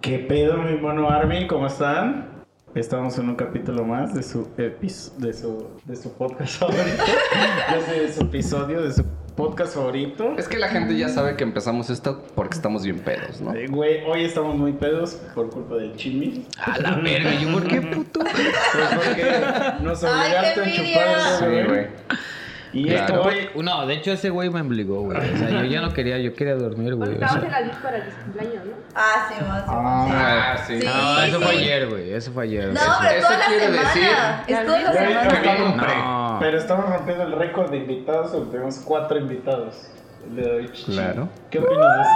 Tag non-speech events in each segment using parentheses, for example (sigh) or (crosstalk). ¿Qué pedo, mi mono Army? ¿Cómo están? Estamos en un capítulo más de su, epis- de su, de su podcast (laughs) favorito. de su episodio, de su podcast favorito. Es que la gente ya sabe que empezamos esto porque estamos bien pedos, ¿no? Eh, Güey, hoy estamos muy pedos por culpa del chimi. A la verga, yo por qué puto. (laughs) Pues porque nos Ay, obligaste qué a envidia. chupar el Sí, dedo, güey. Y Claro. esto hoy... No, de hecho ese güey me obligó, güey. O sea, yo ya no quería, yo quería dormir, güey. o sea. Estamos en la lista para el cumpleaños, (laughs) ¿no? Ah, sí, va, sí. va, sí. Ah, sí. Sí. No, eso fue sí. ayer, güey. Eso fue ayer. No, eso- pero eso toda la quiere semana. decir- Es toda la Ya ves, semana. también No. compré. No. Pero estamos rompiendo el récord de invitados, porque tenemos cuatro invitados. El de hoy, Chichi. Claro. ¿Qué opinas de eso?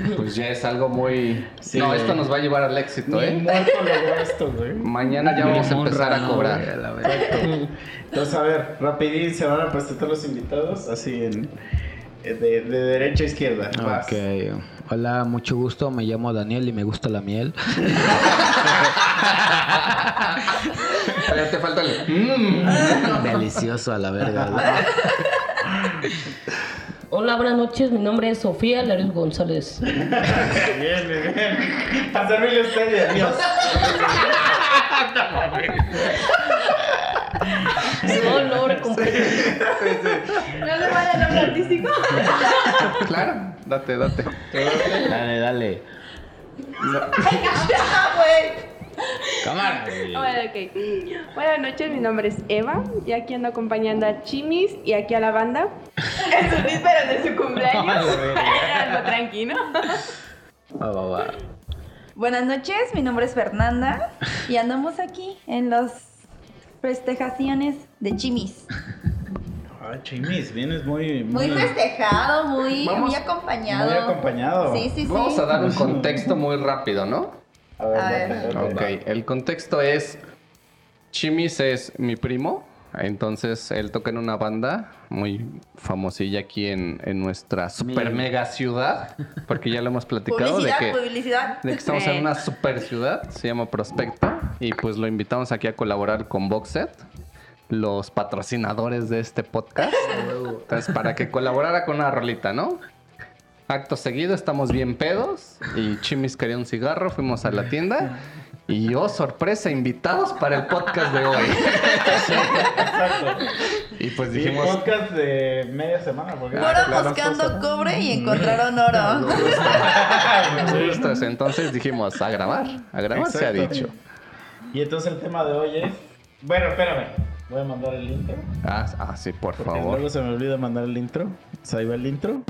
güey? Pues ya es algo muy. Sí, no, güey. esto nos va a llevar al éxito, Ni ¿eh? muerto logró esto, güey. Mañana ya vamos a empezar a cobrar. Exacto. Entonces, a ver, rapidín, se van a presentar los invitados, así en, eh, de, de derecha a izquierda. Vas. Ok. Hola, mucho gusto. Me llamo Daniel y me gusta la miel. (laughs) Pero te falta el. (laughs) Mm. Delicioso a la verga. güey. Hola, buenas noches. Mi nombre es Sofía Larios González. (laughs) Bien, bien, bien. A servirle a ustedes, adiós. No, no, recompensa. No le vale el nombre artístico. Claro, date, date. Dale, dale. Ah, güey. Cámara, güey. (laughs) Bueno, ok. Buenas noches, mi nombre es Eva y aquí ando acompañando a Chimis y aquí a la (laughs) banda en su víspera de su cumpleaños. Era (laughs) Algo tranquilo. Va, va, va. Buenas noches, mi nombre es Fernanda y andamos aquí en las festejaciones de Chimis. Ah, chimis, vienes muy. Muy festejado, muy, Vamos. muy acompañado. Muy acompañado. Sí, sí, sí. Vamos a dar Pues, un contexto muy rápido, ¿no? A ver, A ver. date, date. Ok, el contexto es. Chimis es mi primo. Entonces él toca en una banda muy famosilla aquí en, en nuestra super mega ciudad. Porque ya lo hemos platicado de Publicidad, que. publicidad. de que estamos en Sí. una super ciudad, se llama Prospecto, y pues lo invitamos aquí a colaborar con Boxet, los patrocinadores de este podcast. Ah, Entonces, para que colaborara con una rolita, ¿no? Acto seguido, estamos bien pedos, y Chimis quería un cigarro, fuimos a la tienda, y oh, sorpresa, invitados para el podcast de hoy. Exacto. Y pues Y dijimos... podcast de media semana, porque. Fueron Claro, buscando (laughs) claro. cobre y (laughs) encontraron oro. "Listos", Entonces dijimos, a grabar, a grabar se ha Exacto. dicho. Y entonces el tema de hoy es. Bueno, espérame. Voy a mandar el intro. Ah, ah, sí, por porque favor. Luego se me olvida mandar el intro. O sea, ahí va el intro.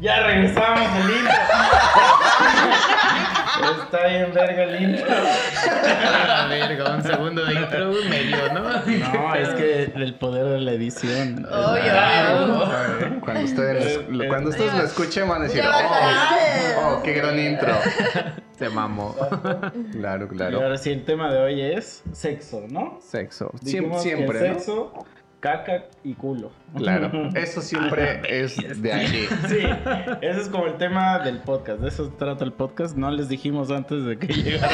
Ya regresamos al intro. Está bien verga el intro. A ver, con un segundo de intro güey, medio, ¿no? No, es que el poder de la edición. Obvio, Ay, Cuando Eh, ustedes, lo- cuando ustedes lo escuchen van a decir, Ya va a estar. oh, oh, qué gran intro. Se mamó. Claro, Y claro. ahora sí, el tema de hoy es sexo, ¿no? Sexo. Siem- Dijimos que siempre, ¿no? Sexo, caca y culo. Claro. Eso siempre es de aquí. (laughs) Sí, ese es como el tema del podcast. De eso trata el podcast. No les dijimos antes de que llegara.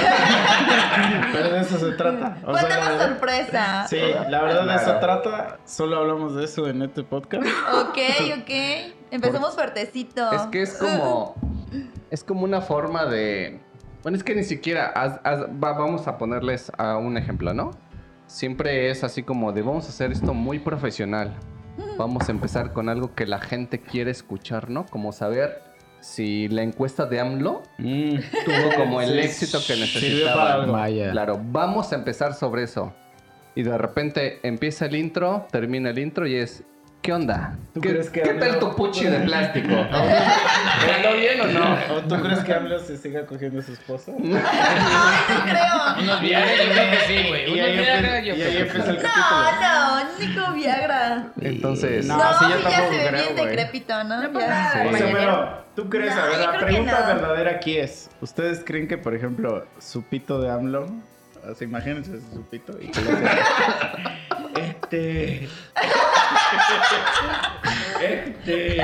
Pero de eso se trata. O Fue sea, la tema verdad- sorpresa. Sí, la verdad de eso Pues Claro. trata. Solo hablamos de eso en este podcast. Ok, ok. Empezamos fuertecito. Es que es (laughs) como, es como una forma de, bueno, es que ni siquiera, haz- haz- va- vamos a ponerles a un ejemplo, ¿no? Siempre es así como de, vamos a hacer esto muy profesional. Vamos a empezar con algo que la gente quiere escuchar, ¿no? Como saber si la encuesta de AMLO Mm. tuvo como el Sí, éxito que sirvió para necesitaba. algo. Vaya. Claro, vamos a empezar sobre eso. Y de repente empieza el intro, termina el intro y es ¿Qué onda? ¿Tú ¿Qué, crees que qué hablo? tal tu puchi de (laughs) plástico? ¿Ganó bien o no? (laughs) ¿O tú crees que AMLO se siga cogiendo a su esposa? Unos Viagra, yo creo que sí, güey. Y Unos ahí Viagra, empe- yo y ahí creo que empieza el capítulo. No, no, Nico Viagra. Entonces, No, No, sí, sí, yo ya tampoco se ve creo, bien güey. decrépito, ¿no? No, Ya. pues, nada, Sí. O sea, mañanero. pero tú crees, a No, ver, yo la creo que pregunta no. verdadera aquí es, ¿ustedes creen que, por ejemplo, su pito de AMLO, o sea, imagínense su pito y que le digan, este... Este...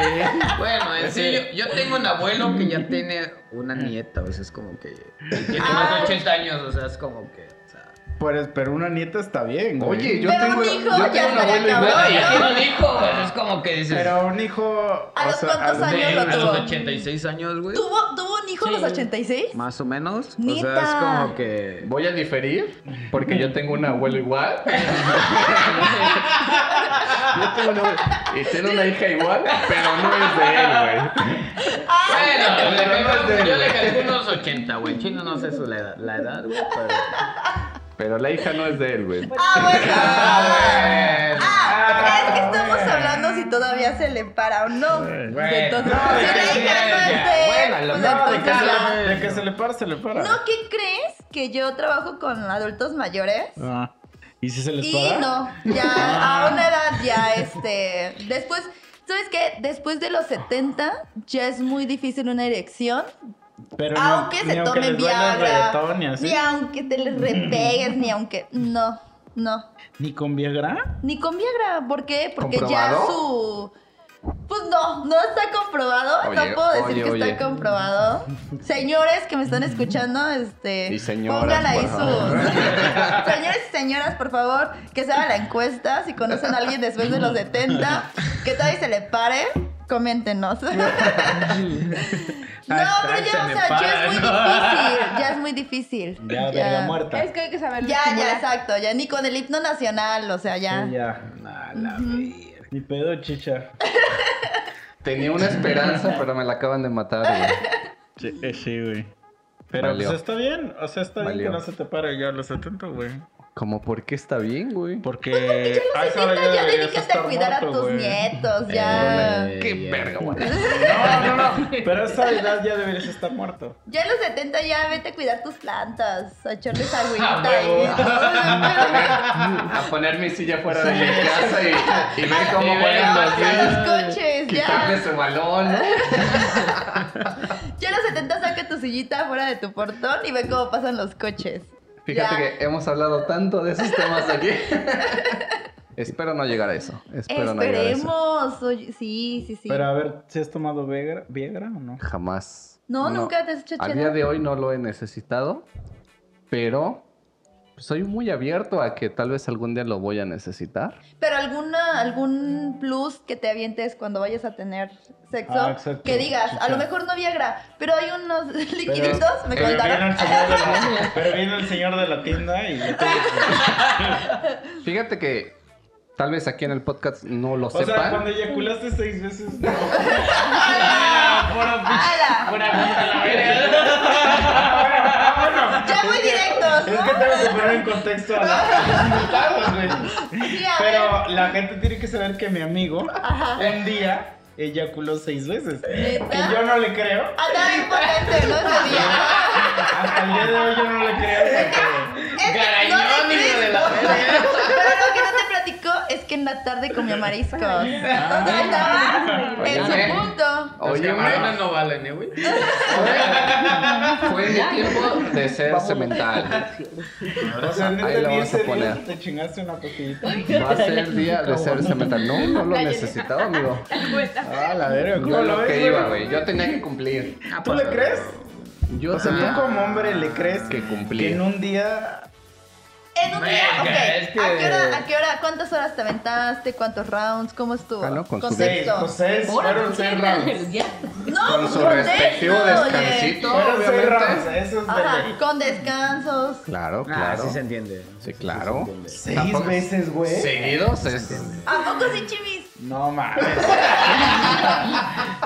Bueno, en sí, yo, yo tengo un abuelo que ya tiene una nieta, o sea, es como que. y Tiene más de 80 años, o sea, es como que. o sea, Pues, pero una nieta está bien, güey. oye, yo Pero tengo, un hijo yo ya tengo un estaría abuelo cabrón, igual. Y aquí lo dijo, o sea, es como que dices. Pero un hijo... o los a cuántos los- años "Güey, lo a tuvo? los 86 años, güey. ¿Tuvo, ¿Tuvo un hijo a los 86? Más o menos. O sea, es Neta. como que. Voy a diferir porque yo tengo un abuelo (laughs) igual. yo tengo un abuelo y tiene una hija igual, pero no es de él, güey. Bueno, le Pero no es calculo- de él, yo le güey. calculo unos 80, güey. Chino no sé su la edad, la edad, güey, pero. Pero la hija no es de él, güey. Ah, bueno. Ah, Ah, ¿crees que estamos hablando si todavía se le para o no? Entonces, no, si ya, la hija no ya, es ya. de él, Bueno, pues lo acabo de entonces ya. De que se le para, se le para. No, ¿qué crees? Que yo trabajo con adultos mayores. Ah. ¿Y si se les Y para? no, Ah. ya a una edad ya este. Después, ¿sabes qué? Después de los 70 ya es muy difícil una erección. Pero ni- aunque ni Ah, se tomen les duela el Viagra. reggaetón y así. Mm. Ni aunque te les repegues, ni aunque. No, no. ¿Ni con Viagra? Ni con Viagra. ¿Por qué? Porque ya ¿Comprobado? su. Pues no, no está comprobado. Oye, no puedo decir oye, que oye. está comprobado. Señores que me están escuchando, este. Y señoras, pongan ahí por sus. favor. (laughs) Señores y señoras, por favor, que se haga la encuesta. Si conocen a alguien después de los 70, que todavía se le pare, coméntenos. (laughs) (laughs) no, pero ya, o me sea, ya es muy difícil. Ya es muy difícil. Ya, de la muerta. Es que hay que saberlo. Ya, ya, estimular. exacto. Ya ni con el himno nacional, o sea, ya. Sí, ya. A la verga. Ni pedo, chicha. Tenía una esperanza, pero me la acaban de matar, güey. Sí, eh, sí, güey. Pero Valió. pues está bien, o sea, está bien Valió. que no se te pare ya a los 70, güey. Como, ¿por qué está bien, güey? Porque Pues, Los a esa hora 70 ya deberías debí que te estar cuidara a muerto, tus güey. nietos, ya. Eh, Qué ya. verga, güey. No, no, no. Pero a esa edad ya deberías estar muerto. Ya en los 70 ya vete a cuidar tus plantas, a echarles Ah, agüita (laughs) y huevo. todo. A poner mi silla fuera de mi casa y, y ver cómo Y ver juegan cómo los juegan niños. A los coches, Quitarle ya. su balón, ¿no? Ya en los 70 saca tu sillita fuera de tu portón y ve cómo pasan los coches. Fíjate Ya. que hemos hablado tanto de esos temas aquí. Espero no llegar a eso. Espero no llegar a eso. Esperemos. oye, sí, sí, sí. Pero a ver, ¿se has tomado Viagra, Viagra o no? Jamás. No, nunca te has hecho A chela. día de hoy no lo he necesitado, pero soy muy abierto a que tal vez algún día lo voy a necesitar. Pero alguna, algún plus que te avientes cuando vayas a tener sexo, Ah, exacto, que digas, chicha. a lo mejor no Viagra, pero hay unos (laughs) liquiditos, me Pero vino, contaron. el señor de (laughs) la, pero vino el señor de la tienda y... ya te- (laughs) Fíjate que tal vez aquí en el podcast no lo O sea, sepan. cuando eyaculaste seis (laughs) veces... No. (laughs) ¡Hala! Ya muy directos, Es que ¿no? tengo que poner en contexto a los invitados, güey. Sí, a ver. Pero la gente tiene que saber que mi amigo Ajá. un día eyaculó seis veces. ¿Neta? Que yo no le creo. Andaba impotente, ¿no? Ese día. Hasta el día de hoy yo no le creo. Es que Garañón, no le hijo de la creo. Pero lo que no te platicó es que en la tarde comió mariscos. Ah. O sea, estaba en Óyeme. su punto. Oye, Oye, güey, no valen, eh, güey. fue mi tiempo de ser semental. (laughs) O sea, neta, Ahí ni lo vamos ese a día poner. te chingaste una poquillita. Va a ser día de ser semental. No, no lo he necesitado, amigo. Ah, la verga, (laughs) Yo ¿cómo lo ves, que güey? iba, güey. Yo tenía que cumplir. ¿Tú le crees? Yo O sea, tenía- ¿tú como hombre le crees Ah. Que cumplir. que en un día... En un día, Verga, ok. es que- ¿A qué hora, a qué hora, cuántas horas te aventaste? ¿Cuántos rounds? ¿Cómo estuvo? Ah, no, con su- Seis, Contexto. pues seis, fueron seis rounds. Ya. No, Con pues, su contexto, respectivo oye. descansito, Fueron seis rounds, obviamente. eso es de ley. Ajá, con descansos. Claro, Ah, claro. sí se entiende. Sí, claro. Seis Tampoco- veces, güey. Seguidos es. ¿A poco sí, chimis? No mames. (laughs)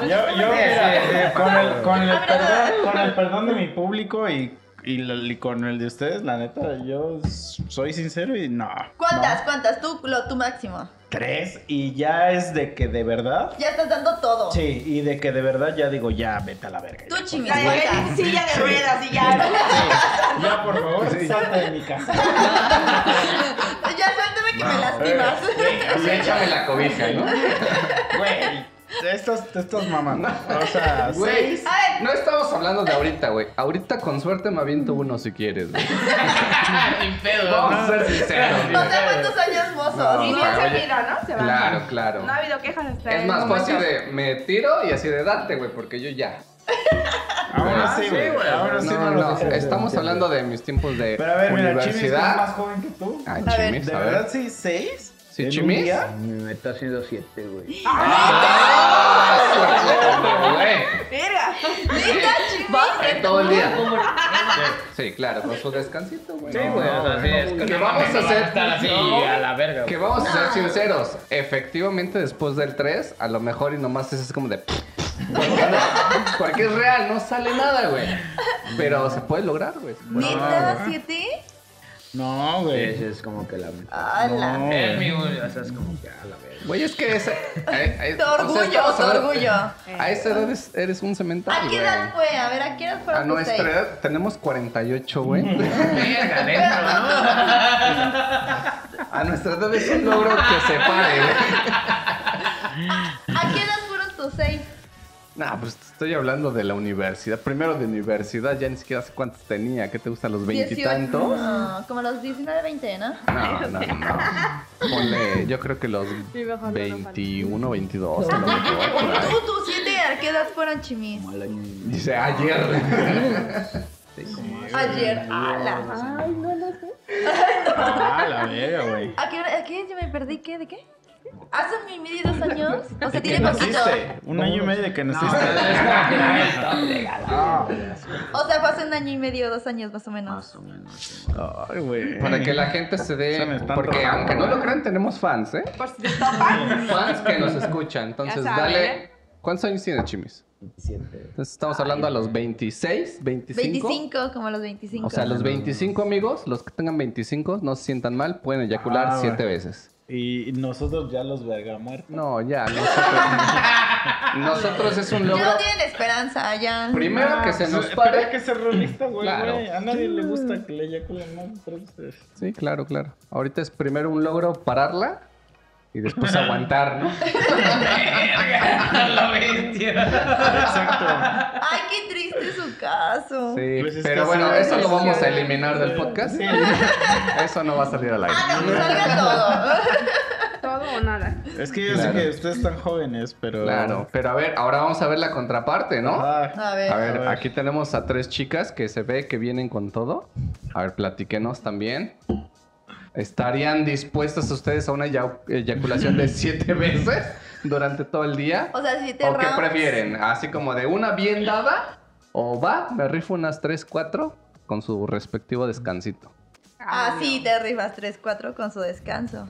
yo, yo, mira, eh, con, el, con, el Ah, mira. perdón, con el perdón de mi público y Y, lo- y con el de ustedes, la neta, yo s- soy sincero y no. ¿Cuántas? no. ¿Cuántas? Tú, lo, tu máximo. Tres. Y ya es de que de verdad. Ya estás dando todo. Sí, y de que de verdad ya digo, ya vete a la verga. Tú, ya, por chimis, La de cuántas. en silla de ruedas (laughs) y ya. favor. Ya, por favor, salta de mi casa. Ya suéltame que me lastimas. Sí, échame la cobija, ¿no? Güey, estas, estas mamando. O sea, Güey, seis. Ay. no estamos hablando de ahorita, güey. Ahorita con suerte me aviento uno si quieres, güey. Sin pedo. Vamos a ser (laughs) No sinceros. sé cuántos años mozos. No. Y ¿no? bien Oye. seguido, ¿no? Se va. Claro, claro. No ha habido quejas hasta Es el más momento. fácil de me tiro y así de date, güey, porque yo ya. Aún Ah, así, sí, güey. güey. Aún así No, lo no, dejes de estamos decir. hablando de mis tiempos de Pero a ver, mira, Chimis que es más universidad. joven que tú. Ay, A ver. Chimis, ¿De a verdad ver. sí? ¿Seis? Sí, ¿En un Chimis. día? Mi meta ha sido 7, güey. Ah, Verga. ¿Neta, güey. chimis? Todo el día. Sí, claro, con su descansito, güey. Sí, güey. no, o sea, sí, no, es que que no vamos a mames, no hacer- estar así no. a la verga. Que güey. vamos a ser sinceros, efectivamente después del 3, a lo mejor y nomás es así como de... Porque, no- porque es real, no sale nada, güey. Pero se puede lograr, güey. se puede lograr. ¿Neta, siete? No, güey. Esa es como que la meta. ¡Hala! No. Es mi, güey. O sea, es como que a la verga. Güey, es que ese... eh, (laughs) eh, Tu o sea, orgullo, estamos tu hablando- orgullo. A esa edad es- eres un ¿A cemental, qué güey. edad fue? A ver, ¿a qué edad A fueron nuestra ustedes? edad tenemos 48, güey. (laughs) Verga, dentro, ¿no? A nuestra edad es un logro que se pare, güey. ¿A qué edad fueron tus seis? Nah, pues te estoy hablando de la universidad. Primero de universidad, ya ni siquiera sé cuántos tenía. ¿Qué te gustan los veintitantos? No, como los 19, 20, ¿no? No, no, no. (laughs) Ponle, yo creo que los Sí, mejor no, no 21, 22. No. a lo mejor, por ahí. Tú, tus siete, ¿a qué edad fueron chimis? Como al año- Dice ayer. Ayer, ¡hala! Ay, no lo sé. Ah, la verga, güey. ¿A qué, hora- ¿A qué? Yo me perdí, ¿qué? ¿De qué? ¿Hace mi medio dos (laughs) años? O sea, ¿De que tiene poquito. naciste? Un año y medio de que No, naciste. O sea, fue hace un año y medio, dos años más o menos. Más o menos. Ay, güey. Para que la gente se Se me dé. están Porque tocando, aunque no güey. lo crean, tenemos fans, ¿eh? (laughs) Por si te topan. Fans que nos escuchan. Entonces, Ya saben, dale. ¿eh? ¿Cuántos años tiene Chimis? 27. Entonces, estamos hablando a los 26, 25. 25, como los 25. O sea, los 25 amigos, los que tengan 25, no se sientan mal, pueden eyacular Ah, 7 güey. veces. Y nosotros ya los verga muertos. No, ya, nosotros, (laughs) nosotros es un Ya logro. no tienen esperanza, ya. Primero que se nos para pare. Ah, Eh, que ser realista, güey, Claro. güey. A nadie le gusta que le eyaculen pues, más. entonces. Sí, claro, claro. Ahorita es primero un logro pararla (laughs) y después aguantar, ¿no? Verga, la bestia. (laughs) Exacto. Ay, qué triste su caso. Sí, Pues es pero que bueno, sí, eso lo sí, vamos sí. a eliminar del podcast. Sí. Eso no va a salir al aire. Ah, no, (laughs) que salga todo. Todo o nada. Es que yo Claro. sé que ustedes están jóvenes, pero. Claro, pero a ver, ahora vamos a ver la contraparte, ¿no? Ah, A ver. A ver, ver. aquí tenemos a tres chicas que se ve que vienen con todo. A ver, platiquenos también. ¿Estarían dispuestas ustedes a una eya- eyaculación de siete veces durante todo el día? O sea, si te ¿O qué rounds. prefieren? ¿Así como de una bien dada? ¿O va? Me rifo unas tres, cuatro con su respectivo descansito. Ah, sí, te rifas 3-4 con su descanso.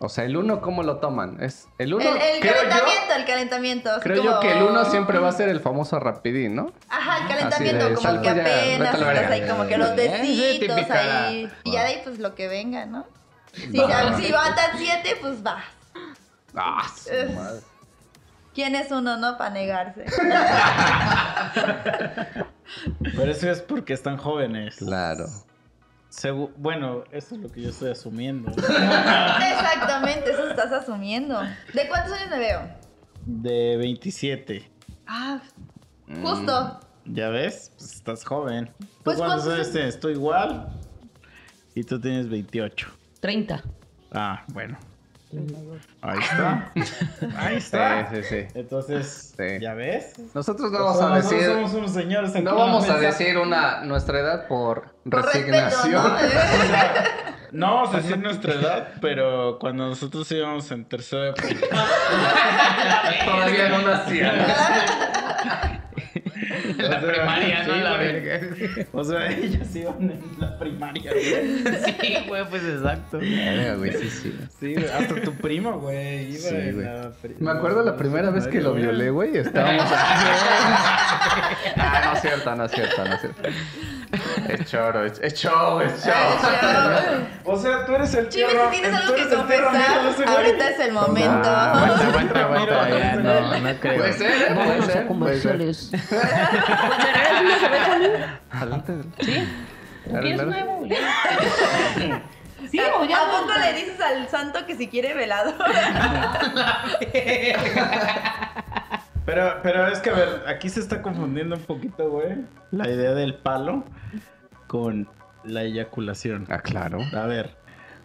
O sea, el uno, ¿cómo lo toman? Es el uno, el el creo calentamiento, yo. el calentamiento. así Creo yo como- que el uno siempre va a ser el famoso rapidín, ¿no? Ajá, el Así de, calentamiento, como salgo que ya, apenas vete a la estás verga. ahí, como que los Eh, sí, besitos típica. ahí. Y ya de ahí, pues lo que venga, ¿no? Si, Va. va. si va hasta 7, pues va. Ah, su Uf. madre. ¿Quién es uno, no? Para negarse. (laughs) Pero eso es porque están jóvenes. Claro. Segu- bueno, eso es lo que yo estoy asumiendo. Exactamente, eso estás asumiendo. ¿De cuántos años me veo? De 27. Ah, Mm, justo. ¿Ya ves? Pues estás joven. ¿Tú Pues, cuántos ¿cuántos años años? tienes? Tú igual. Y tú tienes 28. 30. Ah, bueno. Ahí (laughs) está. Ahí está. Sí, sí, sí. Entonces, Sí. ¿ya ves? Nosotros no vamos O sea, a nosotros decir, Somos unos señores aquí no en la vamos a mesa. decir una nuestra edad por Por respeto, resignación. ¿no? (laughs) No vamos a decir nuestra edad, pero cuando nosotros íbamos en (laughs) (laughs) tercero de primaria. Todavía no nacía. En la O sea, primaria, sí, no la güey. verga. O sea, (laughs) ellos iban en la primaria, güey. Sí, güey, pues exacto. Verga, güey, sí, sí. Sí, güey, hasta tu primo, güey. Iba Sí, en güey. la pri- Me acuerdo la primera vez que lo violé, (laughs) güey. Estábamos. ah, no es cierto, no es cierto, no es cierto. Es choro, es, es show, Ah, es show. O sea, tú eres el tío Chimis, si Ram- tienes tú algo que eres el tío Ramiro de confesar, ese güey. ahorita es el momento. aguanta, aguanta, aguanta. ya, no, no creo. Puede ser, ¿eh? Puede Vamos ser. a comerciales. Adelante. ¿Qué es Claro, nuevo? Sí, o ya. ¿A poco le dices al santo que si quiere velado? Pero, pero es que, a ver, aquí se está confundiendo un poquito, güey, la idea del palo con la eyaculación. Ah, claro. A ver,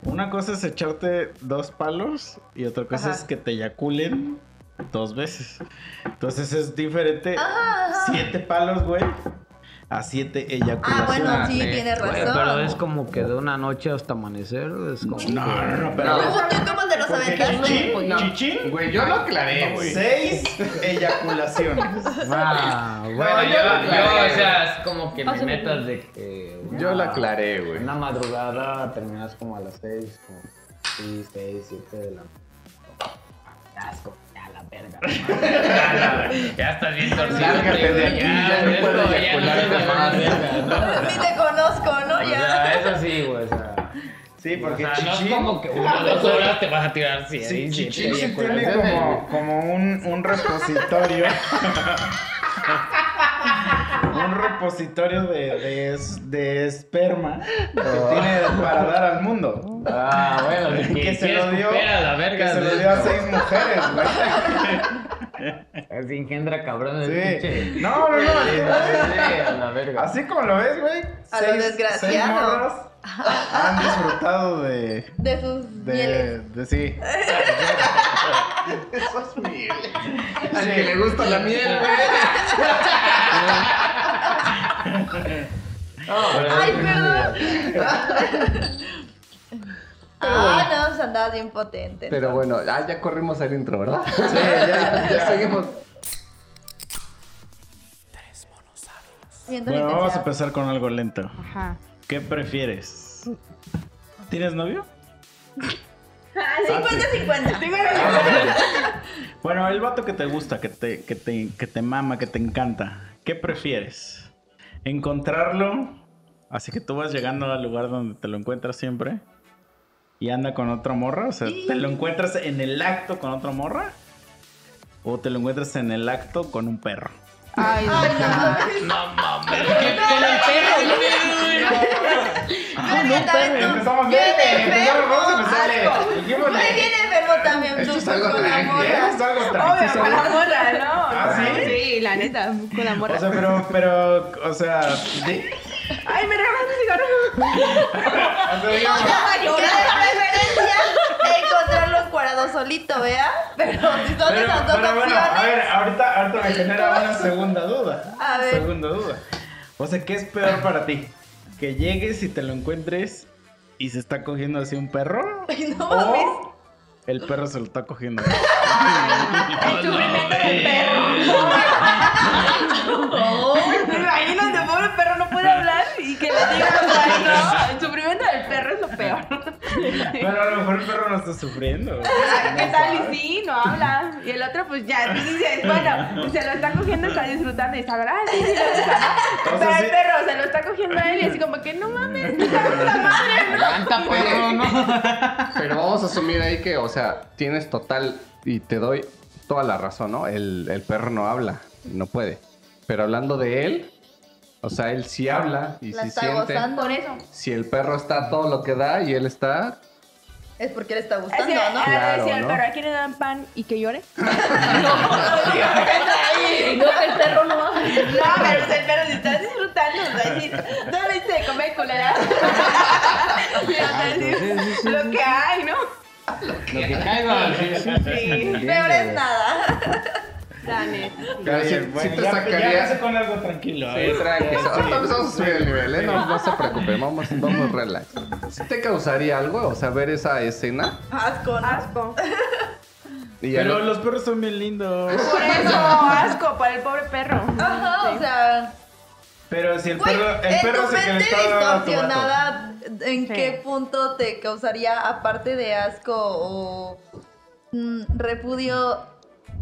una cosa es echarte dos palos y otra cosa Ajá. es que te eyaculen dos veces. Entonces es diferente Ah, Ajá, ajá. siete palos, güey, a siete eyaculaciones. Ah, bueno, sí, sí. tienes Güey, razón. pero es como que de una noche hasta amanecer. Es como No, no, no, pero... ¿Cómo, tú cómo te los Porque aventaste? chichín, chichín, Güey, yo lo aclaré, seis eyaculaciones. Ah, Bueno, yo, bueno, yo, o sea, es como que mi Pásame. meta es de que. una- Yo lo aclaré, güey. eh, Una madrugada terminas como a las 6, como 6, 6, 7 de la Asco, ya la (laughs) verga. Ya estás bien torcido. Lárgate de aquí, ya no puedo eyacularte más. Ni te conozco, ¿no? O Ya. sea, eso sí, güey, o sea. Sí, porque O sea, no es chichín... como que una dos horas te vas a tirar si Sí, ahí, si Chichín te sí tiene eyaculas. como, como un, un repositorio. un repositorio de, de, es- de esperma que tiene para dar al mundo. Ah, (laughs) bueno, de Que se quieres lo dio, copiar a la que verga. se lo de- dio a (laughs) seis mujeres, güey. Así engendra cabrón el pinche. (laughs) Sí. No, no, no. Sí, así- a la verga. Así como lo ves, güey. A lo seis- desgraciado. seis (laughs) morras han disfrutado de. De sus mieles. de, de sí. Esos mieles. Al que le gusta la miel, güey. Ay, perdón. Ah, no, pues andabas bien potente. Pero bueno, ah, ya corrimos al intro, ¿verdad? Sí, ya, (laughs) ya seguimos. Siento la Bueno, vamos a intensidad. empezar con algo lento. Ajá. ¿Qué prefieres? ¿Tienes (laughs) novio? 50-50. Bueno, el vato que te gusta, que te, que te, que te mama, que te encanta. ¿Qué prefieres? ¿Encontrarlo? Así que tú vas llegando al lugar donde te lo encuentras siempre. Y anda con otra morra. O sea, ¿te lo encuentras en el acto con otra morra? ¿O te lo encuentras en el acto con un perro? Ay, no. Ay, no. Pero qué pedo el perro, güey. Empezamos bien, empezamos, vamos a empezarle. Fue bien enfermo también. Esto tú, es algo con la tranqui, morra. ¿eh? Es algo Obvio, tranquilo. con la morra, ¿no? ¿Ah, sí? Sí, la neta, con la morra. O sea, pero, pero, o sea, de- Ay, me regalas un cigarro. o sea, No, digamos, (laughs) no, que de preferencia (laughs) encontrarlo encuadrado solito, vea. Pero si son Pero, esas dos pero bueno, a opciones. ver, ahorita, ahorita me genera una segunda duda. A ver. Segunda duda. O sea, ¿qué es peor para ti? ¿Que llegues y te lo encuentres y se está cogiendo así un perro? (laughs) Ay, no mames. ¿O el perro se lo está (laughs) cogiendo? El sufrimiento (laughs) del perro. Imagínate, pobre perro no puede hablar y que le digan, ay, no. El sufrimiento del perro es lo peor. Pero a lo mejor el perro no está sufriendo. ¿Qué tal? Y sí, no habla. Y el otro, pues ya, tú dices, bueno, pues, se lo está cogiendo, está disfrutando y está grande. sí, sí, lo disfruta, ¿no? O sea, Pero el sí. perro se lo está cogiendo a él y así como que, no mames, me cago en la madre, ¿no? Aguanta, (laughs) perro, ¿no? Pero vamos a asumir ahí que, o sea, tienes total y te doy toda la razón, ¿no? El, el perro no habla, no puede. Pero hablando de él, o sea, él sí habla y La sí está siente. gozando. Por eso. Si el perro está a todo lo que da y él está, Es porque le está Es gustando, que, (laughs) ¿no? (laughs) ah, Claro, decía el ¿no? perro, ¿a quién le dan pan y que llore? Y no, el perro no va. (laughs) No, pero pues, el perro si estás disfrutando, o sea, si no le hice de comer culera. Mira, o sea, sí, lo que hay, ¿no? Lo que caiga. sí, sí, sí. (laughs) Sí, Peor es nada. la neta. Pero sí- Bien, sí te ya, sacaría- ya empecé con algo tranquilo. a ver. tranquilo. Ahorita empezamos a subir el nivel, ¿eh? No, no se preocupen, vamos, vamos relax. ¿Sí te causaría algo, o sea, ver esa escena? Asco, ¿no? Asco. Y ya Pero lo- los perros son bien lindos. Por eso, asco, para el pobre perro. Ajá, Sí. o sea. Pero si el Güey, perro, el en perro tu se que le mente está dando a tu vato. distorsionada, ¿en Sí. qué punto te causaría, aparte de asco o mm, repudio,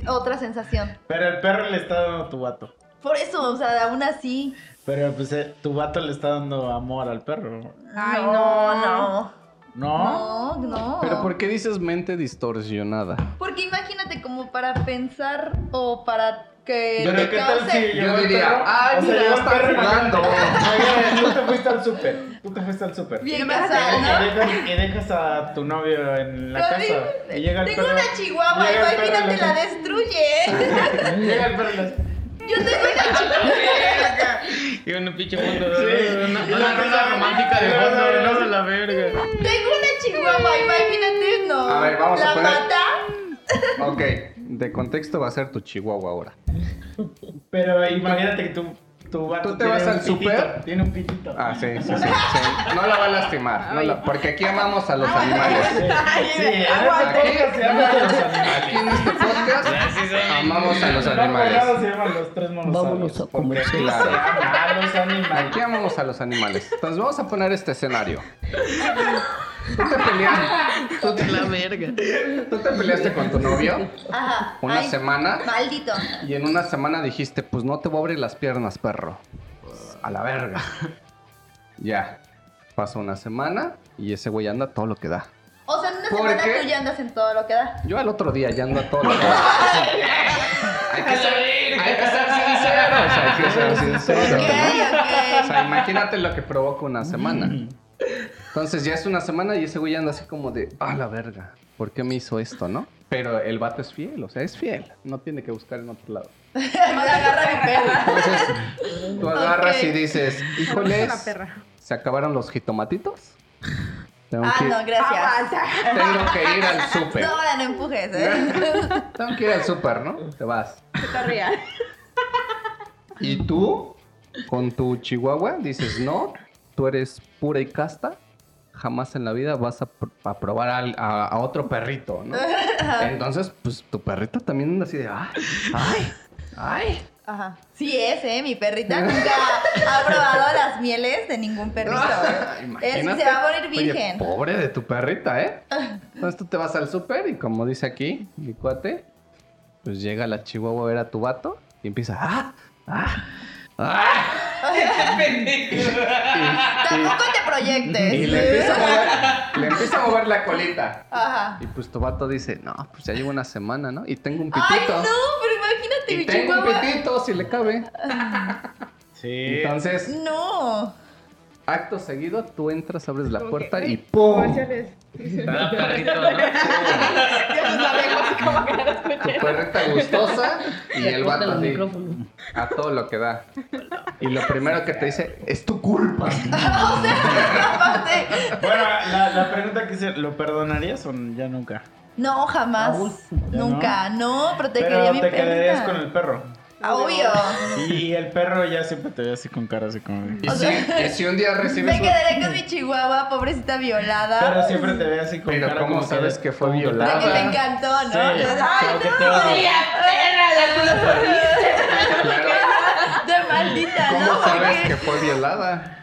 otra sensación? Pero el perro le está dando a tu vato. Por eso, o sea, aún así. Pero pues eh, tu vato le está dando amor al perro. Ay, no. no. ¿No? No, no. Pero ¿por qué dices mente distorsionada? Porque imagínate como para pensar o para que Pero te ¿qué tal si cause. llegó Yo el diría, perro? "Ay, O sea, mira, llegó el está perro y me jugando". dijo, "Oye, Tú te fuiste al súper. Tú te fuiste al súper. Bien me casada, ¿no? Y dejas, y dejas a tu novio en la Pero casa. dime, Y llega el tengo perro. una chihuahua, llega el perro imagínate, y la la- destruye. ¿eh? (laughs) Llega el perro. y le- Yo (laughs) tengo una chihuahua. Y un pinche mundo. Sí. Una, Y una la- rola romántica de y la- fondo. y la- No, la verga. Tengo una chihuahua, imagínate, no. A ver, vamos a la poner- mata. Ok, de contexto va a ser tu chihuahua ahora. Pero imagínate que tu, tu vato ¿Tú te tiene vas un al pitito, súper? Tiene un pitito. Ah, sí, sí, sí. sí. No la va a lastimar, no la- porque aquí amamos a los animales. (laughs) Sí, en este podcast se llama los animales. Aquí en este podcast amamos a los Los animales. se llaman los tres monos. Vámonos a comer. Claro. Ah, los animales. Aquí amamos a los animales. Entonces vamos a poner este escenario. Tú te peleas- tú te- La verga. tú te peleaste con tu novio Ajá. una ay, semana Maldito. Y en una semana dijiste, pues no te voy a abrir las piernas, perro. A la verga. ya. Pasó una semana y ese güey anda todo lo que da. O sea, en una ¿Por semana qué? tú ya andas en todo lo que da. Yo al otro día ya ando a todo lo que da. hay, que ser, hay que ser sinceros, hay que ser Ok, sinceros. O (laughs) ok. sea, imagínate lo que provoca una semana. Entonces ya es una semana y ese güey anda así como de, a la verga, ¿por qué me hizo esto, no? Pero el vato es fiel, o sea, es fiel. No tiene que buscar en otro lado. Me la agarra mi perra. Entonces, tú agarras Ok. y (laughs) dices, Una híjoles, perra. ¿se acabaron los jitomatitos? Tengo, Ah, que, no, gracias. tengo que ir al súper. (laughs) No, ahora no empujes, ¿eh? Tengo que ir al súper, ¿no? Te vas. Cotorrea. Y tú, con tu chihuahua, dices, no, tú eres pura y casta. Jamás en la vida vas a, pr- a probar al- a, a otro perrito, (laughs) ¿no? Entonces, pues, tu perrito también anda así de, ay, ay, ay. Ajá. Sí es, ¿eh? Mi perrita nunca ha probado las mieles de ningún perrito. ¿eh? (laughs) Es, Ah, Imagínate. se va a morir Oye, virgen. pobre de tu perrita, ¿eh? Entonces tú te vas al súper y como dice aquí, mi cuate, pues llega la chihuahua a ver a tu vato y empieza, ¡ah! ¡ah! ¡ah! Tampoco te Y, proyectes. y le, empieza a mover, le empieza a (laughs) mover la colita. Ajá. Y pues tu vato dice, no, pues ya llevo una semana, ¿no? Y tengo un Ay, pitito. no, pero imagínate y mi tengo un chihuahua. pitito, si le cabe. Sí. Entonces, No. (laughs) acto seguido, tú entras, abres la Como puerta que- y ¡pum! Comerciales. Está perrito, ¿no? Ya nos sabemos cómo que no Tu escuché. perrita gustosa y el Corta vato los así. micrófonos. A todo lo que da. Y lo primero que te dice, es tu culpa. O sea, aparte. Bueno, la, la pregunta que hice, ¿lo perdonarías o ya nunca? No, jamás. Raúl, ya Nunca. No, protegería a Pero mi te quedarías perrita. con el perro. Ah, Obvio. Y el perro ya siempre te ve así con cara así como... de- Y si, y si un día recibes Me un... quedaré con mi chihuahua, pobrecita violada. Pero siempre te ve así con Pero cara ¿cómo como sabes que fue como te- De violada? que te encantó, ¿no? Sí, Ay, como que te va- no, de maldita, ¿Cómo ¿no? sabes Porque- que fue violada?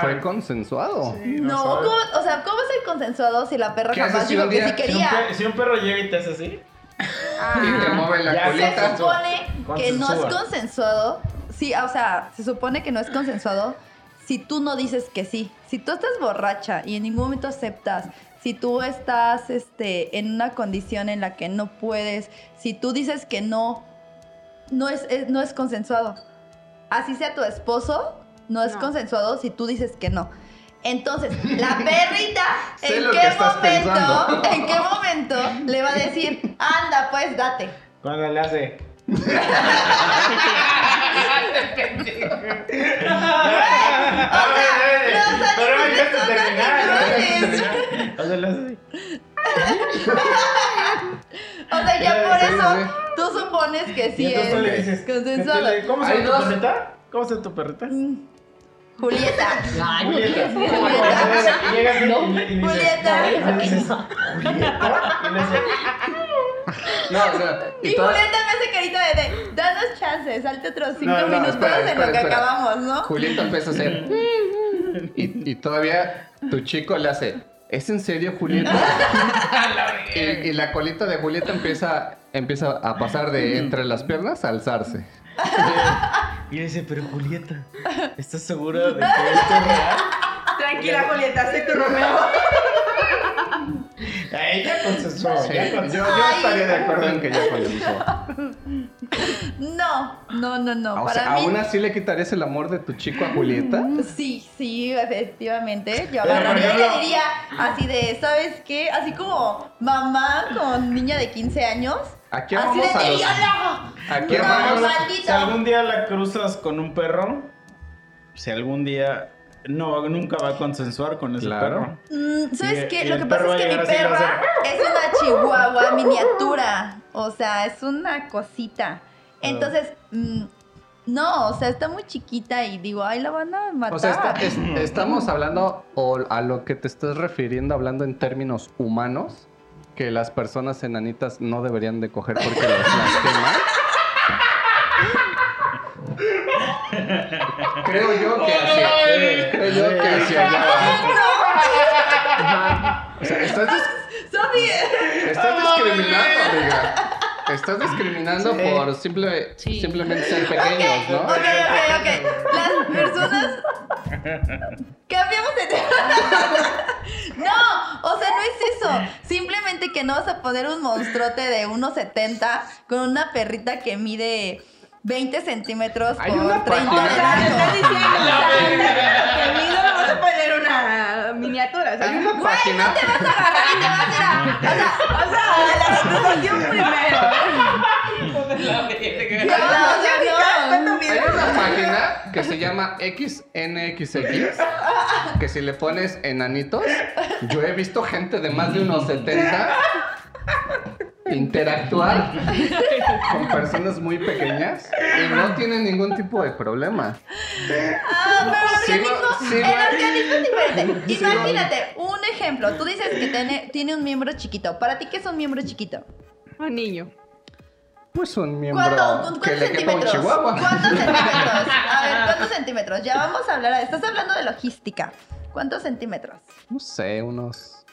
Fue consensuado. No, sabes. ¿cómo- o sea, ¿cómo es el consensuado si la perra ¿Qué haces jamás si dijo un que día- sí Si un, quería? per- si un perro llega y te hace así, Y te mueve la Ya sé. colita. Se (laughs) Consensúa. supone que no es Consensúa. consensuado. Sí, o sea, se supone que no es consensuado si tú no dices que sí. Si tú estás borracha y en ningún momento aceptas, si tú estás este, en una condición en la que no puedes, si tú dices que no, no es, es- no es consensuado. Así sea tu esposo, no es No. consensuado si tú dices que no. Entonces, la perrita, (laughs) Sé ¿en lo que qué estás momento, pensando. (laughs) en qué momento le va a decir, anda pues, date? cuando le hace... O sea, los animales son animales. O sea, le hace así. O sea, ya por Eh, Sí, sí, eso sí. tú supones que Y sí entonces tú le es dices, consensuado. entonces, ¿Cómo se Hay llama tu dos. perrita? ¿Cómo se llama tu perrita? Mm. Julieta. Ay, no Julieta. quieres. Y llegas y- y- y le dices, Julieta. y le dices, Julieta. Y le dices, No, o sea, Y (laughs) y todas- Julián también hace carita de, de danos chance, salte otros cinco No, no, minutos espera, en espera, lo que espera. acabamos, ¿no? Julieta empezó a hacer. y, y todavía tu chico le hace. ¿Es en serio, (laughs) Julieta? y, y la colita de Julieta empieza, empieza a pasar de entre las piernas a alzarse. Y le dice, pero Julieta, ¿estás segura de que esto es real? Tranquila, Julieta, soy tu Romeo. A ella consensuó, Sí, ya yo, consensuó. yo estaría de acuerdo en que ya comenzó. (laughs) No, no, no, no. O Para sea, mí. Mm. ¿aún así le quitarías el amor de tu chico a Julieta? Sí, sí, efectivamente. Yo Pero, a por Romeo ejemplo- le diría así de, ¿sabes qué? Así como mamá con niña de 15 años. Aquí así vamos de, a "Te los- violo". Aquí No, vamos- maldito. Si algún día la cruzas con un perro, si algún día no nunca va a consensuar con ese Claro. (laughs) perro. Mm, ¿Sabes Y- qué? y Lo el que perro pasa va es a que llegar mi así y va a perra (laughs) es una chihuahua miniatura. O sea, es una cosita. Ah. Entonces, mm, no, o sea, está muy chiquita y digo, ay, la van a matar. O sea, está- (laughs) es- estamos hablando, o a lo que te estás refiriendo, hablando en términos humanos, que las personas enanitas no deberían de coger porque las lastiman. Creo yo Oh, que hacia, creo yo que hacia allá va. Ajá. O sea, estás, dis- Sophie, estás discriminando, amiga. Estás discriminando por simple, Sí. simplemente ser pequeños, ¿no? Ok, ok, ok. Las personas. Cambiamos de tema. (laughs) No, o sea, no es eso. Simplemente que no vas a poner un monstruote de 1,70 con una perrita que mide 20 centímetros Hay por una 30 O de sea, le estás largo. diciendo o sea, que a mí no me vas a poner una miniatura, o sea, Hay o una página. Vas a agarrar y te vas a (laughs) ir a- o sea, sea, la representación primero. no, o sea, no. Hay una página que se llama XNXX que si le pones enanitos, yo he visto gente de más de unos 70 interactuar con personas muy pequeñas y no tienen ningún tipo de problema. Ah, pero Sí, organismo, sí, el va. organismo es diferente. Sí, va. Imagínate, un ejemplo. Tú dices que tiene, tiene un miembro chiquito. ¿Para ti qué es un miembro chiquito? Un niño. Pues un miembro ¿Cuánto, cu- que ¿Cuántos le quepa un centímetros? chihuahua. (laughs) ¿Cuántos centímetros? A ver, ¿cuántos centímetros? Ya vamos a hablar. Estás hablando de logística. ¿Cuántos centímetros? No sé, unos...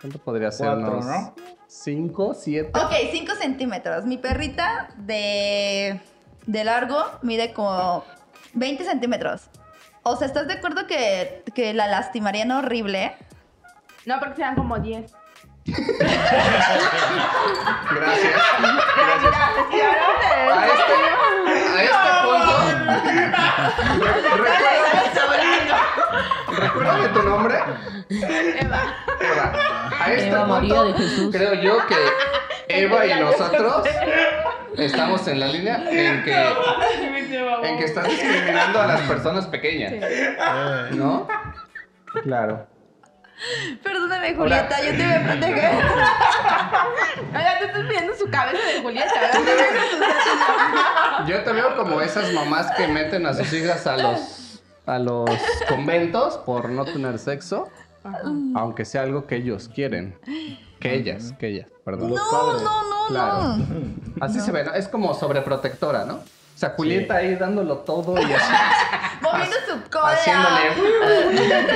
¿Cuánto podría ser? Cuatro, unos ¿no? ¿Cinco? (laughs) ¿Siete? Ok, 5 centímetros. Mi perrita de, de largo mide como 20 centímetros. O sea, ¿estás de acuerdo que, que la lastimarían horrible? No, porque sean como 10. Gracias. Gracias. A este, (laughs) a este punto. Re- recuerda- Recuérdame tu nombre. Eva. A este Eva María punto, de Jesús. creo yo que Eva y nosotros estamos en la línea en que, en que estás discriminando a las personas pequeñas. Ah, ¿No? Claro. Perdóname, Julieta, yo te voy a proteger. (laughs) Oiga, tú estás viendo su cabeza de Julieta, (laughs) Yo te veo como esas mamás que meten a sus hijas a los a los conventos por no tener sexo, aunque sea algo que ellos quieren. Que ellas, que ellas, perdón. No, no, no, (laughs) Claro. no. Así se ve, ¿no? Es como sobreprotectora, ¿no? O sea, Julieta ahí dándolo todo y (laughs) así, Moviendo su cola. haciéndole. (laughs)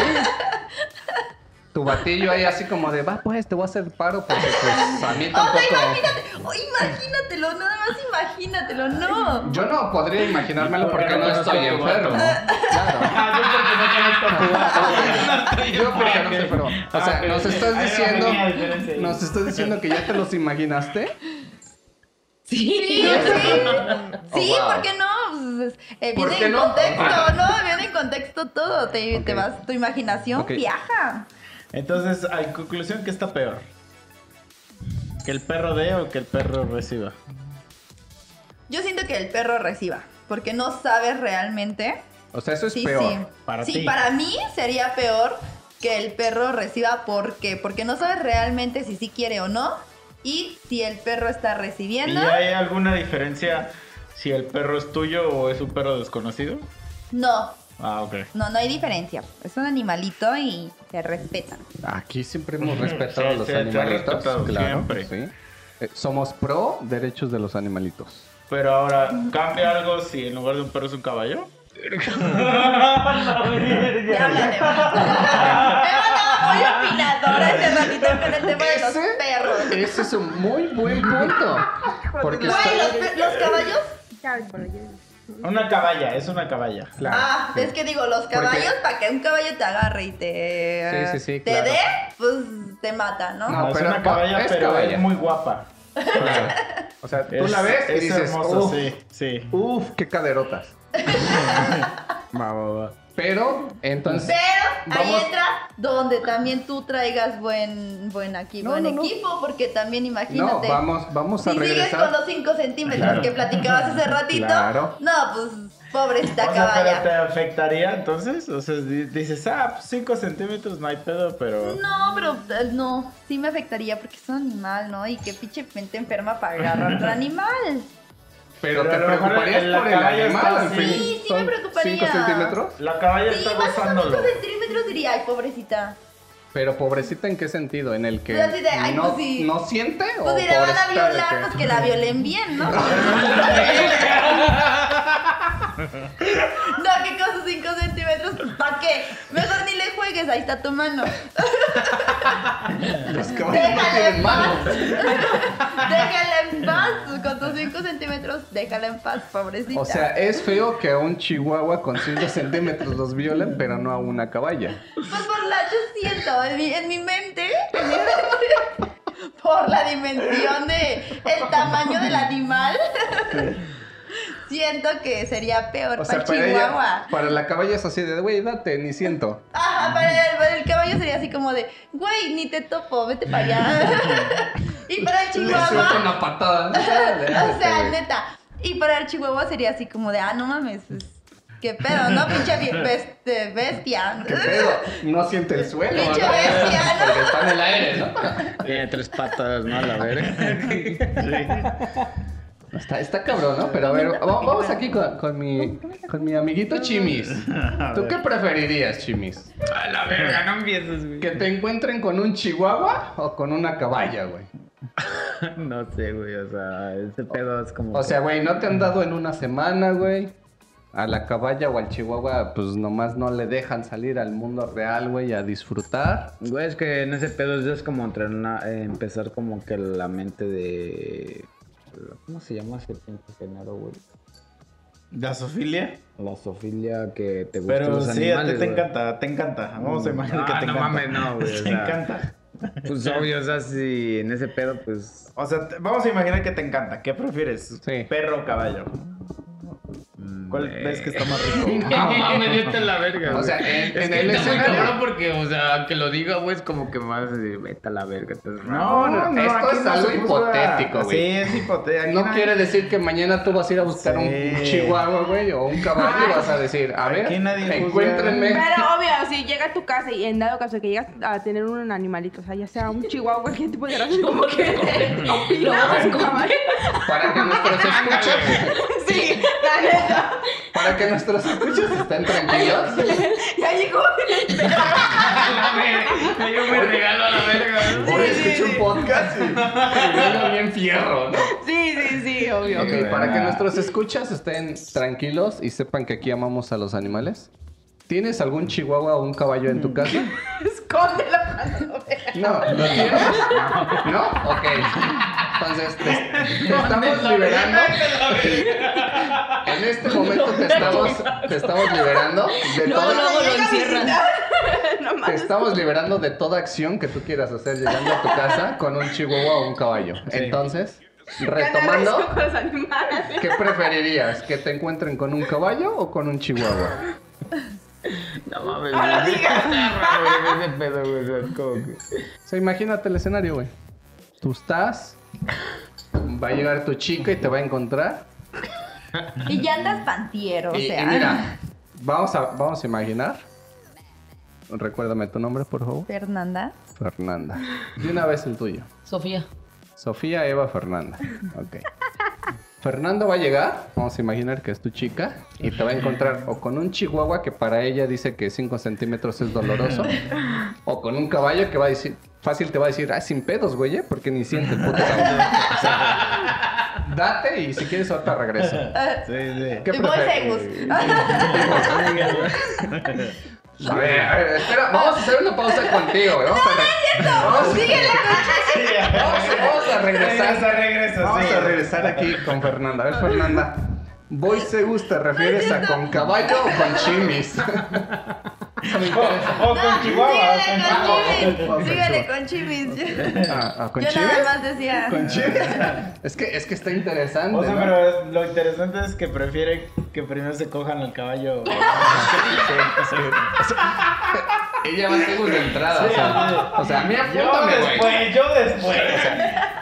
Tu batillo ahí así como de, va pues, te voy a hacer paro porque pues a mí O sea, tampoco... imagínate, oh, imagínatelo, nada más imagínatelo, no. Yo no podría imaginármelo porque no estoy enfermo. Claro. Ah, yo porque no conozco a tu (laughs) vato. (laughs) Yo porque no Ok. sé, pero. O Ah, sea, ok, nos ok. Ahí estás va, diciendo. venía, espérense ahí. Nos estás diciendo que ya te los imaginaste. (laughs) Sí, sí. Sí, Oh, wow. ¿por qué no? Pues, eh, ¿Por viene qué en no? Ah. contexto, ¿no? Viene en contexto todo. Te, te Ok. vas, tu imaginación Ok. viaja. Entonces, a conclusión, ¿qué está peor? ¿Que el perro dé o que el perro reciba? Yo siento que el perro reciba, porque no sabes realmente. O sea, eso es Sí, sí. peor. Para sí, ti. para mí sería peor que el perro reciba porque porque no sabes realmente si sí quiere o no y si el perro está ¿Y recibiendo. hay alguna diferencia si el perro es tuyo o es un perro desconocido? No, Ah, ok. no, no hay diferencia. Es un animalito y se respeta. Aquí siempre hemos respetado a Sí, los sí, te he animalitos. respetado claro. siempre. sí. Eh, somos pro derechos de los animalitos. Pero ahora, ¿cambia algo si en lugar de un perro es un (laughs) caballo? Ya (laughs) hablaremos. Eva andaba muy opinadora este ratito con el tema de los Ese- perros. Ese es un muy buen punto. Porque Güey, los, está- pe- los caballos. Una caballa, es una caballa. Claro, Ah, sí. es que digo, los caballos, para que un caballo te agarre y te. Sí, sí, sí, Te claro. dé, pues te mata, ¿no? No, No, es pero- una caballa, es pero caballa. es muy guapa. Claro. O sea, tú Es- la ves y es dices, hermosa, "Uf, sí, sí. Uf, (laughs) qué caderotas. Va, va, va. Pero, entonces. Pero ahí pues, Vamos. entra donde también tú traigas buen, buen aquí, No, buen no, no. equipo, porque también No, imagínate. vamos, vamos a si sigues con regresar. los 5 centímetros Claro. que platicabas hace ratito, Claro. no, pues pobrecita O sea, pero te caballa. afectaría entonces. O sea, di- dices, ah, 5 centímetros no hay pedo, pero. No, pero eh, no, sí me afectaría porque es un animal, ¿no? Y qué pinche mente enferma para agarrar otro animal. Pero, Pero a te lo mejor preocuparías el- la por el caballa animal está al así. fin. Sí, sí me Son preocuparía. cinco centímetros. La caballa Sí, está más o menos gozándolo. 5 centímetros diría, ay, pobrecita. Pero pobrecita, ¿en qué sentido? ¿En el que Pero así de, ay, no, pues sí. no siente? Pues o si la van a Oh, pobrecita de violar, que- pues que la violen (laughs) bien, ¿no? no, que con sus 5 centímetros, ¿para qué? Mejor ni le juegues, ahí está tu (laughs) mano. (laughs) Los caballos no Déjala en tienen (laughs) paz. manos. déjala en paz. Con tus 5 centímetros, déjala en paz, pobrecita. O sea, es feo que a un chihuahua con 5 centímetros los violen, pero no a una caballa. pues por la yo siento, en mi, en mi mente, en mi mente, (laughs) por la dimensión de el tamaño del animal. (laughs) Siento que sería peor O sea, para para, Chihuahua. ella, para la caballa es así de, güey, date, ni siento. Ajá, para el, para el caballo sería así como de, güey, ni te topo, vete para allá. (laughs) y para el Le suelto (laughs) chihuahua, una patada. o sea, güey. neta. Y para el chihuahua sería así como de, ah, no mames, pues, qué pedo, (laughs) ¿no? Pinche vie- best- bestia. ¿Qué pedo? No siente el suelo. Pinche ¿no? bestia, ¿no? Porque está en el aire, ¿no? Tiene tres patas, ¿no? La (laughs) verga. Está, está cabrón, ¿no? Pero a ver, va- vamos aquí con, con mi, con mi amiguito Chimis. ¿Tú qué preferirías, Chimis? A la verga, no empieces, güey. ¿Que te encuentren con un chihuahua o con una caballa, güey? (laughs) No sé, güey, o sea, Este ese pedo es como. O sea, güey, no te han dado en una semana, güey. A la caballa o al chihuahua, pues nomás no le dejan salir al mundo real, güey, a disfrutar. Güey, es que en ese pedo es- es como entrenar, eh, empezar como que la mente de... ¿Cómo se llama ese pinche género, güey? ¿La sofilia? La sofilia que te gusta Pero los sí, a ti animales, te güey. encanta, te encanta. Vamos a imaginar que Ah, te no encanta. mames, no, güey, o (laughs) Te sea. encanta. Pues obvio, o sea, si en ese pedo, pues... O sea, te- vamos a imaginar que te encanta. ¿Qué prefieres? Sí. ¿Perro o caballo? ¿Cuál eh, ves que está más rico? No, mames, neta la verga. O sea, güey. en, es en que el está muy escenario. cabrón porque, o sea, que lo diga, güey, es como que me vas a decir, vete a la verga, estás No, no, no. Esto aquí es no algo se juzga. hipotético, güey. Sí, es hipotético. No quiere decir que mañana tú vas a ir a buscar un- un Sí. chihuahua, güey, o un caballo y vas a decir, a ver, Aquí nadie juzga. encuéntrenme. Pero obvio, si llega a tu casa y en dado caso que llegas a tener un animalito, o sea, ya sea un chihuahua, cualquier tipo (laughs) de raza, como que opinas, caballo. Para que nuestros (laughs) escuchas, Sí, la neta. para que nuestros escuchas estén tranquilos. Ya llegó. Yo me regalo a la verga, Hoy escucho un podcast y me bien fierro, ¿no? Sí, sí, sí, obvio. Ok, para que nuestros escuchas estén tranquilos y sepan que aquí amamos a los animales. ¿Tienes algún chihuahua o un caballo en tu casa? Escóndelo cuando veas. No, ¿lo tienes? ¿No? Ok. Entonces, te, te estamos liberando. En este momento te estamos, te estamos liberando de Luego, toda, luego lo Llega a encierran. visitar. No te mames. estamos liberando de toda acción que tú quieras hacer llegando a tu casa con un chihuahua o un caballo. Entonces, Ganar eso retomando, con los animales. ¿qué preferirías? ¿Que te encuentren con un caballo o con un chihuahua? No mames, No lo (laughs) güey. digas. Güey, Ese pedo, güey, o sea, es como que. O sea, imagínate el escenario, güey. Tú estás, va a llegar tu chica y te va a encontrar. (laughs) Y ya andas pantiero, o Y- y sea. mira, vamos a, vamos a imaginar. Recuérdame tu nombre, por favor. Fernanda. Fernanda. De una vez el tuyo. Sofía. Sofía Eva Fernanda. Ok. Fernando va a llegar, vamos a imaginar que es tu chica, y te va a encontrar o con un chihuahua que para ella dice que 5 centímetros es doloroso, o con un caballo que va a decir, fácil te va a decir, ah, sin pedos, güey, eh, porque ni siente el puto caballo. O sea, date y si quieres ahorita regreso. Sí, ¿Qué Y Ah, voy prefieres? (laughs) A ver, a ver, espera, vamos a hacer una pausa contigo, güey, vamos a, re- vamos a- Síguela, sí. vamos a- vamos a regresar. Regresa, regresa, Vamos sí. a regresar aquí con Fernanda. A ver, Fernanda. Voice Gus, ¿te refieres a con caballo o con (laughs) chimis? O, o con Chihuahua. o con Chihuahua. Síguele con chimis. Síguele con chimis. Ah, ¿A, a con Yo chimis? nada más decía. ¿Con chimis? Es que, es que está interesante. O sea, ¿no? pero es- lo interesante es que prefiere que primero se cojan al caballo. Ella va a ser Gus de entrada. o, sea, o sea, a mí Yo apúntame, güey. después, yo después.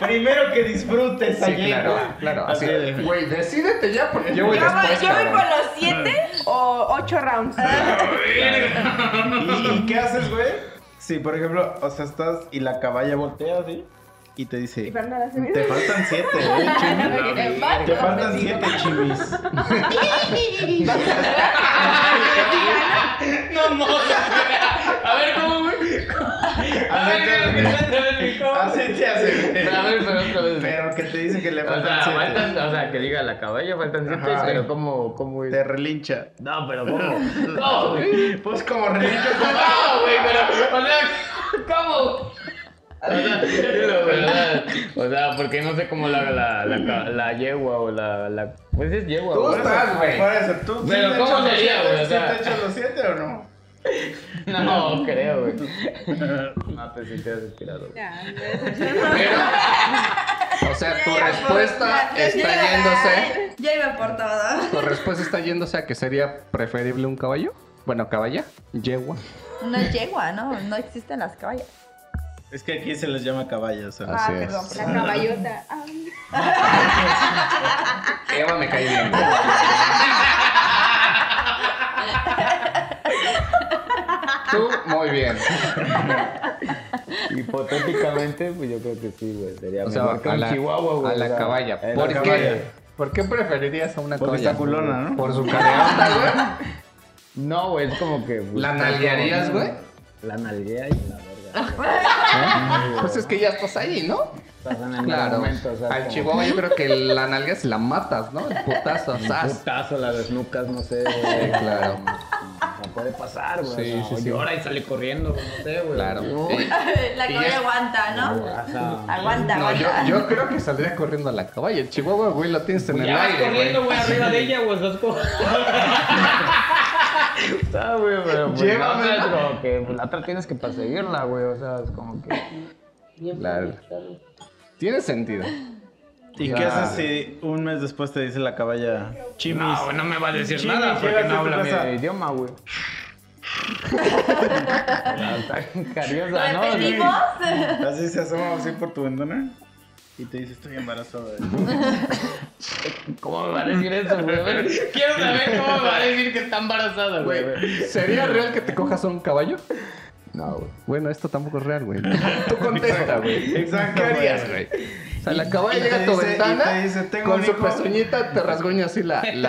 Primero que disfrutes Sí, allí. claro, güey. claro. Así, de- güey, decídete ya porque yo voy Yo voy, después, yo voy cabrón. por los siete o ocho rounds. ¿Y, y qué haces, güey? Si, por ejemplo, o sea, estás y la caballa voltea así y te dice: Fernanda, ¿sí? (laughs) Te faltan siete, (laughs) güey. Te faltan siete chimis. No, no. A ver, ¿cómo, güey? A ver, a ver, a ver, ¿cómo? Así te hace, güey. A ver, pero otra vez. Pero que te dice que le o faltan sea, siete. faltan, o sea, que diga la caballa, faltan siete, Ajá. pero ¿cómo, cómo es? Te relincha. No, pero ¿cómo? No, güey. Pues como relincha. No, güey, pero, o sea, ¿cómo? O sea, dilo, güey, o sea, o sea, porque no sé cómo la, la, la, ca- la yegua o la, la... Pues es yegua, Tú güey. estás, güey. Por eso, ¿tú sí Pero te ¿cómo echas los sería, siete? güey? O ¿Sí sea- te echas los siete o no? No, creo, güey. pues, No te sientes inspirado. güey. O sea, tu Ya iba por- respuesta ya- ya está iba- yéndose. Ya iba por todo. Tu respuesta está yéndose a que sería preferible un caballo. Bueno, caballa, yegua. Una yegua, ¿no? No existen las caballas. Es que aquí se les llama caballos. o sea. Ah, Así es. perdón, la caballota. Ah. Eva me cae bien. güey. Tú, muy bien. Ah, Hipotéticamente, pues yo creo que sí, güey. Sería O sea, mejor que a un la, chihuahua, güey. a la o sea, caballa. eh, ¿Por la qué? caballa. ¿Por qué preferirías a una Porque caballa? está culona, ¿no? Por su careota, güey. No, güey, es como que. pues, ¿La está nalguearías, como- güey? La nalguea y la verga. Pues es que ya estás ahí, ¿no? Estás en el Claro. momento, o sea, Al como- chihuahua yo creo que la nalga si la matas, ¿no? El (laughs) putazo, sas. Putazo, la desnucas, no sé, güey. Sí, claro. No puede pasar, güey. Sí, o sea, sí, o sí. llora y sale corriendo, güey, no sé, güey. Claro. No, Eh, (laughs) La Y caballa es- aguanta, ¿no? ajá. Aguanta, No, yo, aguanta. yo creo que saldría corriendo a la caballa. El chihuahua, güey, lo tienes en el Ya vas aire, corriendo, güey. güey, arriba de ella, güey, estás (laughs) como... Ah, Está, güey, pero pues, Llévame, la otra es ¿no? como que pues, la otra tienes que perseguirla, güey, o sea, es como que... Claro. Tiene sentido. ¿Y Ya. qué haces si un mes después te dice la caballa chimis? No, no me va a decir Chino, nada porque llegas a no tu habla mi casa. idioma, güey. Está bien cariosa, ¿no? ¿Repetimos? Así se asoma así por tu ventana y te dice estoy embarazada. ¿Cómo me va a decir eso, güey? A ver, Quiero saber cómo me va a decir que está embarazada, güey. Güey, ¿sería real que te cojas a un caballo? No, güey. Bueno, esto tampoco es real, güey. Tú contesta, güey. Exacto, ¿Qué harías, güey? güey? O sea, la caballa Y te llega a tu dice- y te ventana, dice, "Tengo con un su hijo". pezuñita te rasguña así la, la, Bien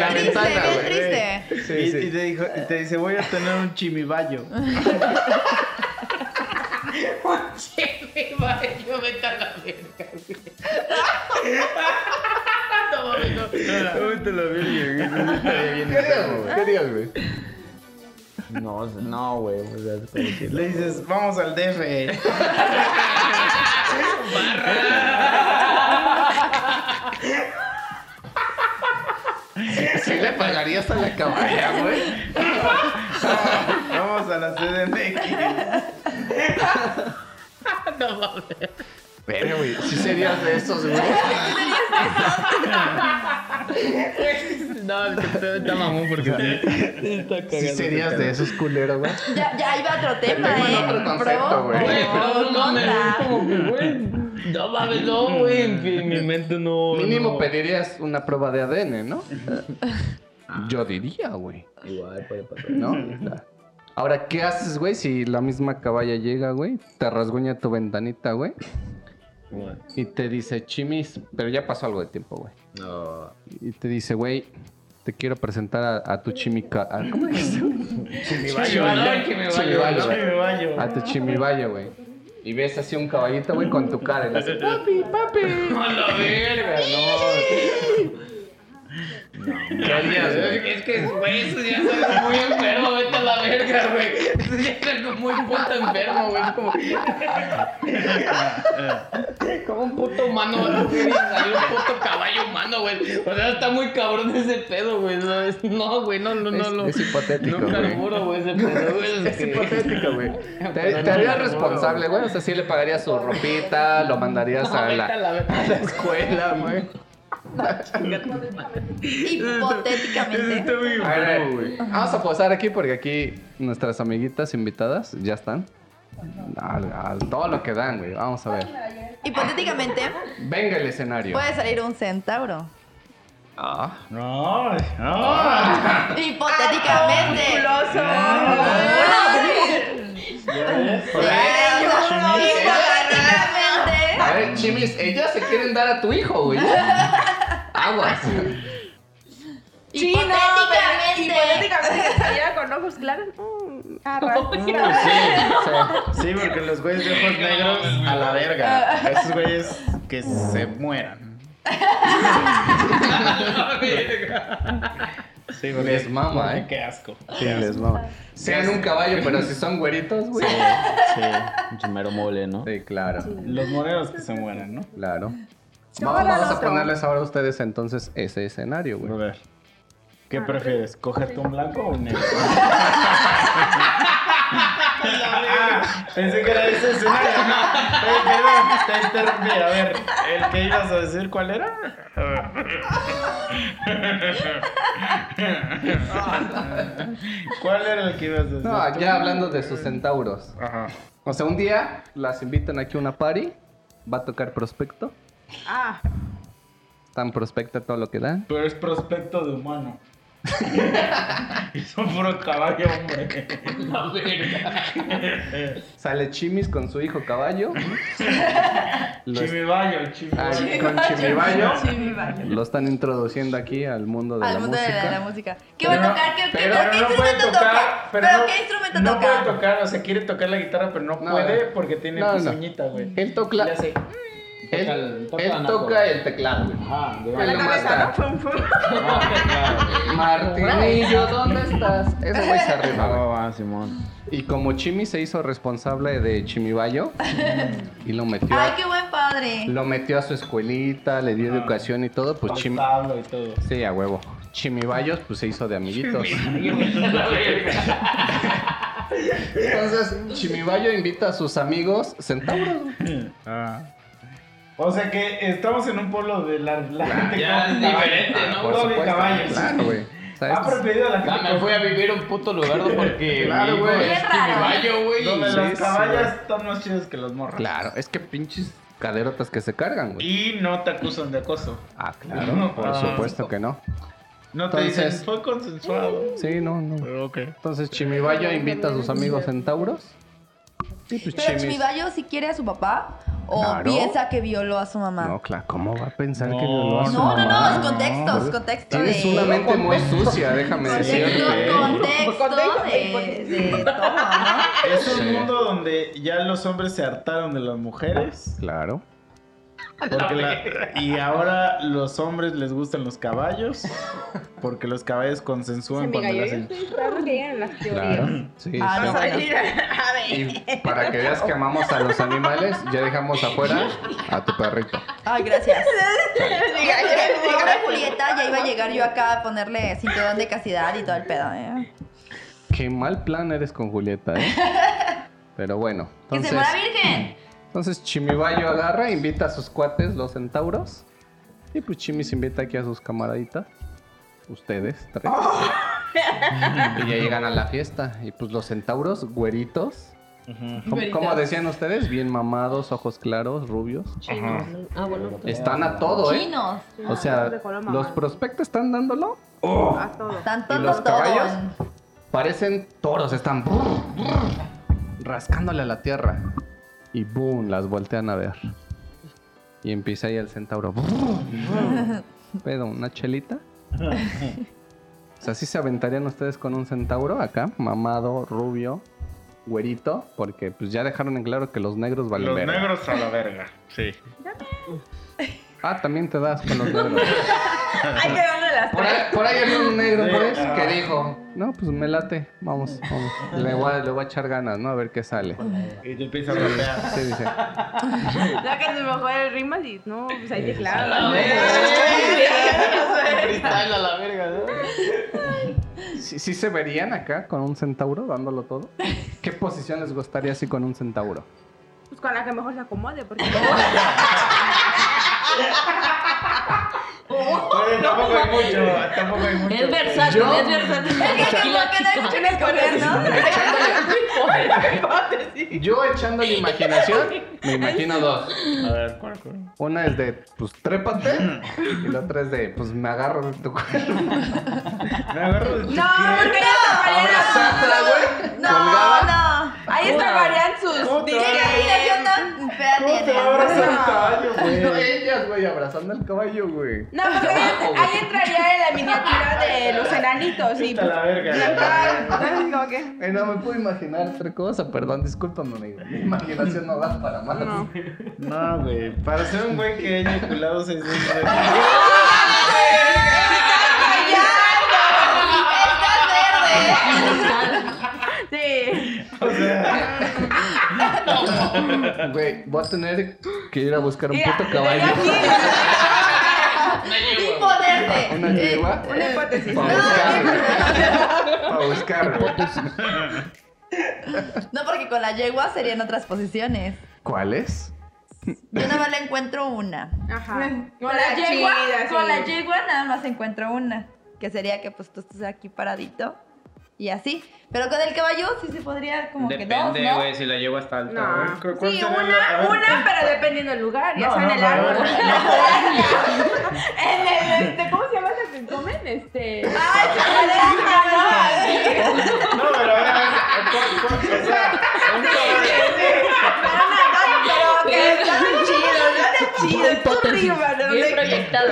la triste, ventana, bien güey. triste. Sí, y, sí. y te dijo- y te dice voy a tener (laughs) un chimibayo. Che, me va a- yo me está la verga, güey. No, mames, (laughs) no. ¿Qué harías, güey? ¿Qué harías, güey? No, no, güey. O sea, es como que- Le dices vamos al DF. ¿Sí le pagarías a la caballa, güey? Vamos a la CDMX. Pero, güey, sí serías de esos, güey. No, Ah, es que te está mamón porque te- está cagando. Sí serías de esos culeros, güey. Ya, ya iba otro tema, Tengo ¿eh? otro concepto, Bro, güey. Güey, pero no mames, es contra. como que, güey. No mames, no, güey. En fin, mi mente no. Mínimo no. pedirías una prueba de ADN, ¿no? Yo diría, güey. Igual puede pasar. ¿No? Ahora, ¿qué haces, güey? Si la misma caballa llega, güey, te rasguña tu ventanita, güey. No. Y te dice, Chimis, pero ya pasó algo de tiempo, güey. No. Y te dice, güey, te quiero presentar a, a tu chimica. a- ¿Cómo es? Chimibayo, Chimibayo. Chimibayo. A Ah, tu chimibaya, güey. Y ves así un caballito, güey, con tu cara. Y le hace, papi, papi. (laughs) ¡A la verga! ¡No! ¿Qué harías, güey? Es que, güey, eso ya es algo muy enfermo, vete a la verga, güey. Eso ya es algo muy puto enfermo, güey. Es como. Como un puto humano va a (laughs) salir un puto caballo humano, güey. O sea, está muy cabrón ese pedo, güey. No, es- No, güey, no, no, no. Es- lo- es hipotético, No güey. carburo, güey, ese (laughs) pedo, güey. Es que- hipotético, (laughs) güey. Te, Pero te no, harías no, responsable, güey. O sea, sí le pagarías su ropita, lo mandarías No, a vete a la... la verga. escuela, güey. Hipotéticamente. Está muy A ver, a ver, enfermo, güey. vamos a posar aquí porque aquí nuestras amiguitas invitadas ya están. Al, al- todo lo que dan, güey. Vamos a ver. Hipotéticamente Venga el escenario. puede salir un centauro. Ah. No, no. Hipotéticamente. Ah. Hipotéticamente. A ver, chimis, ellas se quieren dar a tu hijo, güey. Aguas. Sí, no, pero Hipotéticamente. hipotéticamente saliera con ojos claros. Mm, arra. Uh, Sí, porque los güeyes de ojos negros a la verga. Esos güeyes que se (laughs) mueran. Sí, porque- Les mama, porque ¿eh? Qué asco. Sí, les mama. Sean un caballo, pero si son güeritos, güey. Sí. Un chimero mole, ¿no? Sí, claro. Los morenos que se mueran, ¿no? Claro. Se Vamos, muera el vamos a otro. ponerles ahora a ustedes entonces ese escenario, A güey. ver. ¿Qué prefieres? ¿Cogerte un blanco o un negro? Ah, pensé que era ese escenario. Eh, Perdón, te interrumpí. A ver, ¿el que ibas a decir cuál era? ¿Cuál era el que ibas a decir? No, ya hablando de sus centauros. Ajá. O sea, un día las invitan aquí a una party, va a tocar prospecto, Ah, están prospecta todo lo que dan. Pero es prospecto de humano. (laughs) y son puro caballo, hombre. La verga. Sale Chimis con su hijo caballo. Lo es- Chimibayo, el ah, chimibayo. con Chimibayo. Chimibayo. Lo están introduciendo aquí al mundo de la Al mundo de música. la, de la música. ¿Qué va a Pero- tocar? ¿Qué, qué- pero qué instrumento toca? ¿Pero, no- qué instrumento no toca? puede tocar, o sea, quiere tocar la guitarra, pero no, No, puede no. porque tiene No, no. pezuñita, güey. Él toca, Le hace- él, Toca el- toca él la toca nota. el teclado, güey. Ajá, de con la Lo más cabeza, ¿no? tarde. Fum, fum. Martinillo, ¿dónde estás? Ese güey se rifa, güey. Ah, Simón. (laughs) Y como Chimi se hizo responsable de Chimibayo y lo metió, Ay, a, qué buen padre. lo metió a su escuelita, le dio educación y todo, pues Chimi... Pablo y (laughs) todo. Sí, a huevo. Chimibayos, pues se hizo de amiguitos. La verga. Entonces, Chimibayo invita a sus amigos centauros. güey. O sea que estamos en un pueblo de la, la gente ya con es caballo. Ah, diferente, ¿no? Pueblo de caballos. Claro, güey. O sea, Ha estos- preferido a la Ah, gente me fui a vivir a un puto lugar ¿no? porque Claro, mi hijo güey. es Qué que me raro. baño, güey. donde Sí, las sí. caballas están más chidas que las morras. Claro, es que pinches caderotas que se cargan, güey. Y no te acusan de acoso. Ah, claro, por Ah. supuesto que no. No te Entonces- dicen, fue consensuado. Sí, no, no. Pero ok. Entonces, Chimibayo invita a sus amigos centauros. Y pues Pero Chimis- Chimibayo si quiere a su papá o Claro. piensa que violó a su mamá. No, claro, ¿cómo va a pensar No, que violó a su No, no, no, mamá? es contexto, es contexto de... Tienes una mente muy sucia, déjame Contexto, decirte. ¿eh? contexto de, Contexto. de todo, ¿no? Es un Sí. mundo donde ya los hombres se hartaron de las mujeres. Claro. Porque la- y ahora los hombres les gustan los caballos. Porque los caballos Se consensúan me cuando cayó. le Yo hacen. estoy esperando que lleguen las (laughs) teorías. Claro, sí. Ah, no, Vamos a bueno. ir a ver. Y para que veas que amamos a los animales, ya dejamos afuera a tu perrito. Ay, (laughs) gracias. Diga, yo- Pobre Julieta, ya iba a llegar yo acá a ponerle cinturón de casidad y todo el pedo, ¿eh? Qué mal plan eres con Julieta, ¿eh? Pero bueno, ¡Que se entonces, muera virgen! entonces Chimibayo agarra, invita a sus cuates, los centauros. Y pues Chimis invita aquí a sus camaraditas. Ustedes tres. Y ya llegan a la fiesta. Y pues los centauros, güeritos. ¿Cómo, cómo decían ustedes? Bien mamados, ojos claros, rubios. Ah, bueno. Están a todo, ¿eh? Chinos. O sea, los prospectos están dándolo. A todo. Tanto ¿Y los los caballos? todos. Parecen toros, están brr, brr, rascándole a la tierra. Y boom, las voltean a ver. Y empieza ahí el centauro. Pedo, una chelita. O sea, ¿sí se aventarían ustedes con un centauro acá, mamado, rubio, güerito, porque pues ya dejaron en claro que los negros valen Los verga. negros a la verga. Sí. Ah, también te das con los negros. Hay que darle las Por ahí, por ahí había un negro, Sí, pues, ah. que dijo, no, pues me late, vamos, vamos. Le voy, a, le voy a echar ganas, ¿no? A ver qué sale. Y te empieza a golpear. (laughs) Sí, dice. Sacas el mejor el rimas y no, pues hay teclado. Freestyle a la verga, ¿no? ¿Sí, sí se verían acá con un centauro dándolo (laughs) todo? ¿Qué posición les gustaría así con un centauro? Pues con la que mejor se acomode, porque Pero tampoco hay mucho. Tampoco hay mucho. Es versátil, es versátil. Es que es Aquí lo la que no chica. hay mucho que (laughs) escoger, (laughs) ¿no? Yo echando la imaginación, (laughs) me imagino dos. A ver, ¿cuál, cuál? Una es de, pues, trépate. Y la otra es de, pues, me agarro de tu cuerpo. (laughs) Me agarro de tu No, pie. porque ya se Abrazada, güey. No, colgada. no. Ahí se varían sus ¿Qué imaginación tan fea tiene? caballo, güey? Ellas, güey, abrazando el caballo, güey. No, porque ahí, ahí entraría en la miniatura de los enanitos y Vete a pues, la verga. entonces como que Eh, no me puedo imaginar otra cosa, perdón, discúlpame, amigo. Mi imaginación no da para más. no. No, güey. Para ser un güey que haya eyaculado seis veces. Sí. O sea, Güey, voy a tener que ir a buscar un Mira, puto caballo. (laughs) desde Y ponerte. Una Eh, yegua. Una hipótesis. Para buscar. Para buscar. güey. No, porque con la yegua serían otras posiciones. ¿Cuáles? Yo nada más le encuentro una. Ajá. Con la yegua, chida, con sí. la yegua nada más encuentro una. Que sería que pues tú estés aquí paradito y así. Pero con el caballo sí se podría como que Depende, dos, ¿no? güey, si la yegua está alta. No. güey. ¿cu- cuál Sí, sería la- a una, ver, una, pero dependiendo del lugar, ya No, sea en no, el no, árbol, (laughs) no. en la montaña, en el, este, ¿cómo se llama esa que comen? Este... ¡Ay, chaval! No, pero a ver, a ver, ¿cuál- cuál- o sea, un caballo. Pero que están chidos, Bien están chidos, tú hipótesis, rima, ¿no? Bien proyectado.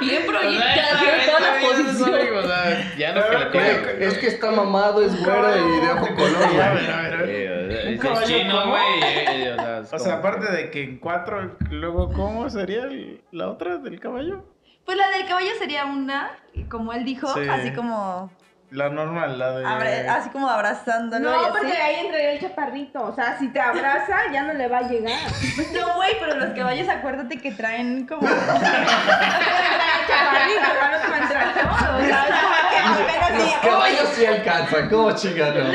Bien Pues, proyectado en todas las posiciones. O sea, ya no A que ver, la Güey, tiene. es que está mamado, es güero y de ojo color, A güey. ver, a ver, a ver. Sí, Un o sea, es- caballo Es chino, como- güey. eh, eh, O sea, es O sea, como- aparte de que en cuatro, luego, ¿cómo sería el- la otra del caballo? Pues la del caballo sería una, y como él dijo, Sí. así como La normal, la de. abra- así como abrazándolo y No, así. porque ahí entraría el chaparrito. O sea, si te abraza, ya no le va a llegar. Pues no, güey, pero los caballos acuérdate que traen (laughs) como Chaparrito, no te va a entrar todo. O sea, como que apenas Los sí, caballos sí alcanzan, ¿cómo chingado? No,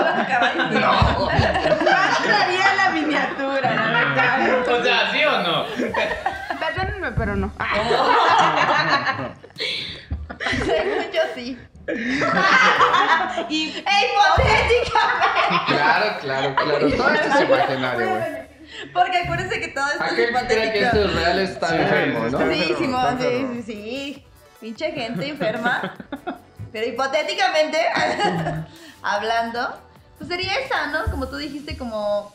los caballos. No. Entraría en la miniatura, la verdad. O sea, ¿sí o no? Perdónenme, pero no. Ah, según yo (laughs) sí. (laughs) Y ¡Ey, hipotéticamente! Claro, claro, (laughs) claro. Todo esto es imaginario, güey. Porque acuérdense que todo esto es Aquel que crea que esto hipotético. es real está Sí, enfermo, ¿no? está Sí, enfermo, Simón, está enfermo. sí, sí, sí. Pinche gente enferma. Pero hipotéticamente, (laughs) hablando, pues sería esa, ¿no? Como tú dijiste, como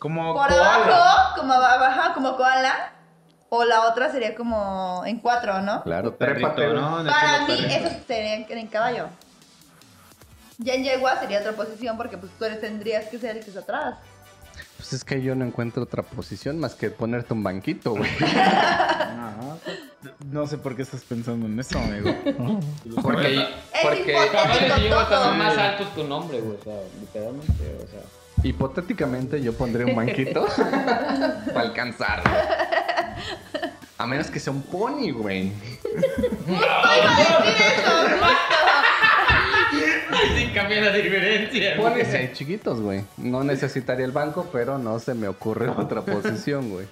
Como por koala. abajo, como abajo, como koala. O la otra sería como en cuatro, ¿no? Claro, Perrito, trépate, ¿no? ¿no? Para mí, Perrito. esos serían en caballo. Ya en yegua sería otra posición porque pues tú eres- tendrías que ser el que está atrás. Pues es que yo no encuentro otra posición más que ponerte un banquito, güey. Ajá. No sé por qué estás pensando en eso, amigo. (laughs) Porque, Es porque Cabrones y hipotético yegua todo. están más altos que un hombre, güey. O sea, literalmente, o sea. hipotéticamente yo pondría un (laughs) banquito para alcanzar. A menos que sea un pony, güey. Sin cambiar la diferencia. Pones ahí chiquitos, güey. No necesitaría el banco, pero no se me ocurre otra posición, güey.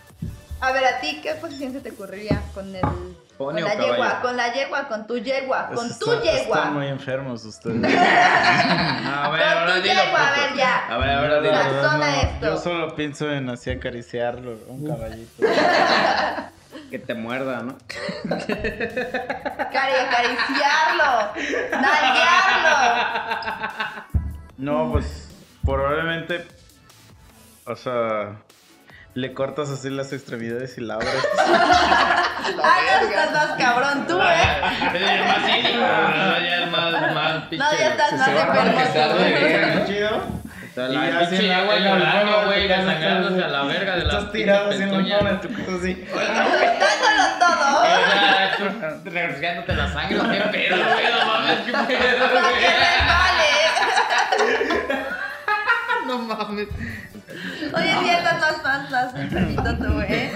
A ver, a ti, ¿qué posición se te ocurriría con el... Con Pony o la caballo. yegua, con la yegua, con tu yegua, con Están- tu Están yegua. muy enfermos ustedes. A ver, Con ahora tu dilo. yegua, a puto. ver, Ah, ya. A ver, ahora dilo. Las- Sazona esto. Yo solo pienso en así acariciarlo, un caballito. Que te muerda, (laughs) ¿no? Cari, acariciarlo, nalguearlo. No, pues probablemente, o sea, le cortas así las extremidades y la (laughs) abres. Ay, Ah, no estás más cabrón tú, ¿eh? (laughs) Eres el más cínico, ¿verdad? Ya el más, más No, pinche. ya estás más va a enfermo. confesar, Está chido. La Y ya así en pinche la- agua en la llorando, alfombra, güey, ya tocando, sacándose (laughs) a la verga de la Estás pinche tirado así en la pezuña. (laughs) alfombra, tú estás así. Dándolo todo. Era Regresándote la sangre, qué pedo, güey, no mames, qué pedo, ¿Para qué güey. resbales? No mames. Oye, sí, estás más, más, más enfermito tú, ¿eh?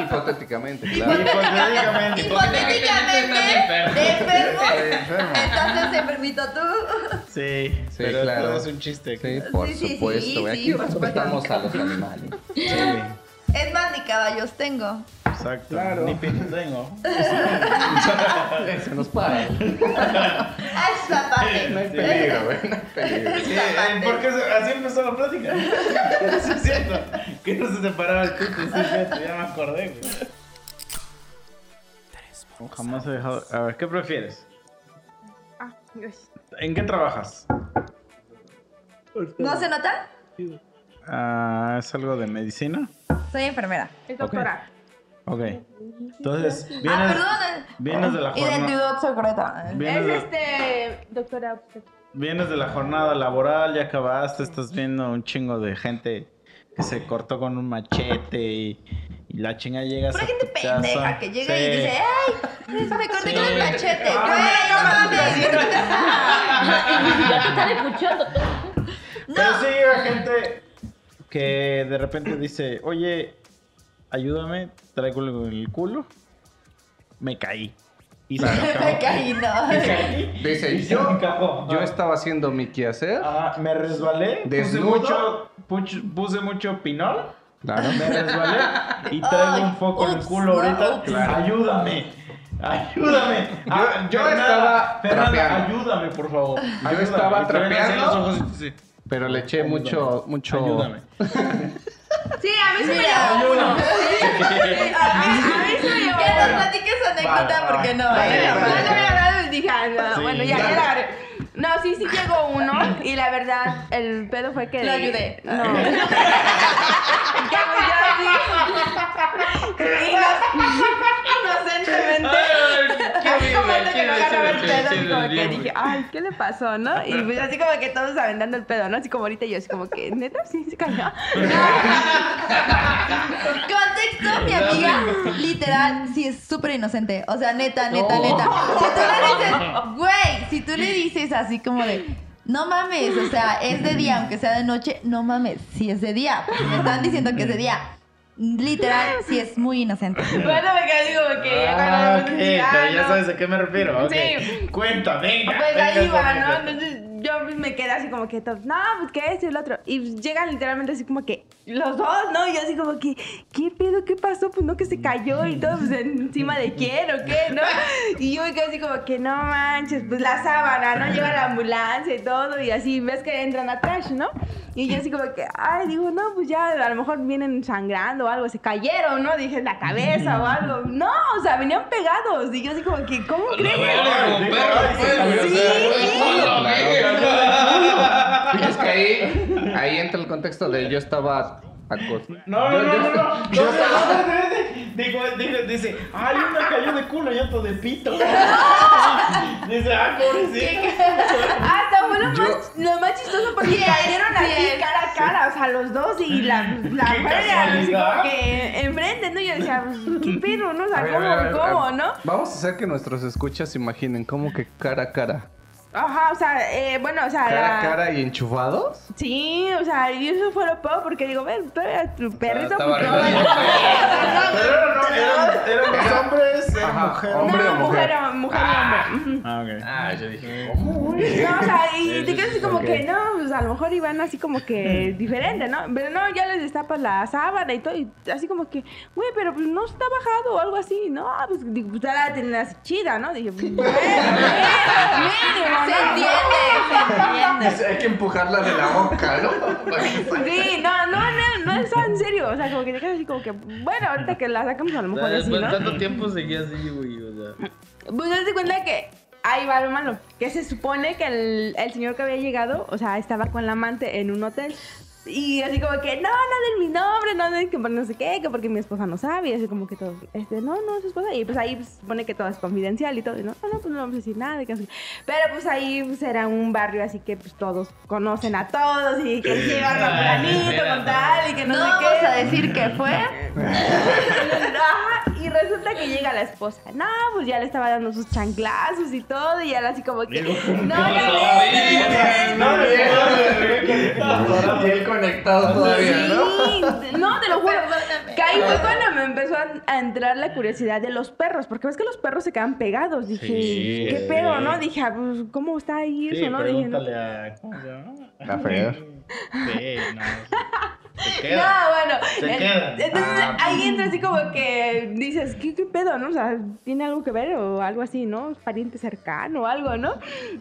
Hipotéticamente, pues, claro. Hipotéticamente. Hipotéticamente, Hipotéticamente, enfermo. enfermo. Entonces enfermito tú. Sí, Sí, pero claro. todo es un chiste. Sí, claro. por Sí, sí, sí, supuesto. güey. sí, Aquí por respetamos a los animales. Sí, Es más, ni caballos tengo. exacto. Ni pito tengo. Se nos para. Ah, Esa parte. No hay peligro, (laughs) güey. No hay peligro. Sí, eh, porque se- así empezó la plática. (laughs) Sí, es cierto. Que no se separaba el pito, sí, es cierto, ya me acordé. güey. No, Jamás he dejado. A ver, ¿qué prefieres? Ah, Dios. ¿En qué trabajas? ¿No se nota? Ah, ¿Es algo de medicina? Soy enfermera. Es doctora. Ok. Entonces, vienes, Ah, perdón. vienes de la jornada. Identidad secreta. Vienes Es de, este. Doctora. vienes de la jornada laboral, ya acabaste, estás viendo un chingo de gente que se cortó con un machete y, y la chinga llega Pura gente pendeja que llega y dice, ¡ay! Me corté con el machete. Ah, Güey, no mames. Ya te están escuchando. Pero sí llega gente que de repente dice, oye, ayúdame, traigo algo en el culo, me caí. Y se me (laughs) Me acabó. caí, no. Me caí Dice, y se me yo, acabó. yo Ah. estaba haciendo mi quehacer. Ajá, me resbalé, puse Desnudo. mucho, puch- puse mucho pinol, Claro. me resbalé y traigo Ay, un foco en el ups, culo no, ahorita. ups. Claro. Ayúdame, ayúdame. Yo- Ah, yo estaba Fernanda, trapeando. ayúdame, por favor. Yo Ayúdame. estaba Y te ven así trapeando. los ojos y te dice, Pero le eché mucho, mucho. Ayúdame. Sí, a mí se me Mira, llevó uno. uno. A a mí se me llevó Que nos uno. platiques anécdota Vale, porque no, vale, eh. Bueno, vale. yo le había hablado y dije, ah, no, Sí, bueno, ya, ya dale. la agarré. No, sí, sí llegó uno y la verdad, el pedo fue que... Lo ayudé. No. (laughs) Que pues yo (laughs) así... Inocentemente. Así como el que no agarraba el pedo, así como que dije, ay, ¿qué le pasó, no? Y pues así como que todos aventando el pedo, ¿no? Así como ahorita yo, así como que, ¿neta? Sí, se (laughs) cayó. (laughs) Contexto, mi amiga, literal, sí es súper inocente. O sea, neta, neta, neta. Si tú le dices, güey, si tú le dices así como de, no mames, o sea, es de día, aunque sea de noche, no mames, si es de día. porque Me están diciendo que es de día. Literal, sí es muy inocente. Bueno, me quedé así como que... ya Ah, cuando- ok, dije, ah, pero ya no. sabes a qué me refiero. ok. Sí. Cuenta, venga. Pues venga, ahí va, venga. ¿no? Entonces yo pues, me quedé así como que, todo, no, pues que esto y el otro. Y pues, llegan literalmente así como que los dos, ¿no? Y yo así como que, ¿qué pedo? ¿Qué pasó? Pues no, que se cayó y todo, pues encima de quién o (laughs) qué, ¿no? Y yo me quedé así como que, no manches, pues la sábana, ¿no? Llega la ambulancia y todo, y así ves que entran atrás, ¿no? Y yo así como que, ay, digo, no, pues ya a lo mejor vienen sangrando o algo, se cayeron, ¿no? Dije, la cabeza o algo. No, o sea, venían pegados. Y yo así como que, ¿cómo crees? Como perro, pues, o sea, Y es que ahí, ahí entra el contexto de yo estaba acostado. No, no, no, no, no. No, no, no, no, no, no. Digo, digo, dice, ay, una cayó de culo y otro de pito. Dice, ah, pobrecito. Hasta fue lo, Yo- más, lo más chistoso porque cayeron así cara a cara, o sea, los dos y la, (laughs) la Qué mujer era así casualidad. como que enfrente, ¿no? Yo decía, pues, (laughs) ¿qué pedo, no? O A sea, ver, a ver, a ver, ¿cómo, a cómo, ver. no? Vamos a hacer que nuestros escuchas se imaginen como que cara a cara. Ajá, o sea, eh, bueno, o sea, Cara la- a cara y enchufados. Sí, o sea, y eso fue lo peor porque digo, ver, todavía tu perrito. estaba pues, (laughs) arriba. Pero era, no, eran, eran los hombres, eran Ajá, mujeres. hombre no, o mujer. mujer, mujer y hombre. ujú. Ah, ok. Ah, yo dije, ¿cómo? No, o sea, y te quedas así como Ok. Mm. que no, pues a lo mejor iban así como que diferente, ¿no? Pero no, ya les destapas la sábana y todo, y así como que, güey, pero pues no está bajado o algo así, ¿no? Pues digo, pues ya la tenías chida, ¿no? Dije, (laughs) pues, bueno, mínimo, Se (laughs) ¿no? entiende, se entiende. Dice, Hay que empujarla de la boca, ¿no? Para que salga. Sí, no, no, no, no es en serio, o sea, como que te quedas así como que, bueno, ahorita que la sacamos a lo mejor así, Después de ¿no? tanto tiempo seguía así, güey, o sea. Pues das de cuenta que ahí va lo malo. Que se supone que el, el señor que había llegado, o sea, estaba con la amante en un hotel. Y así como que, no, no den mi nombre, no den que por no sé qué, que porque mi esposa no sabe. Y así como que todo, este, no, no, su esposa. Y pues ahí pues, pone que todo es confidencial y todo. Y no, no, no, pues no vamos a decir nada. y que no sé qué. Pero pues ahí pues, era un barrio así que pues todos conocen a todos y que llevan a planito con tal y que no, No sé qué. vamos a decir que fue. Ajá, y resulta que llega la esposa. No, pues ya le estaba dando sus chanclazos y todo. Y él así como que. No, ya ves. No, Ahora bien conectado todavía, ¿no? Sí, no, te lo juro. Que ahí fue cuando me empezó a, a entrar la curiosidad de los perros. Porque ves que los perros se quedan pegados. Dije, Sí. ¿qué pedo, no? Dije, ah, pues, ¿cómo está ahí eso, Sí, no? Dije, no. pregúntale Pues, a. ¿Cómo se llama? A Fer. (laughs) Sí, no. Se No, queda. bueno. Se en- queda. Entonces Ah. ahí entra así como que dices, ¿qué, ¿qué pedo, no? O sea, ¿tiene algo que ver o algo así, no? Pariente cercano o algo, ¿no?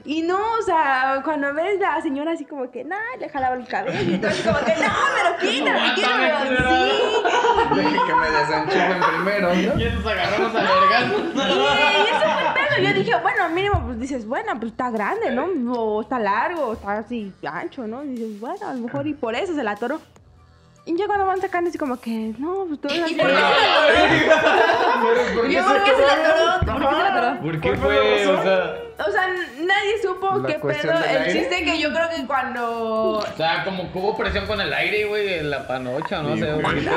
Y no, o sea, cuando ves la señora así como que, no, le jalaba el cabello y todo así como que, no, pero quítame, Mátame, quítame, sí. Deje que me desenchufen primero, ¿no? Y nos agarramos a vergas. Y, y eso fue el pedo. Yo dije, bueno, mínimo, pues dices, bueno, pues está grande, ¿no? O está largo, o está así ancho, ¿no? Y dices, bueno, a lo mejor y por eso se la atoró. Y ya cuando van sacando, así como que, no, pues todo es así. Yo por qué se le atoró. ¿Por qué se le atoró? ¿Por qué fue? O sea, O sea, n- nadie supo La qué cuestión pedo. del El aire. chiste que yo creo que cuando. o sea, como que hubo presión con el aire, güey, en la panocha, no sé. güey. No, no, no, Te eso,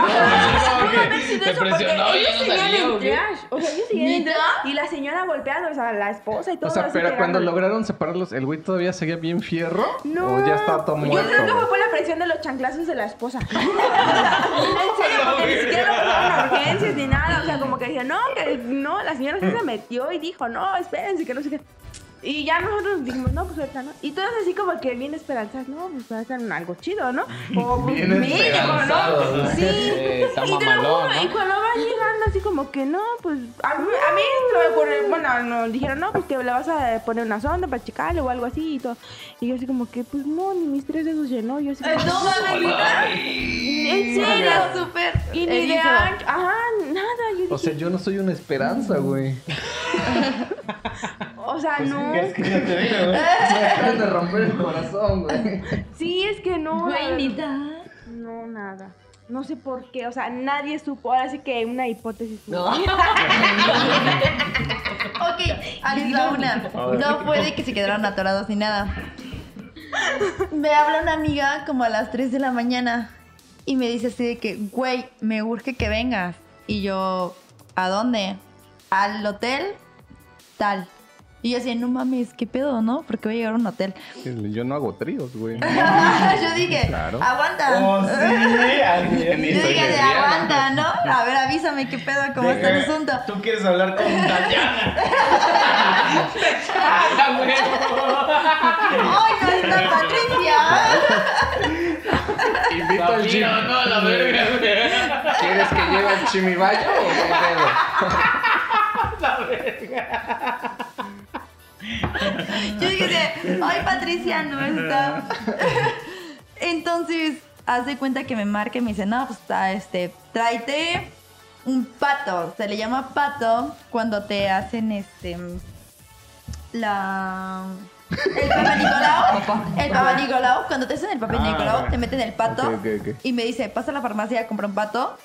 porque presionó y ellos ya no seguían salió. en ¿o qué? trash. O sea, ellos seguían en ¿Neta? trash. Y la señora golpeando, o sea, la esposa y todo. O sea, así pero cuando pegando. lograron separarlos, ¿el güey todavía seguía bien fierro? No, ¿O ya estaba todo muerto? Yo creo que güey? fue por la presión de los chanclazos de la esposa. (laughs) en serio, porque ni siquiera lo pasaron a urgencias ni nada. O sea, como que dije, no, que no, la señora sí se metió y dijo, no, espérense, que no sé qué. Y ya nosotros dijimos, no, pues ahorita no. Y todos así como que bien esperanzas, no, pues va a ser algo chido, ¿no? O pues Bien mínimo, esperanzados, ¿no? ¿no? Sí. Eh, está y te lo mamalón, juro, ¿no? y cuando vas llegando así como que no, pues a mí, a mí se me ocurrió, bueno, nos dijeron, no, pues que le vas a poner una sonda para checarle o algo así y todo. Y yo así como que, pues no, ni mis tres dedos llenó. Yo así como, Ay, No mames, mira. en serio, Era súper. y ni de erizo. ancho, ajá, nada. Yo dije, O sea, yo no soy una esperanza, güey. o sea, no. (laughs) Me acaban de romper el corazón, güey. Sí, es que no. la Güey, verdad. neta. No, nada. No sé por qué, o sea, nadie supo. Ahora sí que una hipótesis. (laughs) No. Ok, Alex va una. No puede que se quedaron atorados ni nada. Me habla una amiga como a las 3 de la mañana y me dice así de que, güey, me urge que vengas. Y yo, ¿a dónde? Al hotel, tal. Y yo así, no mames, ¿qué pedo, no? Porque voy a llegar a un hotel. (laughs) Yo no hago tríos, güey. Ah, yo dije, Claro. aguanta. Oh, sí, alguien. (laughs) Yo dije, de aguanta, ¿no? A ver, avísame qué pedo, cómo está el asunto. Tú quieres hablar con Tatiana. (laughs) Ah, güey. ¡Ay, no está Patricia! Invito al Papiro, Jimmy. no, la verga, güey. ¿Quieres que lleve al chimibayo o qué pedo? Yo dije, ay Patricia, no está. Entonces, hace cuenta que me marca y me dice, no, pues está este, tráete un pato. Se le llama pato cuando te hacen este la el papá Nicolau, el papá Nicolau, cuando te hacen el papá Ah, Nicolau, ya. te meten el pato Ok, ok, ok. y me dice, pasa a la farmacia, compra un pato,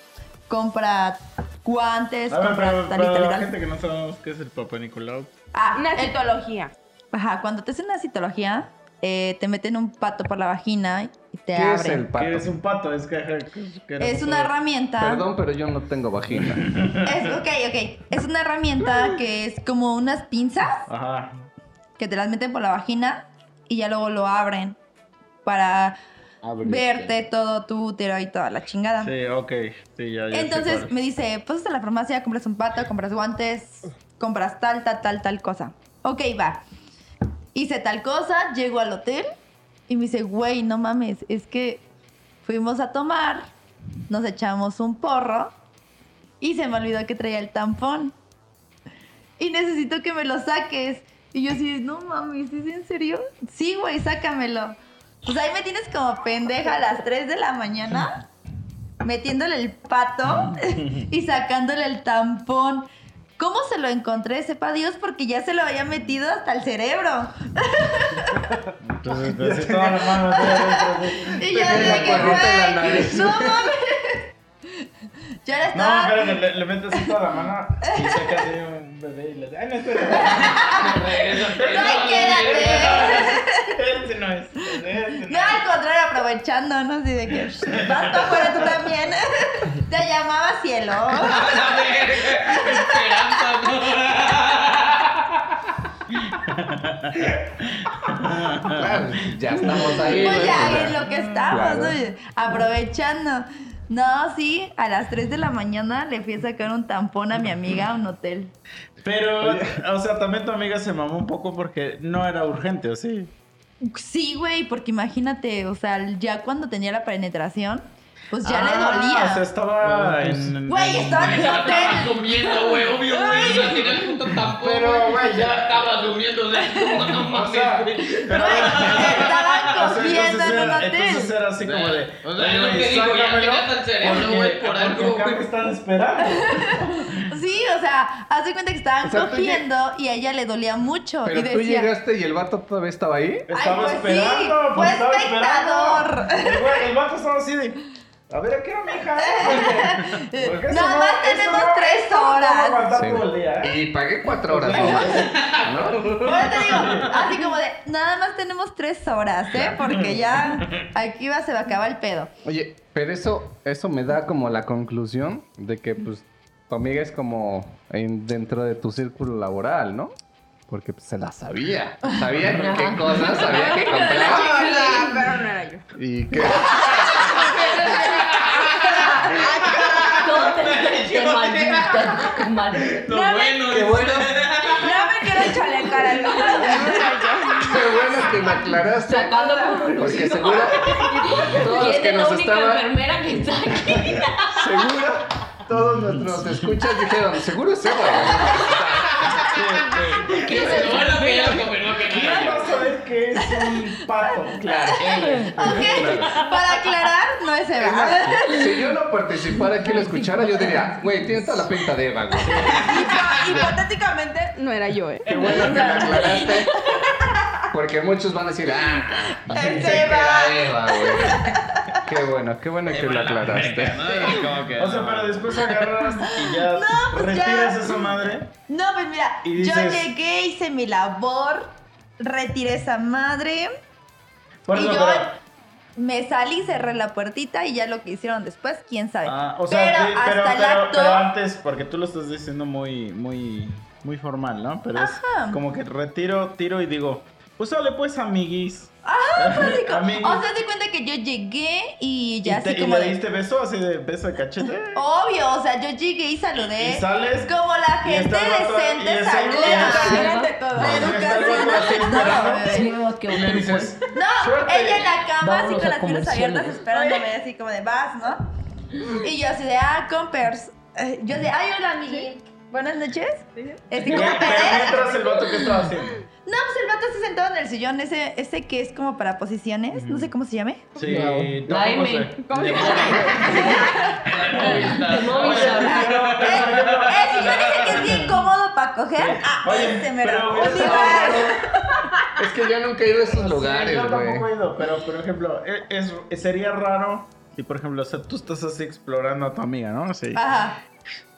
compra guantes, A ver, compra pero tal y tal y para la tal". gente que no sabemos qué es el Papa Nicolau. Ah, Una el- citología. Ajá, cuando te hacen una citología, eh, te meten un pato por la vagina y te ¿Qué es el abren. pato? ¿Qué es un pato? Es que. que- que- Es, una herramienta. Perdón, pero yo no tengo vagina. Es, ok, ok. Es (laughs) una herramienta que es como unas pinzas Ajá. que te las meten por la vagina y ya luego lo abren para verte todo tu útero y toda la chingada. Sí, ok. Sí, ya, ya sé Entonces cuál. me dice, pues a la farmacia, compras un pato, compras guantes, compras tal, tal, tal, tal cosa. Ok, va. Hice tal cosa, llego al hotel y me dice, güey, no mames, es que fuimos a tomar, nos echamos un porro y se me olvidó que traía el tampón. Y necesito que me lo saques. Y yo así, no mames, ¿es en serio? Sí, güey, sácamelo. Pues ahí me tienes como pendeja a las 3 de la mañana metiéndole el pato y sacándole el tampón. ¿Cómo se lo encontré? Sepa Dios, porque ya se lo había metido hasta el cerebro. Entonces, Ya así (laughs) tenía estaba. la mano así adentro, así. Y yo Tenía la de que, cuernita en la güey, nariz. no mames. (laughs) Yo ahora No, estaba. espérate, le, le metes así toda la mano y sacas así un bebé y le dices, ¡ay, no, espérate! ¡Ay, quédate! Este no es. Este No, al contrario, aprovechando, ¿no? Así de que, "Shh, vas para afuera tú también. (laughs) Te llamaba cielo. Esperanza, Ah. Ah, ya estamos ahí. Pues ¿no? ya en lo que estamos, Claro. oye, aprovechando. No, sí, a las 3 de la mañana le fui a sacar un tampón a mi amiga a un hotel. Pero, o sea, también tu amiga se mamó un poco porque no era urgente, ¿o sí? Sí, güey, porque imagínate, o sea, ya cuando tenía la penetración, pues ya le Ah, dolía. O sea, estaba Ah, en. en- Güey, estaba en el Estaba hotel. durmiendo, güey, obvio, güey. No tenía el puto tampón, Pero, güey, ya- estaba durmiendo. O sea, no, (laughs) no O sea, mames, güey. pero- Güey, estaban o sea, cogiendo en un era- entonces hotel. era así como de. O sea, es lo que digo, ya quedas al cerebro, güey, por algo, Porque acá güey. me están esperando. Sí, o sea, haz de cuenta que estaban O sea, tú cogiendo y a ella le dolía mucho. Pero y tú decía, llegaste y el vato todavía estaba ahí. Estaba pues sí, esperando. fue pues estaba espectador. esperando. El güey- El vato estaba así de. A ver, ¿a qué hora, mija? Porque- porque pues, eso "Eh, Nada no- más eso tenemos no- tres esto no va a horas. aguantar Sí. todo el día, ¿eh? Y pagué cuatro horas. ¿no? Por eso te digo, así como de, nada más tenemos tres horas, ¿eh? Porque ya aquí va, se va a acabar el pedo. Oye, pero eso, eso me da como la conclusión de que pues tu amiga es como en- dentro de tu círculo laboral, ¿no? Porque pues, se la sabía. Sabía qué cosas, sabía qué compraba pero no era yo. y qué. Todo te- te maldita, maldita. Lo bueno, lo bueno. No me quiero chalecar (laughs) al Qué bueno que me aclaraste. Sacando Porque (laughs) conclusiones. seguro todos los Y que es la nos única estaban, enfermera que está aquí. seguro todos nuestros escuchas dijeron, seguro es Eva. ¿Qué es Lo bueno que el ya confirmó que no era Ya yo. vas a ver que es un pato. Claro. Ok, para aclarar, no es Es más, (laughs) Eva. Si yo no participara aquí y lo escuchara, yo diría, güey, tiene toda la pinta de Eva, güey. Hipo- Hipotéticamente no era yo, ¿eh? Qué bueno que me aclaraste. Porque muchos van a decir, ah, Es pensé que era Eva, Eva. güey. Qué bueno, qué bueno que lo aclaraste. O sea, pero después agarras y ya No, pues ya. retiras esa madre. No, pues mira, Y yo dices- llegué, hice mi labor, retiré esa madre Por y eso, yo pero- me salí, cerré la puertita y ya lo que hicieron después, quién sabe. Ah, o sea, pero sí, hasta pero, el pero- acto... pero antes, porque tú lo estás diciendo muy, muy, muy formal, ¿no? Pero es Ajá. como que retiro, tiro y digo, pues dale pues amiguis. (laughs) básico. Amiguis. Ah, pues, O sea, se cuenta que yo llegué y ya y, te- así y como le de- diste beso así de beso de cachete. Oh, Obvio, o sea, yo llegué y saludé. Y sales, Como la y gente está el vato- y decente está el- y saluda. está el- Adelante todo. y está el Educación vato (laughs) así al esperando. bebé. Sí, pues. veo que Y le otro dices, pues, No, Suerte. ella en la cama así Vámonos con a las piernas comerciales. abiertas esperándome así como de vas, ¿no? Y yo así de, ah, compers. Eh, Yo de, ay, hola, amigui. Buenas noches. Así Pero como, eh, mientras el vato que estaba haciendo. no, pues el vato se sentado en el sillón ese, ese que es como para posiciones, no sé cómo se llame. Sí, La tampoco M. sé. (laughs) De Movistar. Eh, eh, si yo dije que es bien cómodo para coger, ah, Oye, ese me pero lo hubiera estado bueno. Es que yo nunca he ido a esos Sí, lugares, yo güey. tampoco he ido, pero por ejemplo, e- es, sería raro si, por ejemplo, o sea, tú estás así explorando a tu amiga, ¿no? Sí. Ajá.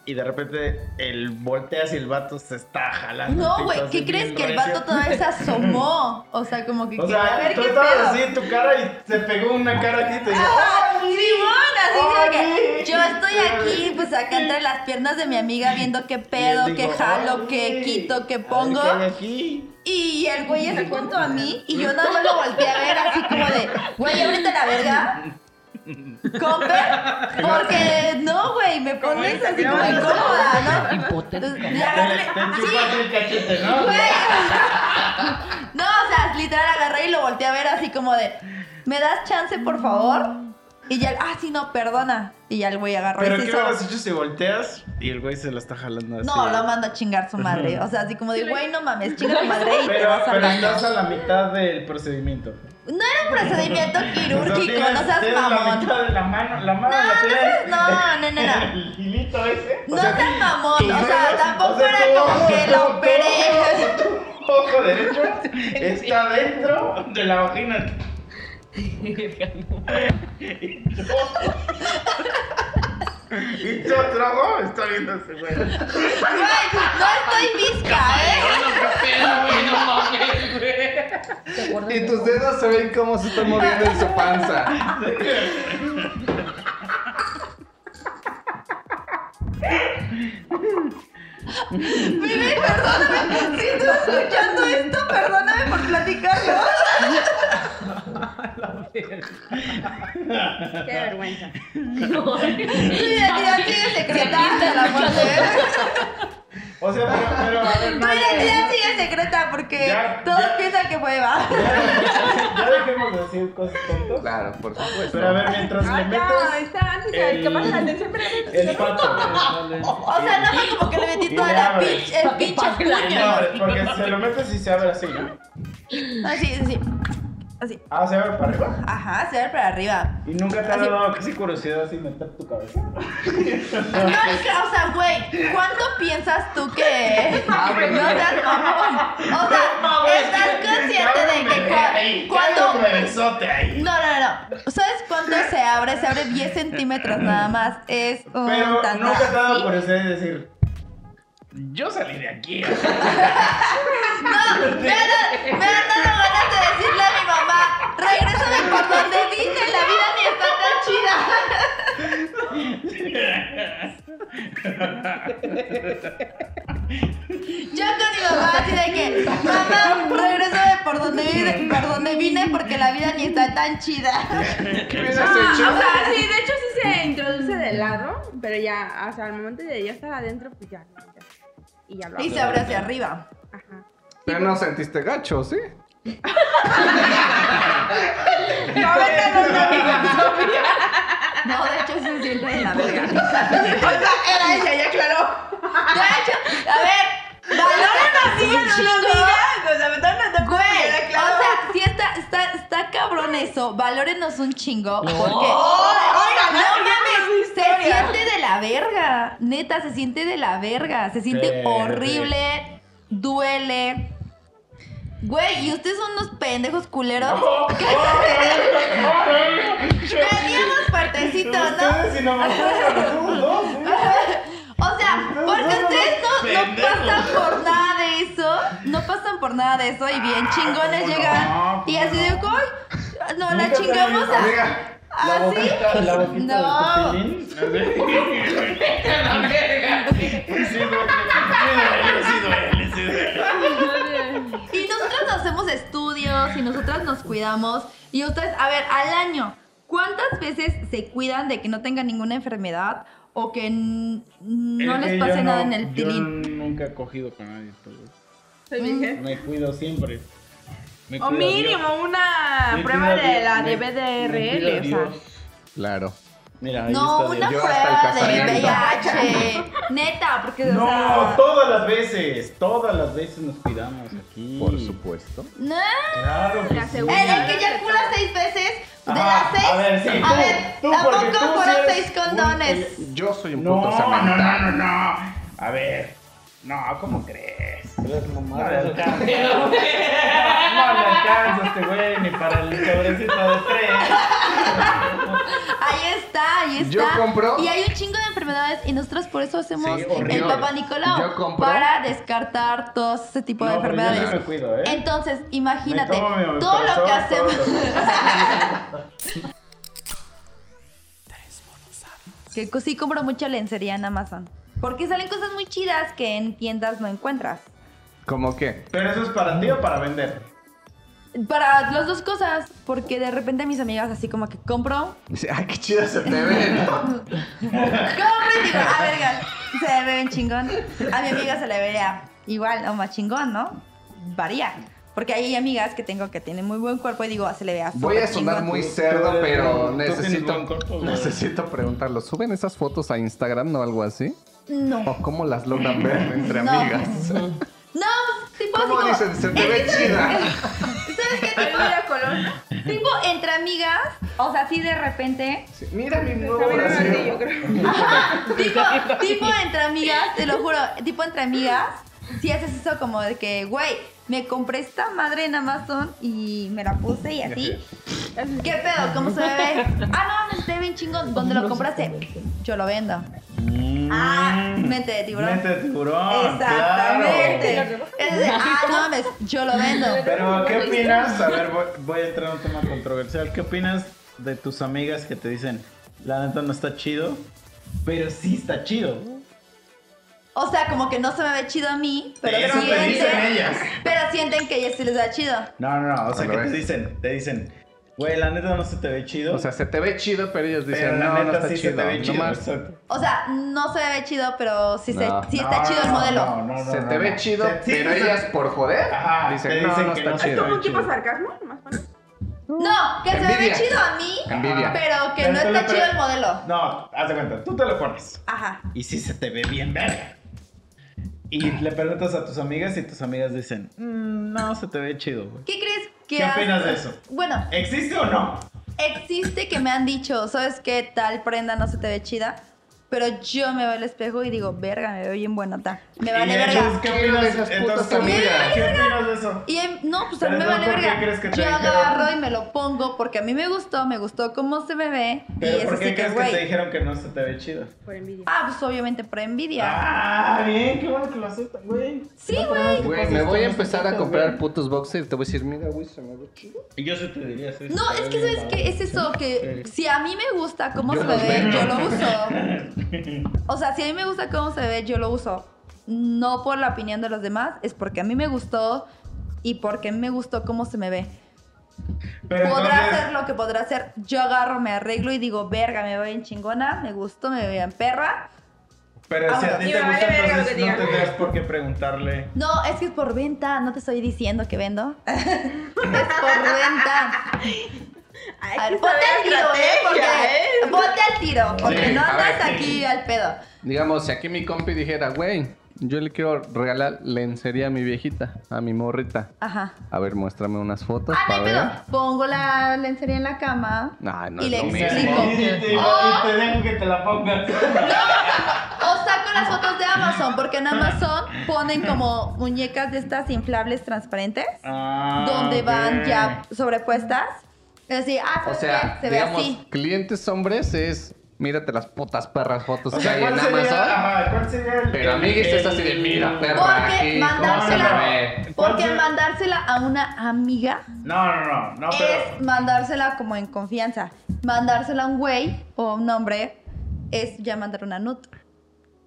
Y de repente el volteas y el vato se está jalando. No, el pito güey, así ¿qué crees? bien Que el recio. vato todavía se asomó. O sea, como O que quería sea, ver tú qué pedo. estabas así en tu cara y se pegó una cara aquí y te dijo, Ah, Simón, así como que ¡Oli! yo estoy aquí, pues acá entre las piernas de mi amiga viendo qué pedo, qué jalo, qué quito, qué pongo. ¿Qué hay aquí? Y el güey se cuento a mí y yo nada más lo volteé a ver así como de, (laughs) güey, ahorita la verga. Comper, porque no, güey, me pones así como incómoda, ¿no? Hipotético. Entonces, le agarré- Te, te sí, enchufaste el cachete, ¿no? Güey. Mm. No, o sea, literal agarré y lo volteé a ver así como de, ¿me das chance, por favor? Y ya, el, ah, sí, no, perdona. Y ya el güey agarró Pero y se ¿qué hizo- hubieras hecho si volteas y el güey se la está jalando así? No, lo manda a chingar su madre. O sea, así como de, güey, no mames, chinga tu madre y te Pero, vas al pero baño. estás a la mitad del procedimiento. No era un (laughs) procedimiento O sea, quirúrgico, tienes- no seas tienes La mamón. mitad de la mano, la mano No, la no seas- tienes. no, no, no, no. (laughs) El hilito ese. No seas mamón, tus o sea, dedos- tampoco o sea, era tu como ojo- que tu- la tu (laughs) operé. (laughs) ojo- Tu ojo derecho está dentro de la vagina. (laughs) Y tu ojo- y tu otro ojo está viendo ese güey. Güey, no estoy visca, ¿eh? Y tus dedos se ven cómo se están moviendo en su panza. Vivi, perdóname. Si estás escuchando esto, perdóname por platicarlo. Qué vergüenza. No. Tu identidad sigue secreta hasta la muerte. O sea, pero, pero a ver, Tu no, identidad sigue secreta porque Ya, todos ya. piensan que fue Eva. ya dejemos de decir cosas tontas. pues, Claro, por supuesto. Pero a ver, mientras Ah, le Ay, ya, metes está el- antes de que pase la atención, pero el pato. eh, O sea, no fue como que le metí Y toda le la abres. pinche, el Pa' que pinche pase la puño. No, porque se lo metes y se abre así, ¿no? Así, así. Así. Ah, se abre para arriba. Ajá, se ve para arriba. Y nunca te ha Así. dado casi curiosidad así meter tu cabeza. No, es que, o sea, güey, ¿cuánto piensas tú que.? Ah, No seas mamón. O sea, estás consciente de que cua- cuando. besote ahí. No, no, no. no. ¿Sabes cuánto se abre? Se abre 10 centímetros nada más. Es un Pero tanta- nunca te ha dado ¿Sí? curiosidad de decir. Yo salí de aquí. No, me han dado- me han dado ganas de decirle a mi mamá, regrésame por donde viste, la vida ni está tan chida. Yo con mi mamá así de que, mamá, regrésame por donde vine, por donde vine porque la vida ni está tan chida. ¿Qué Ah, hubieras o hecho? sea, sí, de hecho sí se introduce de lado, pero ya, o sea, al momento de ya estar adentro, pues ya. ya. Y ya lo Y se abre hacia arriba. Ajá. Pero no sentiste gacho, ¿sí? No, de hecho se siente de la verga. Era ella, ya claro. De hecho, a ver, valoren así a los O sea, me están dando Güey, Era claro. o sea, sí está, está, está cabrón eso. Valórenos un chingo. Porque. oigan, no oigan, mames, su se historia. siente de la verga. Neta, se siente de la verga. Se siente Sí. horrible. Duele. Güey, y ustedes son unos pendejos culeros. ¿Qué? Teníamos partecitos, ¿no? Ustedes y nomás somos dos, ¿eh? O sea, porque ustedes no, no pasan por nada de eso. No pasan por nada de eso. Y bien chingones Ah, ¿cómo no? llegan. Y así de, ¡ay! No, la chingamos a. Amiga, ¿Ah, La sí? boquita, la boquita No. de tu pilín. Así. Sí duele, sí duele, sí duele. Y nosotras hacemos estudios y nosotras nos cuidamos. Y ustedes, a ver, al año, ¿cuántas veces se cuidan de que no tengan ninguna enfermedad o que n- no Es que les yo pase nada no- en el yo pilín? nunca he cogido con nadie. pues. Soy virgen. Me cuido siempre. Me O cuido a Dios. mínimo una Me prueba cuido a de Dios, la me- de me BDRL, cuido a o sea. Dios. Claro. Mira, ahí No, está una Dios. Yo hasta prueba el de casamiento. VIH. Neta, porque, o No, sea. todas las veces, todas las veces nos cuidamos aquí. Por supuesto. No. Claro, que La sí. segunda. En Eh, el que ya cura seis veces, de Ajá, las seis. a ver, sí, a tú, ver, tú, porque tú sí tampoco fueron eres seis un- condones. Yo soy un No, puto no, no, samantano. no, no. A ver, no, ¿cómo crees? No Eres le mamada. alcanza. No, no le alcanza este güey ni para el cabrecito de (laughs) tres. Ahí está, ahí está. Yo compro- Y hay un chingo de enfermedades y nosotros por eso hacemos Sí, horrible. el Papa Nicolau. Yo compro- Para descartar todo ese tipo de No, pero yo sí enfermedades. me cuido, ¿eh? Entonces, imagínate, Me tomo mi todo lo que omeprazol hacemos. todos los que co- sí compro mucha lencería en Amazon. Porque salen cosas muy chidas que en tiendas no encuentras. ¿Cómo qué? Pero eso es para ti o para vender. Para las dos cosas, porque de repente mis amigas así como que compro Dice, Ay, qué chido se te ven. Compren, digo, a ver, gal, se le ve bien chingón. A mi amiga se le vería igual o más chingón, ¿no? Varía. Porque hay amigas que tengo que tienen muy buen cuerpo y digo, ah, se le vea Voy a súper sonar chingón". muy cerdo, pero tú tienes buen necesito, cuerpo, güey. necesito preguntarlo. ¿Suben esas fotos a Instagram o algo así? No. ¿O cómo las logran ver entre (laughs) No. amigas? No, tipo así ¿Cómo como- dicen? Se te Es ve que ¿sabes- chida. (laughs) ¿Sabes qué? Tipo- Tipo, entre amigas, o sea, así de repente. Sí, Mira mi nuevo También era brasier. así, yo creo. Tipo, tipo entre amigas, te lo juro, tipo entre amigas, si haces eso como de que, güey, me compré esta madre en Amazon y me la puse y así. ¿Qué pedo? ¿Cómo se ve? Ah, no, no, está bien chingón. ¿Dónde lo compraste? Yo lo vendo. Ah, mente de tiburón. Mente de tiburón. Exactamente. Ah, claro. Es de, ah, no mames, yo lo vendo. Pero, ¿qué opinas? A ver, voy, voy a entrar en un tema controversial. ¿Qué opinas de tus amigas que te dicen, la neta no está chido, pero sí está chido? O sea, como que no se me ve chido a mí, pero Eso te dicen sienten, ellas. pero sienten que ella sí les da chido. No, no, no. O sea, Al ¿qué te revés. dicen? Te dicen, güey, la neta no se te ve chido. O sea, se te ve chido, pero ellos dicen, pero la no, neta no está sí se chido. te ve chido. nomás exacto. O sea, no se ve chido, pero sí, se, No. sí está No, chido el no, modelo. no, no, no, se no, te ve no. chido, Se- sí, pero sí, ellas sí. por joder Ajá, te dicen, no, dicen no que está no se Es chido. como un tipo chido. sarcasmo, más o menos. No, que se me Envidia. ve chido a mí, Envidia. pero que Pero no tú le está pre- chido el modelo. No, haz de cuenta, tú te lo pones. Ajá. Y sí se te ve bien verga. Y le preguntas a tus amigas y tus amigas dicen, "Mm, no, se te ve chido, güey. ¿Qué crees que ¿Qué hace- opinas de eso? Bueno, ¿Existe o no? existe que me han dicho, ¿sabes qué tal prenda no se te ve chida? Pero yo me veo al espejo y digo, verga, me veo bien buenota. Me vale Y verga. entonces, ¿Qué ¿Qué de opinas esas entonces, putas ¿qué opinas- amigas? ¿Qué opinas de eso? Y em- no, pues a mí me Pero vale ¿por qué verga. crees que te yo dijeron? agarro y me lo pongo porque a mí me gustó, me gustó cómo se me ve. y ¿Pero eso por sí qué que, crees que te güey. dijeron que no se te ve chido? Por envidia. Ah, pues obviamente por envidia. Ah, bien, qué bueno que lo aceptan, güey. Sí, güey. Güey, me voy a empezar a comprar putos boxers y te voy a decir, mira, güey, se me ve chido. Yo sí te diría, sí. No, es que sabes que es eso, que si a mí me gusta cómo Yo se me los ve, vendo. yo lo uso. (laughs) O sea, si a mí me gusta cómo se ve, yo lo uso. No por la opinión de los demás, es porque a mí me gustó y porque me gustó cómo se me ve. Pero podrá entonces, hacer lo que podrá hacer. Yo agarro, me arreglo y digo, verga, me veo bien chingona, me gustó, me veo bien perra. pero si a Ahora, ti y te me vale gusta, verga lo entonces que no digan. tendrías por qué preguntarle. No, es que es por venta, no te estoy diciendo que vendo. (laughs) es por venta. Ay, A ver, que ponte saber al tiro, ¿eh? estrategia, ¿eh? Porque, ponte al tiro, porque Sí, no a andas ver. aquí al pedo. Digamos, si aquí mi compi dijera, güey, yo le quiero regalar lencería a mi viejita, a mi morrita. Ajá. A ver, muéstrame unas fotos Ah, no hay para Pues ver. pedo. Pongo la lencería en la cama. No, no y es le lo mismo. explico. Y te, Ah. y te dejo que te la (laughs) pongas. O saco las fotos de Amazon, porque (laughs) en Amazon ponen como muñecas de estas inflables transparentes, Ah, Ah, donde van ya sobrepuestas. Es decir, ah, O ¿sabes sea, qué? se ve digamos, así. clientes hombres es, mírate las putas perras fotos O que sea, hay ¿cuál Pues en sería, Amazon. ajá, ¿cuál sería el, Pero el- amiguis es el- así de, mira, perra, Porque aquí, ¿cómo se mandársela- me ve? ¿Cuál Porque sería- mandársela a una amiga No, no, no, Ah, no, pero... es mandársela como en confianza. Mandársela a un güey o a un hombre es ya mandar una nut.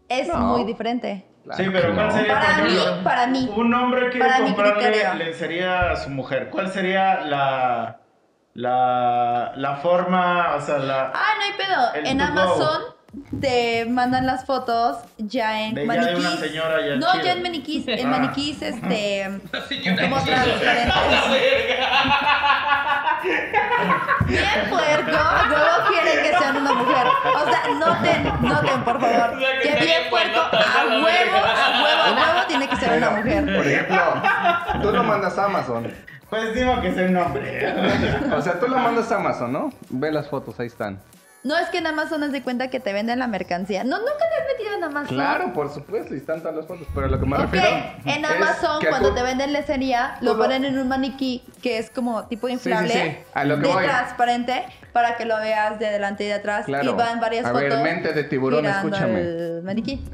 Es No. muy diferente. Claro Sí, pero que ¿cuál no. sería, Para por mí, ejemplo, para mí. Un hombre quiere Para mi comprarle criterio. lencería a su mujer. ¿Cuál sería la... La, la forma, o sea, la... Ah, no hay pedo. El en to go. Amazon te mandan las fotos ya en De ya de maniquís. una señora ya no, chida. ya en maniquís, en Ah. (laughs) maniquís este como transparentes. Bien puerco, luego quieren que sean una mujer. O sea, noten, noten, por favor. O sea, que que está bien bien puerco, puercota, a la huevo, a huevo, a huevo tiene que ser una mujer. Por ejemplo, tú lo mandas a Amazon. Pues digo que soy un (laughs) hombre. O sea, tú lo mandas a Amazon, ¿no? Ve las fotos, ahí están. No es que en Amazon haz de cuenta que te venden la mercancía. No, nunca te has metido en Amazon. Claro, por supuesto, y están todas las fotos. Pero lo que me Ok, refiero. en es Amazon que cuando tú- te venden lencería tú lo lo- ponen en un maniquí que es como tipo inflable, sí, a lo que de voy. transparente para que lo veas de adelante y de atrás Claro. y van varias A ver, fotos. mente de tiburón, girando escúchame. el maniquí.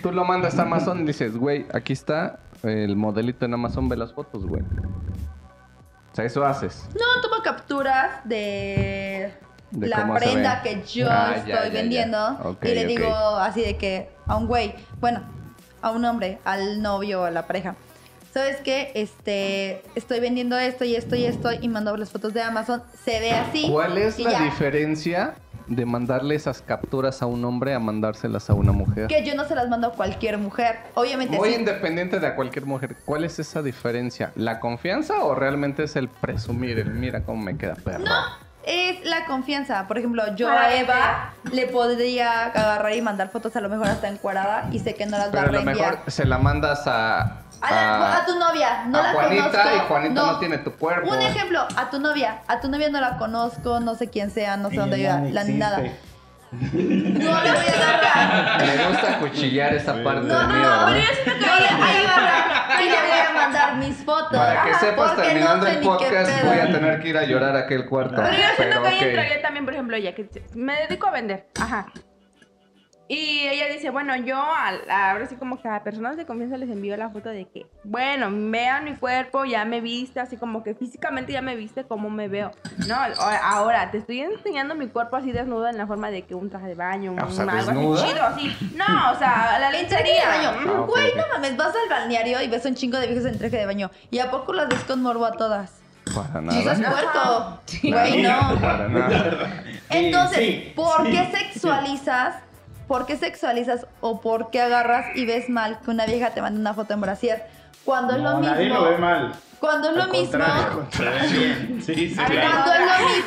Tú lo mandas a Amazon y dices, güey, aquí está el modelito en Amazon, ve las fotos, güey. O sea, eso haces. No tomo capturas de, De la cómo se prenda ve. que yo Ah, ya, estoy ya, ya. vendiendo Ok, y le ok. digo así de que a un güey, bueno, a un hombre, al novio o a la pareja. ¿Sabes qué? Este, estoy vendiendo esto y esto y esto y mando las fotos de Amazon. Se ve así. ¿Cuál es y la ya. diferencia de mandarle esas capturas a un hombre a mandárselas a una mujer. Que yo no se las mando a cualquier mujer. Obviamente Muy sí. independiente de a cualquier mujer, ¿cuál es esa diferencia? ¿La confianza o realmente es el presumir, el mira cómo me queda perro? Es la confianza. Por ejemplo, yo Para a Eva le podría agarrar y mandar fotos a lo mejor hasta encuadrada y sé que no las va Pero a a lo mejor reenviar. se la mandas a... A, la- a tu novia, no Ah, a la Juanita conozco. y Juanita no tiene tu cuerpo. Un ejemplo, a tu novia. A tu novia no la conozco, no sé quién sea, no sé dónde Ella viva, no la existe. nada. No le voy (laughs) a agarrar. Me gusta cuchillar esa parte No, de no, mí, no, ¿verdad? Pero yo siento que No le voy ahí- a agarrar. Y le voy a mandar mis fotos. Para que Ajá, sepas, porque no terminando sé el ni qué podcast, pedo. voy a tener que ir a llorar a aquel cuarto. Pero yo siento que ahí ok. entraría también, por ejemplo, ella que dice, me dedico a vender. Ajá. Y ella dice, bueno, yo al- ahora sí como que a personas de confianza les envío la foto de que, bueno, vean mi cuerpo, ya me viste, así como que físicamente ya me viste como me veo. No, a- ahora te estoy enseñando mi cuerpo así desnuda en la forma de que un traje de baño, un Ah, o sea, algo así ¿desnuda? chido, así. No, o sea, la En traje de lencería. baño. Ah, ok, Güey, ok. no mames, vas al balneario y ves un chingo de viejos en traje de baño. ¿Y a poco las ves con morbo a todas? Para Estás nada. puerto. Nada, Güey, no. Para nada. (laughs) Entonces, sí, ¿por sí. qué sexualizas? ¿Por qué sexualizas o por qué agarras y ves mal que una vieja te manda una foto en brasier? Cuando es lo No, mismo. nadie lo ve mal. Cuando es lo Al mismo. contrario, al contrario. (laughs) Sí, sí, claro. Cuando es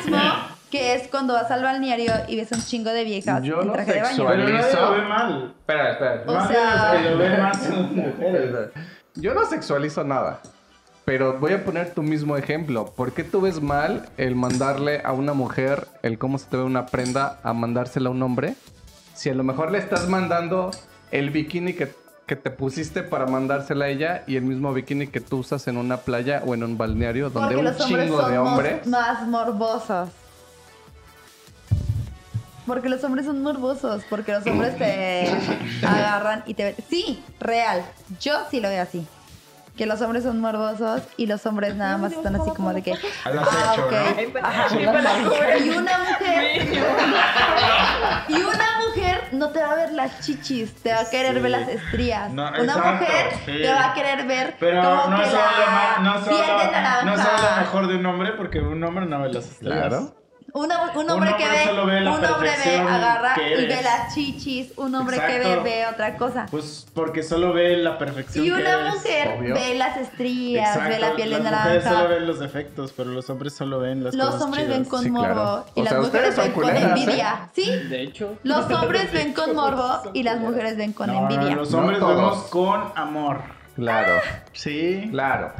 lo mismo (laughs) que es cuando vas al balneario y ves un chingo de viejas Yo en no traje de baño. sexual- Pero nadie Eso. lo ve mal. Espera, espera. O Más sea- bien, lo ven más son las mujeres. Yo no sexualizo nada. Pero voy a poner tu mismo ejemplo. ¿Por qué tú ves mal el mandarle a una mujer el cómo se te ve una prenda a mandársela a un hombre? Si a lo mejor le estás mandando el bikini que, que te pusiste para mandársela a ella y el mismo bikini que tú usas en una playa o en un balneario donde Porque un los hombres chingo somos de hombres. más morbosos. Porque los hombres son morbosos. Porque los hombres (laughs) te agarran y te ven. Sí, real. Yo sí lo veo así. Que los hombres son morbosos y los hombres nada más están así como de que. Al Ah, acecho, ok. Ajá. Y una mujer. (laughs) Y una mujer no te va a ver las chichis, te va a querer Sí. ver las estrías. No, una exacto, mujer sí. te va a querer ver Pero como no que se la habla, ma- no se piel habla- de naranja. no se habla mejor de un hombre porque un hombre no ve las estrellas. Claro. Una- un hombre que hombre ve, solo ve la un hombre ve, perfección agarra que y ve eres. las chichis, un hombre que ve, Exacto. ve otra cosa. Pues porque solo ve la perfección Y que una eres. mujer obvio. ve las estrías, Exacto, ve la piel de las mujeres solo naranja. ven los defectos, pero los hombres solo ven las Los cosas hombres chidas. ven con Sí, morbo claro. y O las sea, mujeres ustedes ven son con culeras, ¿eh? envidia. ¿Sí? De (laughs) hecho. (laughs) Los hombres ven con morbo y las mujeres ven con No, no, envidia. los No hombres todos. vemos con amor. Claro, Ah. Sí. claro.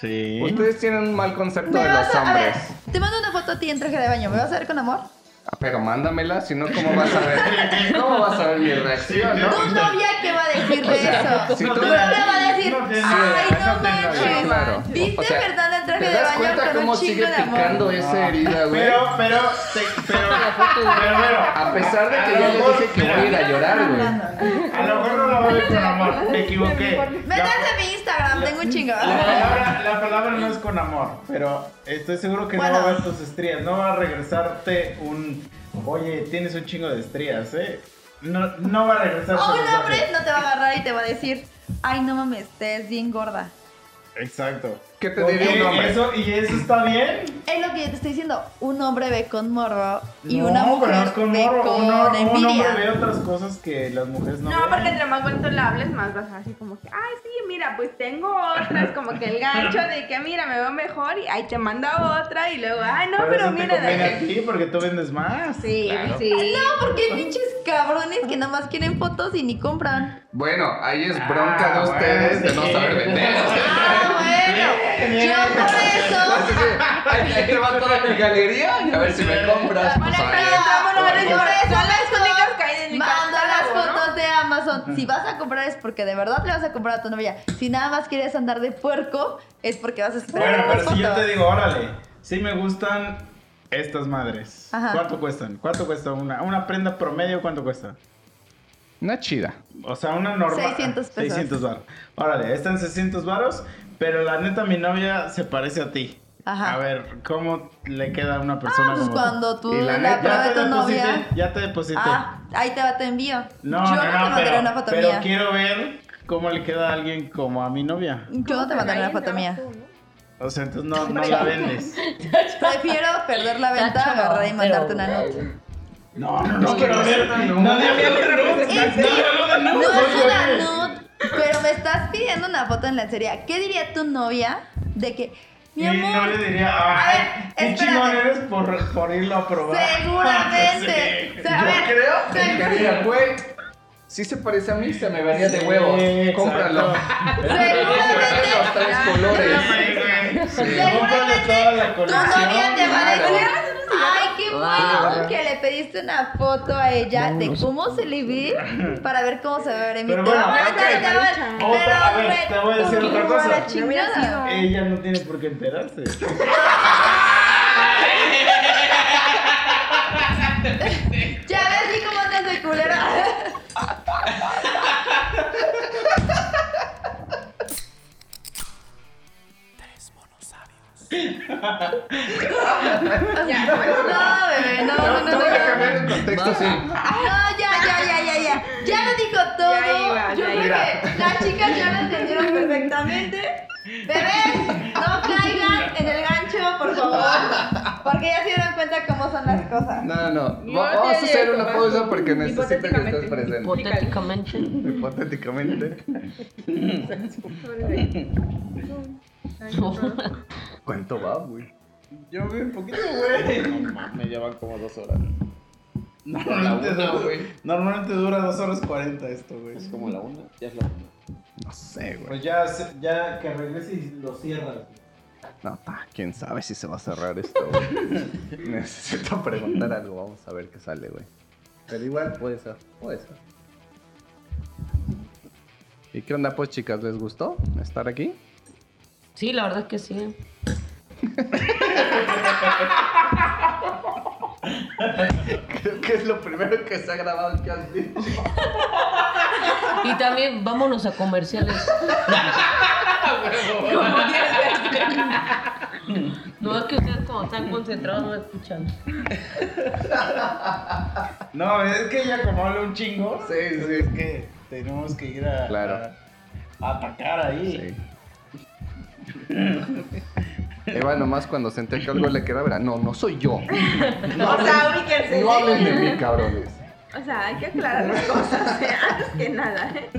Sí. Ustedes tienen un mal concepto Me de vas los a- a ver, hombres. te mando una foto a ti en traje de baño. ¿Me vas a ver con amor? Ah, Pero mándamela, si no, ¿cómo vas a ver? ¿Cómo vas a ver mi reacción, no? ¿Tu novia qué va a decir de O sea, eso? si tu tú- novia va a decir, No tiene- ay, no no, tiene novia, manches. claro. ¿Viste O sea, verdad el traje ¿Te de das baño cuenta con cómo un sigue chingo de amor? picando esa herida, güey? Ah. Pero, pero, te- pero, pero, bueno, A pesar de a que lo yo le mejor- dije que mira, voy a ir a llorar, güey. Métanse A lo mejor no lo voy con amor, me equivoqué. La, a mi Instagram, tengo un chingo. la palabra, la palabra no es con amor, pero estoy seguro que Bueno. no va a ver tus estrías, no va a regresarte un, oye, tienes un chingo de estrías, ¿eh? No, no va a regresar. O ese (laughs) un mensaje. hombre Oh, no te va a agarrar y te va a decir, ay, no mames, te es bien gorda. Exacto. ¿Qué te Porque diría un hombre? Eso, ¿Y eso está bien? Es lo que yo te estoy diciendo, un hombre ve con morbo y No, una pero mujer es con ve morbo, con un, hom- un hombre envidia. ve otras cosas que las mujeres no, No, ven. porque entre más bonito le hables, más vas a así como que, ay, sí, mira, pues tengo otras, como que el gancho de que, mira, me veo mejor y ahí te manda otra y luego, ay, no, Pero pero, eso te mira, conviene de a ti porque tú vendes más. Sí, sí. No, porque hay pinches cabrones que nada más quieren fotos y ni compran. Bueno, ahí es bronca Ah, de ustedes bueno, de no sí. saber vender. (laughs) Ah, bueno, Bien. yo por eso... Así (laughs) que, ahí ahí te va toda mi galería y a ver si me compras. Pues, Bueno, ahí. entramos, no, Por eso son las mejor únicas que hay en mi Manda las catálogo, ¿no? fotos de Amazon. Si vas a comprar es porque de verdad le vas a comprar a tu novia. Si nada más quieres andar de puerco, es porque vas a esperar Bueno, las pero si yo fotos. te digo, órale, sí me gustan estas madres. Ajá. ¿Cuánto cuestan? ¿Cuánto cuesta una? ¿Una prenda promedio cuánto cuesta? Una chida. O sea, una normal. 600 pesos. 600 baros. Órale, están 600 varos, pero la neta mi novia se parece a ti. Ajá. A ver, ¿cómo le queda a una persona Ah, pues como tú? cuando tú Y la la, neta, prueba Ya de te tu deposité, novia. ya te deposité. Ah, ahí te va, te envío. No, yo no, te no, mandaré pero, una foto pero mía. quiero ver cómo le queda a alguien como a mi novia. Yo no te mandaré una foto mía. O sea, entonces no, no la vendes. Prefiero perder la venta, Tacho, agarrar y mandarte una pero- nota. No, no, no, quiero ver. Nadie me habló de Es que- no, No es una nude, pero me estás pidiendo una foto en la serie. ¿Qué diría tu novia de que, mi Y no amor, le diría, A ay, ver, qué espérame. chingón eres por, por irlo a probar. Seguramente. (laughs) Sí. O sea, a ver, creo que diría, güey. Si se parece a mí, se me vería de huevo. Sí, Cómpralo. (laughs) Seguramente. Los tres colores. Cómprale toda la tu colección. (laughs) novia te va a claro. decir, ay, qué Ah, bueno que le pediste una foto a ella de cómo se le ve para ver cómo se ve en mi Pero te bueno, va a ok. decir, te va- pero Otra- a ver, te voy a decir re- otra cosa. la No hubiera chingada. sido. Ella no tiene por qué (laughs) enterarse. Ya ves, vi cómo andas de culero. No, bebé, no, no, no, no. No, cambiar el contexto, sí. No, ya, ya, ya, ya, ya. Ya lo dijo Ya iba, todo. Yo ya creo iba. que las chicas ya lo entendieron perfectamente. Bebés, no caigan en el gancho, por favor. Porque ya se dieron cuenta cómo son las cosas. No, no, no. No Va- Vamos a te hacer una llego, pausa vas- porque necesito que hipotéticamente. estés presente. Hipotéticamente. Hipotéticamente. (laughs) ¿Cuánto va, güey? Yo vi un poquito, güey. No mames, ya van como dos horas. Normalmente, La una, dura- güey. normalmente dura 2 horas 40 esto, güey. como la una, ya es la una. No sé, güey. Pues ya, se- ya que regrese y lo cierras. No, pa, quién sabe si se va a cerrar (laughs) esto, güey. Necesito preguntar algo, vamos a ver qué sale, güey. Pero igual puede ser, puede ser. ¿Y qué onda, pues, chicas? ¿Les gustó estar aquí? Sí, la verdad es que sí. Creo que es lo primero que se ha grabado que has dicho. Y también vámonos a comerciales. Como diez veces. No es que ustedes como están concentrados no me escuchan. No, es que ella como habla un chingo. Sí, pues sí. Es que tenemos que ir a, Claro. a- a atacar ahí. Sí. (laughs) Eva nomás cuando senté que algo le quedaba era, no, no soy yo. o sea, ubíquense. No hablen de mí, cabrones. O sea, hay que aclarar las cosas, (laughs) ¿eh? antes que nada. ¿eh?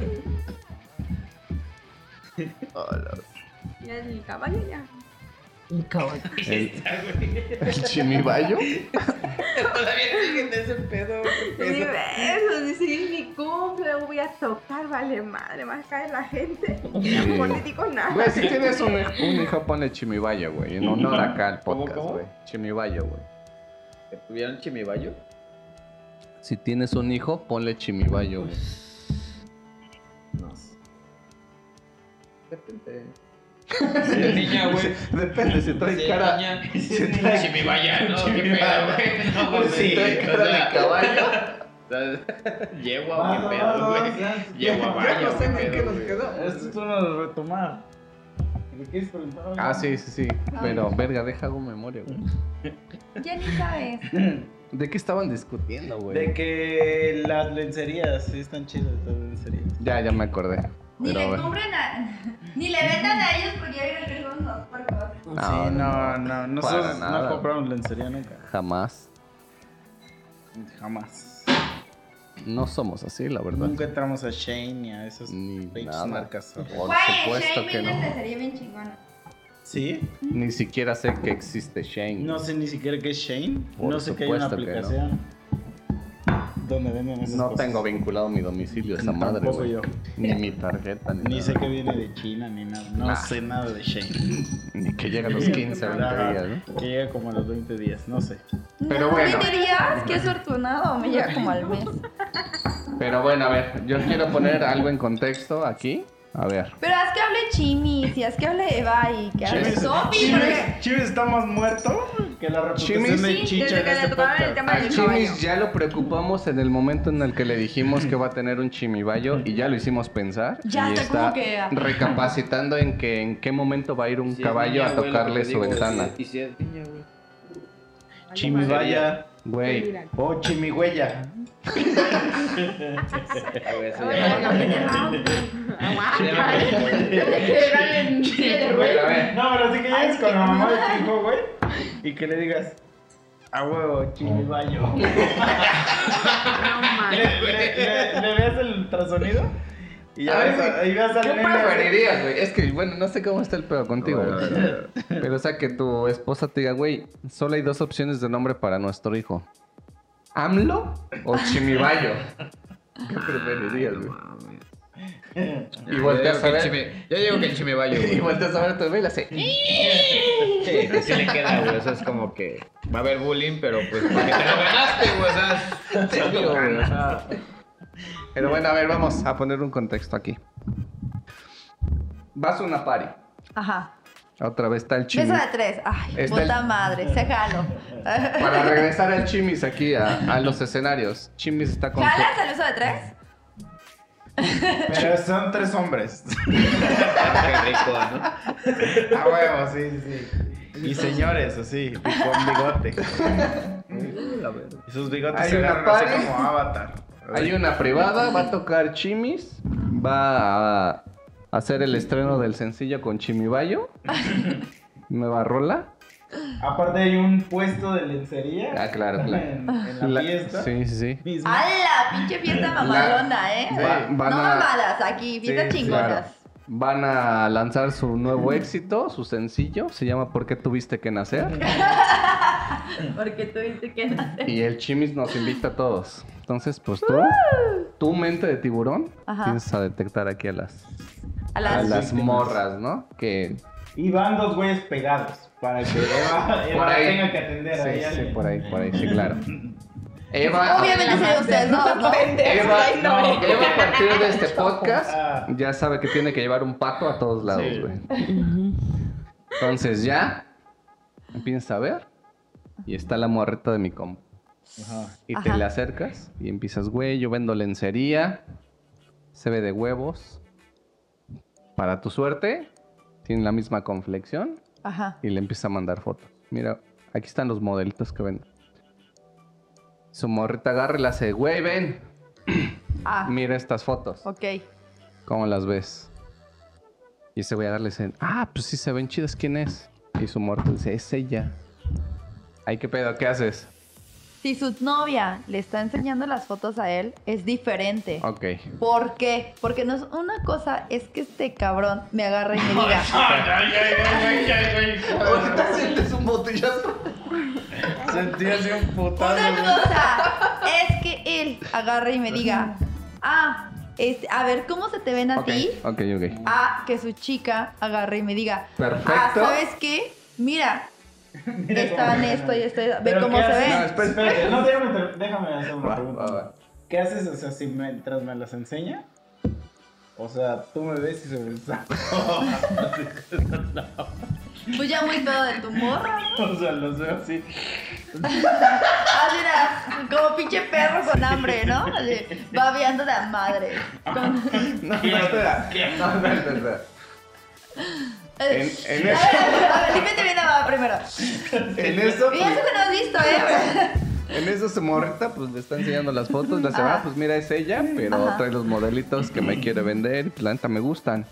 Ya el caballo ya. Y cabrón. El, el chimibayo. Ni besos, ni seguir mi cumple, no voy a tocar, vale madre, más cae la gente. Sí. Pues, Político nada. Güey, si tienes un, un hijo, ponle chimibayo, güey. En honor acá al ¿Cómo, podcast, cómo? güey. Chimibayo, güey. ¿Tuvieron chimibayo? Si tienes un hijo, ponle chimibayo, güey. No sé. (laughs) Depende. Niña, güey. Depende, si traes Sí, cara. niña. si traes- Chimibaya, no, qué pedo, Chimibaya. güey. No, güey. Sí, si traes o cara sea, de caballo. (laughs) Yegua, qué pedo, güey. Yegua, vaya. Yo no sé qué ni en qué pedo, nos güey. Esto es una de retomar. ¿Me quieres preguntar algo? Ah, sí, sí, sí. Pero, verga, deja hago memoria, güey. Ya ni sabes. ¿De qué estaban discutiendo, güey? De que las lencerías, sí están chidas las lencerías. Ya, ya me acordé. Ni Pero, le güey. compren a. (laughs) Ni le vendan a ellos porque ya vieron que son unos puercos. No, no, sí, no, no, para nosotros nada. no compramos lencería nunca. Jamás. Jamás. No somos así, la verdad. Nunca entramos a Shane ni a esas Ni pinches nada. marcas. Por Güey, supuesto Shane que vende no. sería bien chingona. ¿Sí? Ni siquiera sé que existe Shane. No sé ni siquiera qué es Shane. Por no sé que hay una supuesto que no. aplicación donde venden esas No cosas. tengo vinculado mi domicilio a esa madre, Tampoco güey. yo. Ni mi tarjeta, ni, Ni nada. sé que viene de China ni nada. No Ah. sé nada de Shane. Ni que llega a los 15, 20 Ajá, días, ¿no? Que llega como a los 20 días, no sé. Pero no, bueno. ¿qué dirías? Qué afortunado, me llega como al mes. Pero bueno, a ver, yo quiero poner algo en contexto aquí. A ver. Pero haz que hable Chimis y haz que hable Eva y que hable Chimis, Sofi. porque- Chimis, Chimis está más muerto que la reputación Chimis- de Sí, Chicha desde en que le este tocaron el podcast. tema- Al Chimis ya lo preocupamos en el momento en el que le dijimos que va a tener un chimibayo y ya lo hicimos pensar. Ya y está como que- recapacitando en que en qué momento va a ir un Si es caballo niña, a güey, lo que tocarle te su digo, ventana. Y si es niña, güey. Chimis vaya Oh, Güey, o Chimigüeya. A ver, eso Ay, ya ya va. me dejaron. Aguanta. (laughs) No, pero sí que llegues con la mamá de tu hijo, güey. Y que le digas, A huevo, chimibayo. No mames. le, le, le- le ves el ultrasonido y ya A ver, ves, a- güey, ahí ves al ¿Qué nene. preferirías, güey? Es que, bueno, no sé cómo está el pedo contigo, güey. Pero o sea, que tu esposa te diga, güey, solo hay dos opciones de nombre para nuestro hijo. ¿AMLO o Chimibayo? ¿Qué preferirías, güey? Y volteas a ver. Yo digo que el Chimibayo, (laughs) Y güey. volteas a ver a tu bebé y le hace... Sí, (laughs) así le queda, güey. O sea, es como que va a haber bullying, pero pues porque te lo ganaste, güey. O sea, te lo ganaste. Pero bueno, a ver, vamos a poner un contexto aquí. Vas a una party. Ajá. Otra vez está el Chimi. Mesa de tres. Ay, Está puta el- madre. Se jalo. Para regresar al Chimis aquí a, a los escenarios. Chimis está (laughs) con... su- ¿Jalas el uso de tres? Pero son tres hombres. (laughs) Qué rico, ¿no? A huevo, sí, sí. Y señores, así, con bigote. (laughs) Y sus bigotes Hay se una agarran así pared. como avatar. Hay una privada, va a tocar Chimis, va a hacer el estreno del sencillo con Chimibayo, nueva rola. Aparte hay un puesto de lencería. Ah, claro, claro. En, en la, fiesta. Sí, sí, sí. Misma. ¡Hala! Pinche fiesta mamalona, ¿eh? Va- no van a- mamadas, aquí, fiestas Sí, chingonas. Van a lanzar su nuevo éxito, su sencillo, se llama ¿Por qué tuviste que nacer? Porque tú dices que no. Y el Chimis nos invita a todos. Entonces, pues tú, tu mente de tiburón, Ajá. tienes a detectar aquí a las, A a las. las morras, ¿no? Que Y van dos güeyes pegados para que Eva, Eva (laughs) Por ahí. tenga que atender ahí Sí, a sí, alguien. por ahí, por ahí, sí, claro. Eva, Obviamente serían ustedes (laughs) dos, ¿no? Eva, no, Eva a partir de este Ah. podcast ya sabe que tiene que llevar un pato a todos lados, Sí. güey. Entonces ya empieza a ver y está la morreta de mi compa. Y te Ajá. le acercas y empiezas, güey, yo vendo lencería, se ve de huevos. Para tu suerte, tiene la misma conflexión Ajá. y le empieza a mandar fotos. Mira, aquí están los modelitos que venden. Su morrita agarra y le hace, güey, ven, Ah, mira estas fotos. ok. ¿Cómo las ves? Y ese güey a darle dicen, ah, pues sí se ven chidas, ¿quién es? Y su morrita dice, es ella. Ay, qué pedo, ¿qué haces? Si su novia le está enseñando las fotos a él, es diferente. Ok. ¿Por qué? Porque no es- una cosa es que este cabrón me agarre y (laughs) me diga. Ahorita sientes un botellazo. Sentí así un putazo. Una güey. cosa es que él agarre y me diga, ah, este, a ver cómo se te ven a ti. Ok, ok. A que su chica agarre y me diga, ah, Perfecto. ¿sabes qué? Mira, estaban esto y esto, y esto, ve ¿Pero cómo qué se haces? ven. No, espera, espera, no, déjame, ter- déjame hacer una Va, pregunta. va, va. ¿Qué haces, o sea, si mientras me las enseña? O sea, tú me ves y se me saca. Pues ya muy pedo de tu morra. ¿no? (laughs) O sea, los veo así. Ah, mira, como pinche perro con hambre, ¿no? Así, babeando de a madre. Con- No, no, espera. No, espera, espera. En- en Eh, a ver, a ver, a ver, límpiate bien la baba primero. En eso, Y eso que no has visto, (laughs) ¿eh? en eso se morrita, pues le está enseñando las fotos. La Ajá. semana, pues mira, es ella, pero Ajá. trae los modelitos que me quiere vender. y, pues, La neta me gustan.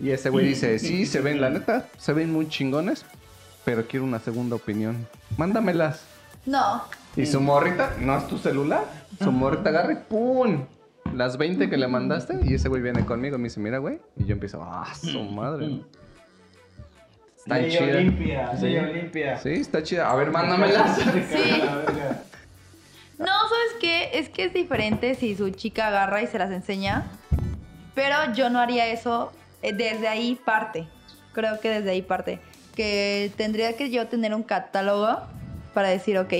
Y ese güey dice, sí, se ven, la neta, se ven muy chingones, pero quiero una segunda opinión. Mándamelas. No. Y su morrita, no es tu celular, su morrita agarra y ¡pum! Las 20 que le mandaste y ese güey viene conmigo y me dice, mira, güey. Y yo empiezo, ah, su madre. Está Soy chida. Olimpia, soy Sí. Olimpia. Sí, está chida. A ver, (laughs) mándamelas. Sí. A la verga. No, ¿sabes qué? Es que es diferente si su chica agarra y se las enseña. Pero yo no haría eso eh, desde ahí parte. Creo que desde ahí parte. Que tendría que yo tener un catálogo para decir, ok,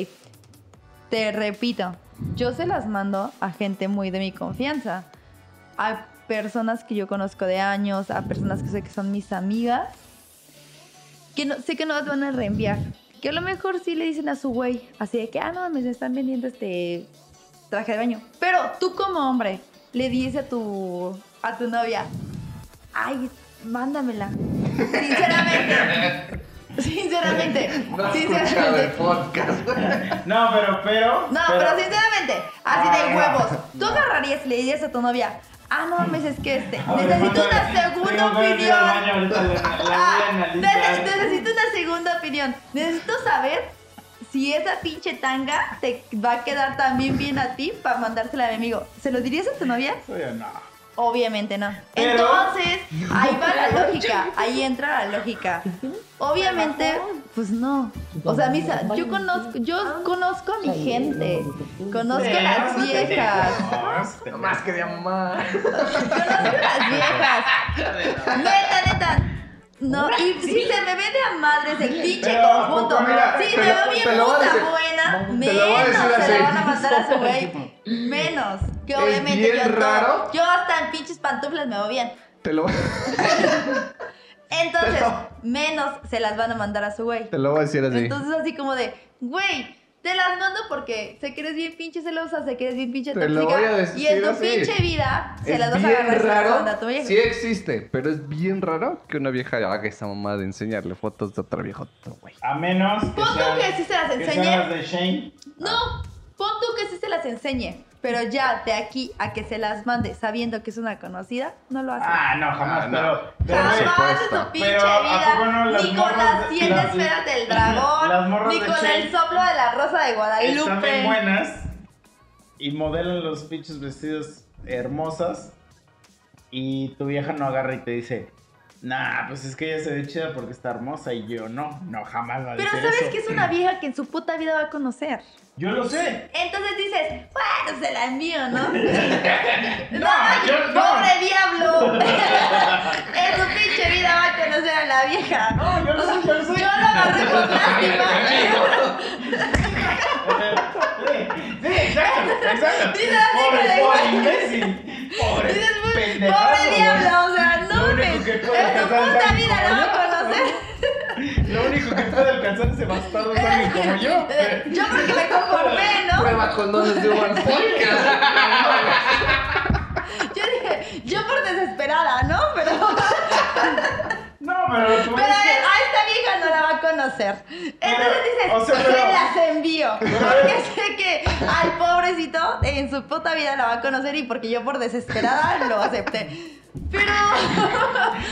te repito, yo se las mando a gente muy de mi confianza. A personas que yo conozco de años, a personas que sé que son mis amigas, que no, sé que no las van a reenviar. Que a lo mejor sí le dicen a su güey, así de que, ah, no, me están vendiendo este traje de baño. Pero tú como hombre le dices a tu, a tu novia, ay, (laughs) mándamela. Sinceramente. Sinceramente. No has escuchado el sinceramente. podcast, güey. No, pero, pero. No, pero, sinceramente, así de Ah, huevos. Tú agarrarías y le dirías a tu novia, ah, no mames, es que este, A ver, necesito una mándame. segunda Tengo que ir al baño opinión. ahorita, la- la voy a (laughs) Ah, analizar. neces- necesito una segunda opinión. Necesito saber si esa pinche tanga te va a quedar también bien a ti para mandársela a mi amigo. ¿Se lo dirías a tu novia? Oye, no. Obviamente no. Pero- Entonces, ahí (laughs) va la lógica, ahí entra la lógica. Obviamente, pues no. O sea, misa, yo conozco, Ah. yo conozco a mi gente, conozco a las viejas, No, más que de mamá. conozco a las viejas. Neta, neta. No, y si se me ve de a madres el pinche Pero, conjunto, pues, mira, si te me lo- veo bien te lo voy a puta decir- buena, te lo voy a menos decir se así. la van a (laughs) mandar a su güey. Menos. Que obviamente bien yo todo- raro. yo hasta en pinches pantuflas me veo bien. Te lo, (laughs) Entonces, menos se las van a mandar a su güey. te lo voy a decir así. Entonces, así como de, güey, te las mando porque sé que eres bien pinche celosa, sé que eres bien pinche Te lo tóxica. voy a decir y en tu así. pinche vida se es las vas a bien agarrar y se las vas a raro. mandar a tu vieja. Sí existe, pero es bien raro que una vieja haga esa mamá de enseñarle fotos de otro viejo. güey. A menos que Pon tú sean- que sí se las que sean enseñe. las de Shane. No, pon tú que sí se las enseñe. Pero ya de aquí a que se las mande sabiendo que es una conocida, no lo hace. Ah, no, jamás. Ah, no. Pero, pero Jamás güey, en supuesto. tu pinche Pero, ¿a poco no vida, las ni con morras las de- 100 las- esferas las del dragón, morras ni de con Shane el soplo de la rosa de están bien Guadalupe. buenas y modelan los pinches vestidos hermosas y tu vieja no agarra y te dice, nah, pues es que ella se ve chida porque está hermosa y yo no, no jamás va a Pero decir sabes eso. que es una vieja que en su puta vida va a conocer. Yo lo sé. Entonces dices, bueno, se la envío, ¿no? (laughs) yo no, (laughs) no. ¡Pobre (laughs) diablo! en su pinche vida va a conocer a la vieja. No, yo lo sé, yo lo sé. Yo la agarré (laughs) con lástima. Sí, exacto, (laughs) exacto. Dices así Pobre, que le- pobre imbécil. Pobre Dices, pues, pendejazo, pobre güey. diablo, o sea, no Lo me. único que puede alcanzar es alguien como yo, Lo En su puta vida la va a conocer. único que puede alcanzar ese bastardo es alguien como (laughs) yo. Yo porque me conformé, ¿no? Prueba condones de Urban Podcast. Yo dije, yo por desesperada, ¿no? Pero, No, pero tú pero a, ver, a esta vieja no la va a conocer. Entonces dices, o sea, se pero- las envío. Porque sé que al pobrecito en su puta vida la va a conocer y porque yo por desesperada lo acepté. Pero,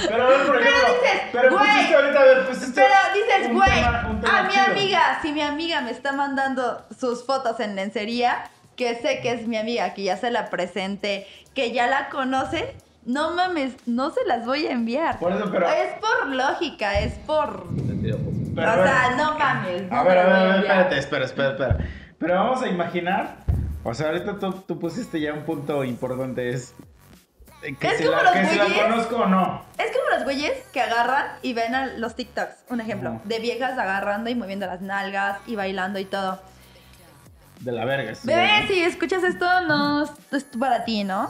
Pero a ver, por Pero ejemplo. dices, pero güey, pusiste ahorita, a ver, pusiste. pero dices, un güey, tema- un tema a mi chido. amiga, si mi amiga me está mandando sus fotos en lencería, que sé que es mi amiga, que ya se la presenté, que ya la conoce, no mames, no se las voy a enviar. Por eso, pero. Es por lógica, es por. pero, o a ver, sea, no mames. a no ver, a ver, me voy a ver, enviar. espérate, espera, espera, espera. Pero vamos a imaginar. O sea, ahorita tú, tú pusiste ya un punto importante: es. eh, Que Es si, como la, los que si la güeyes. conozco o no. Es como los güeyes que agarran y ven a los TikToks. Un ejemplo, de viejas agarrando y moviendo las nalgas y bailando y todo. De la verga. esto es Bebé, verdad. si escuchas esto, no es- es para ti, ¿no?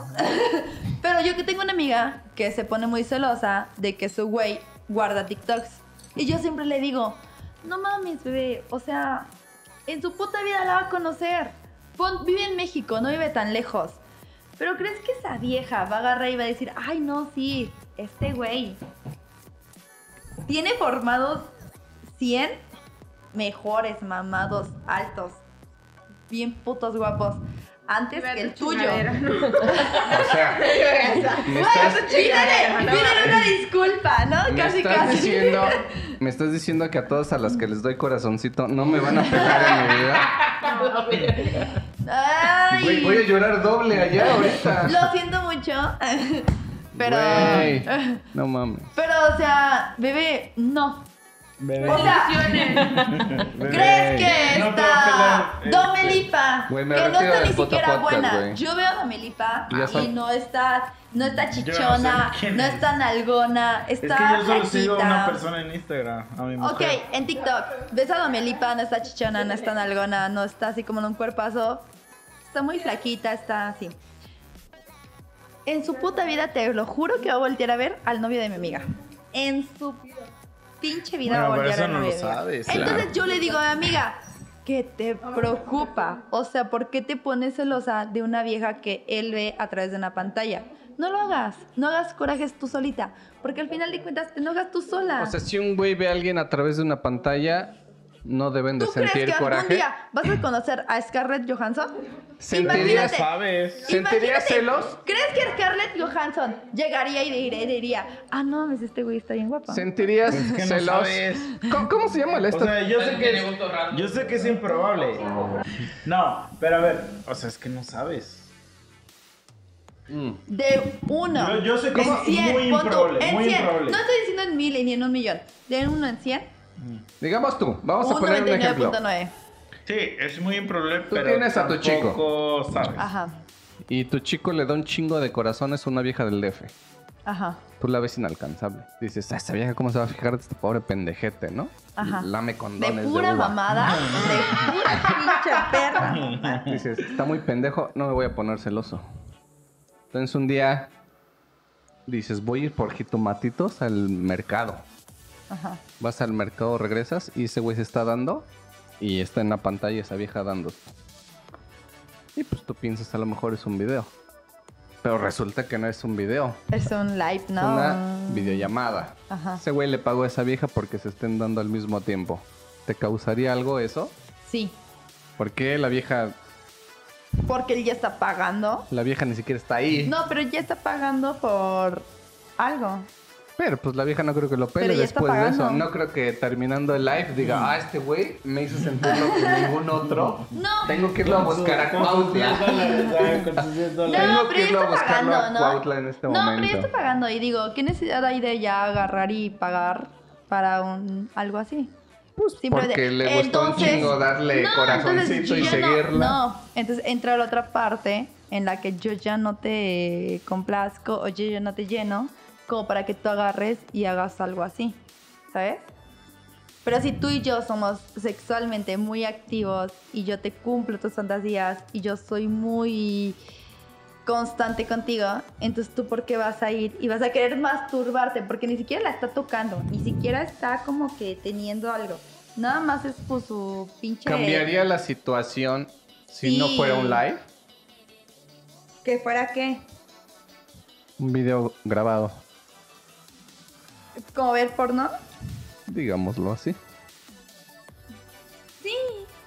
(laughs) Pero yo que tengo una amiga que se pone muy celosa de que su güey guarda TikToks. Y yo siempre le digo, no mames, bebé, o sea, en su puta vida la va a conocer. Pon- vive en México, no vive tan lejos. Pero ¿crees que esa vieja va a agarrar y va a decir, ay, no, sí, este güey tiene formados 100 mejores, mamados, altos, bien putos guapos, antes que el tuyo? (laughs) O sea, me estás, Pídele, pídele una disculpa, ¿no? me Casi, estás casi. diciendo, me estás diciendo que a todas a las que les doy corazoncito no me van a pegar en mi vida. Ay, Güey, voy a llorar doble allá ahorita. lo siento mucho, (laughs) pero... Güey, no mames. (laughs) Pero, o sea, bebé, no. Bebé. O sea, ¿Crees que No puedo esta creer, este, Domelipa, Güey, me que no retiro está del ni puto siquiera podcast, buena? güey. Yo veo a Domelipa Ya y sabe- no está, no está chichona, sé quién no es. está nalgona, Es que está yo solo sigo a una flaquita. persona en Instagram. A mi mujer. Ok, en TikTok, ves a Domelipa, no está chichona, no está nalgona, no está así como en un cuerpazo. Está muy flaquita, está así. En su puta vida, te lo juro que va a voltear a ver al novio de mi amiga. En su pinche vida va a Bueno, pero voltear eso al no novio lo de mi amiga. sabes, Entonces yo le digo a mi amiga, ¿qué te preocupa? O sea, ¿por qué te pones celosa de una vieja que él ve a través de una pantalla? No lo hagas, no hagas corajes tú solita, porque al final de cuentas te enojas tú sola. O sea, si un güey ve a alguien a través de una pantalla, no deben de ¿Tú crees que sentir algún coraje. día vas a conocer a Scarlett Johansson? ¿Sentirías, Imagínate. ¿Sabes? ¿sentirías Imagínate, celos? ¿Crees que Scarlett Johansson llegaría y diría, diría ah, no mames, este güey está bien guapo? ¿Sentirías Pues que no celos? sabes. ¿Cómo, cómo se llama el O esto? sea, yo sé que es, yo sé que es improbable. No, pero a ver, o sea, es que no sabes. Mm. De uno. Yo- yo sé que en es 100, muy pon tú, improbable, en muy 100. improbable. No estoy diciendo en mil y ni en un millón. De uno en 100, Digamos tú, vamos a un poner un ejemplo. 99.9. Sí, es muy improbable, Tú pero tienes a tu chico. tampoco sabes. Ajá, Y tu chico le da un chingo de corazones a una vieja del DF. ajá. Tú la ves inalcanzable. Dices, "Ah, esta vieja cómo se va a fijar de este pobre pendejete, ¿no? Ajá. Lame De condones de, pura uva". mamada, (laughs) de pura pinche perra. Dices, está muy pendejo, no me voy a poner celoso. Entonces un día dices, voy a ir por jitomatitos al mercado. Ajá. Vas al mercado, regresas y ese güey se está dando y está en la pantalla esa vieja dando. Y pues tú piensas, a lo mejor es un video. Pero resulta que no es un video, Es un live, es ¿no? una videollamada. Ajá. Ese güey le pagó a esa vieja porque se estén dando al mismo tiempo. ¿Te causaría algo eso? Sí, Porque la vieja, porque él ya está pagando. la vieja ni siquiera está ahí. No, pero ya está pagando por algo. Pero pues la vieja no creo que lo pele Pero ya está después de eso. pagando. No creo que terminando el live diga, ah, este güey me hizo sentir lo que ningún otro. No. Tengo que irlo a buscar a Cuautla. (laughs) No, Tengo que pero irlo ya a está buscarlo a pagando, Cuautla ¿no? en este no, pero ya momento. está pagando. Y digo, ¿qué necesidad hay de ya agarrar y pagar para un algo así? Pues porque le gustó un chingo darle corazoncito y seguirla. No, entonces entra la otra parte en la que yo ya no te complazco o yo ya no te lleno, como para que tú agarres y hagas algo así, ¿sabes? Pero si tú y yo somos sexualmente muy activos y yo te cumplo tus fantasías y yo soy muy constante contigo, entonces tú por qué vas a ir y vas a querer masturbarte porque ni siquiera la está tocando, ni siquiera está como que teniendo algo. Nada más es por su pinche... ¿Cambiaría la situación si Sí. no fuera un live? ¿Que fuera qué? Un video grabado, ¿Como ver porno? digámoslo así. Sí,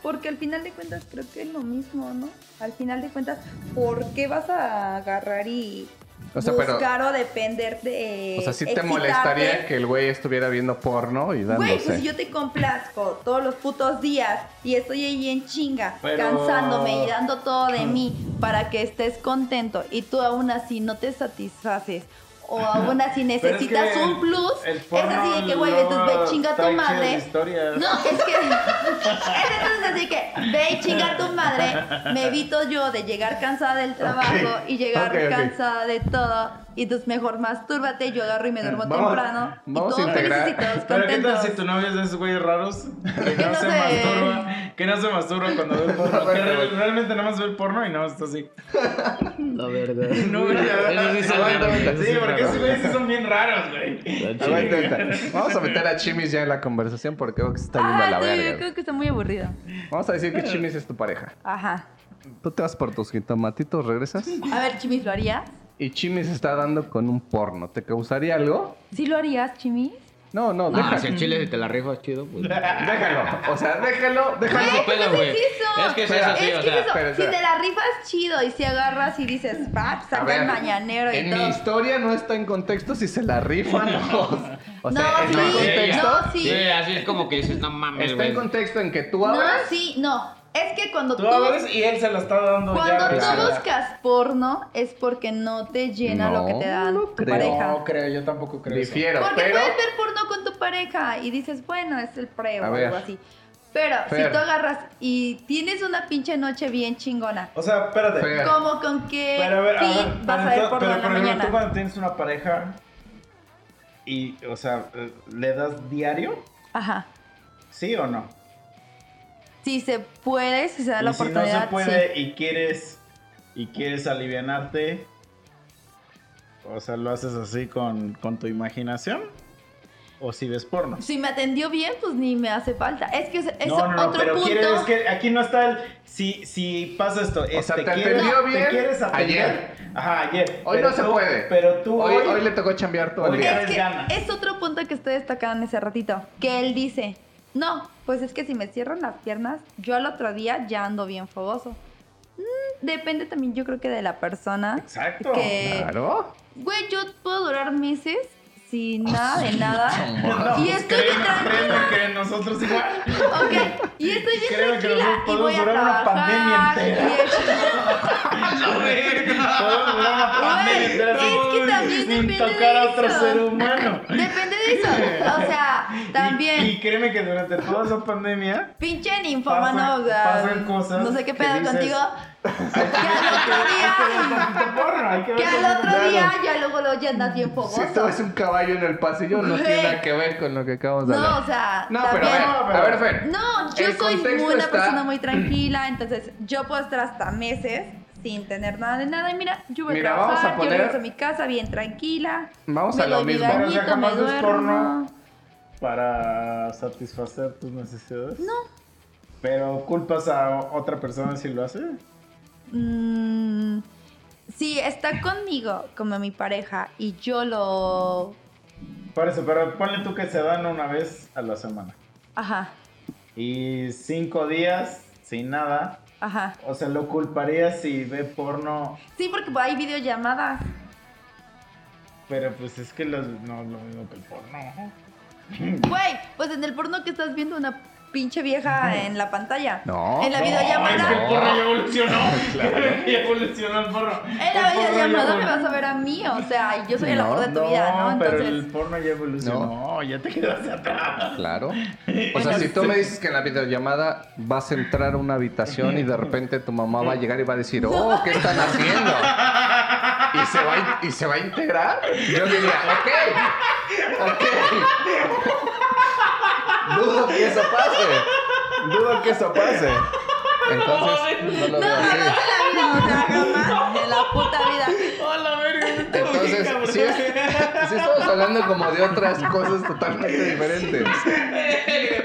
porque al final de cuentas creo que es lo mismo, ¿no? Al final de cuentas, ¿por qué vas a agarrar y O sea, pero- buscar o depender de O sea, sí te Eh, excitarte? molestaría que el güey estuviera viendo porno y dándose. Güey, pues yo te complazco todos los putos días y estoy ahí en chinga, Pero- cansándome y dando todo de mí para que estés contento y tú aún así no te satisfaces o aún así Pero es que necesitas un plus, el es porno así de que, güey, luego entonces ve chinga tu trae madre. chidas historias. No, es que. Entonces, así que ve y chinga a tu madre. Me evito yo de llegar cansada del trabajo y llegar ok, ok. cansada de todo. Y entonces mejor mastúrbate, yo agarro y me duermo Vamos- temprano. vamos a y todos integrar- felices y todos Pero qué tal contentos. si tu novio es de esos güeyes raros que Que no no se se- masturba, que no se masturba cuando ve porno, que re- realmente nada más ve el porno y nada más está (laughs) así. La verdad. No, güey, la verdad. Esos sí son raros, esos sí Sí, son raros. porque esos güeyes sí son bien raros, güey. Aguanta, aguanta. Vamos a meter a Chimis ya en la conversación porque creo que se está yendo a la Ajá, sí, Ah, yo verga. creo que está muy aburrido. Vamos a decir que Chimis es tu pareja. Ajá. Tú te vas por tus jitomatitos, regresas A ver, Chimis, ¿lo harías? y Chimis está dando con un porno. ¿Te causaría algo? ¿Sí lo harías, Chimis? No, no, Ah, déjalo. si el chile si te la rifas chido, pues. Déjalo. O sea, déjalo, Déjalo, déjalo. Güey, pelo, ¿cómo güey. es eso? Es que es Espera. así, es o que sea. es eso. pero, si espera. te la rifas chido y si agarras y dices, va, A saca ver, el mañanero y en todo. mi historia no está en contexto si se la (laughs) rifan o, o sea, No, está en sí, contexto. no, sí. Sí, así es como que dices, no mames, Ah, Está güey. en contexto en que tú No, abras. sí, no. Es que cuando tú, Tú abres y él se la está dando cuando ya. tú güey. buscas porno es porque no te llena lo que te da No, tu creo. pareja. No creo, yo tampoco creo. eso. Difiero, Porque pero. puedes ver porno con tu pareja y dices, bueno, es el pre o A ver. algo así. Pero Fer. si tú agarras y tienes una pinche noche bien chingona, O sea, espérate. Fer. como con que Pero a ver, a sí ver, vas a pero ver ento- porno pero en la por ejemplo, mañana. tú cuando tienes una pareja y, o sea, eh, ¿le das diario? Ajá. ¿Sí o no? Si se puede, si se da la y si no oportunidad, se sí. puede y quieres y quieres alivianarte, o sea, lo haces así con, con tu imaginación o si ves porno. Si me atendió bien, pues ni me hace falta. Es que es, es no, no, no, otro pero punto. quieres es que aquí no está el si si pasa esto, sea, este, te quieres, atendió te bien quieres atender. ayer. Ajá, ayer. Hoy pero no se tú- puede. Pero tú Hoy, hoy (laughs) le tocó chambear todo el Hoy día. traes Es que ganas. es otro punto que ustedes tocaban ese ratito, que él dice, No, pues es que si me cierran las piernas, yo al otro día ya ando bien fogoso. Mm, Depende también, yo creo que de la persona. Exacto. Que, Claro. Güey, yo puedo durar meses sin nada de nada. (laughs) y estoy bien Créeme, tranquila. créeme que nosotros (laughs) igual. Ok, y estoy bien Créeme que tranquila. nosotros Y voy podemos a durar una pandemia trabajar. y es- Podemos durar una pandemia Güey, entera es sin- que también sin depende tocar a de otro eso. ser humano. Depende de eso. O sea, (laughs) Y- también. Y, créeme que durante toda esa (laughs) pandemia. Pinche ninfómano, Pasan- o sea, pasan cosas no sé qué que pedo dices, contigo. Que al Hay que ver otro día, tantito porno, hay que ver (laughs) que al tantito- otro día ya luego lo ya andas bien Si fogoso. traes un caballo en el pasillo, no Güey. tiene nada que ver con lo que acabamos de No, o hablar. sea, No, pero también. a ver, a ver, Fer. No, yo El soy contexto muy- una está- persona muy tranquila, entonces yo puedo estar hasta meses sin tener nada de nada. Y mira, yo voy Mira, a vamos a trabajar, yo poner- regreso a mi casa bien tranquila. Vamos me a lo doy mi mismo. Pero, o sea, bañito, me jamás es porno. duermo. Para satisfacer tus necesidades. No. Pero culpas a otra persona si lo hace. Mm, si está conmigo, como mi pareja, y yo lo. Por eso, pero ponle tú que se dan una vez a la semana. Ajá, Y cinco días sin nada. ajá. O sea, lo culparía si ve porno. Sí, porque hay videollamadas. Pero pues es que los- no es lo mismo que el porno. Güey, pues en el porno que estás viendo una pinche vieja en la pantalla. No. En la No, es que el videollamada. porno ya evolucionó. (laughs) Ya evolucionó el porno. En la El porno ya videollamada me evol- vas a ver a mí, o sea, yo soy el No, amor de tu No, vida, ¿no? pero Entonces. el porno ya evolucionó. Ya te quedaste atrás. Claro. O sea, si (laughs) tú me dices que en la videollamada vas a entrar a una habitación y de repente tu mamá va a llegar y va a decir, oh, ¿qué están haciendo? Y se va a, y se va a integrar, yo diría, ok, ok. Dudo que eso pase. Dudo que eso pase. Entonces, no lo veo No, así. no, no, jamás de la puta vida. Hola, verga. Entonces, sí, es- sí estamos hablando como de otras cosas totalmente diferentes.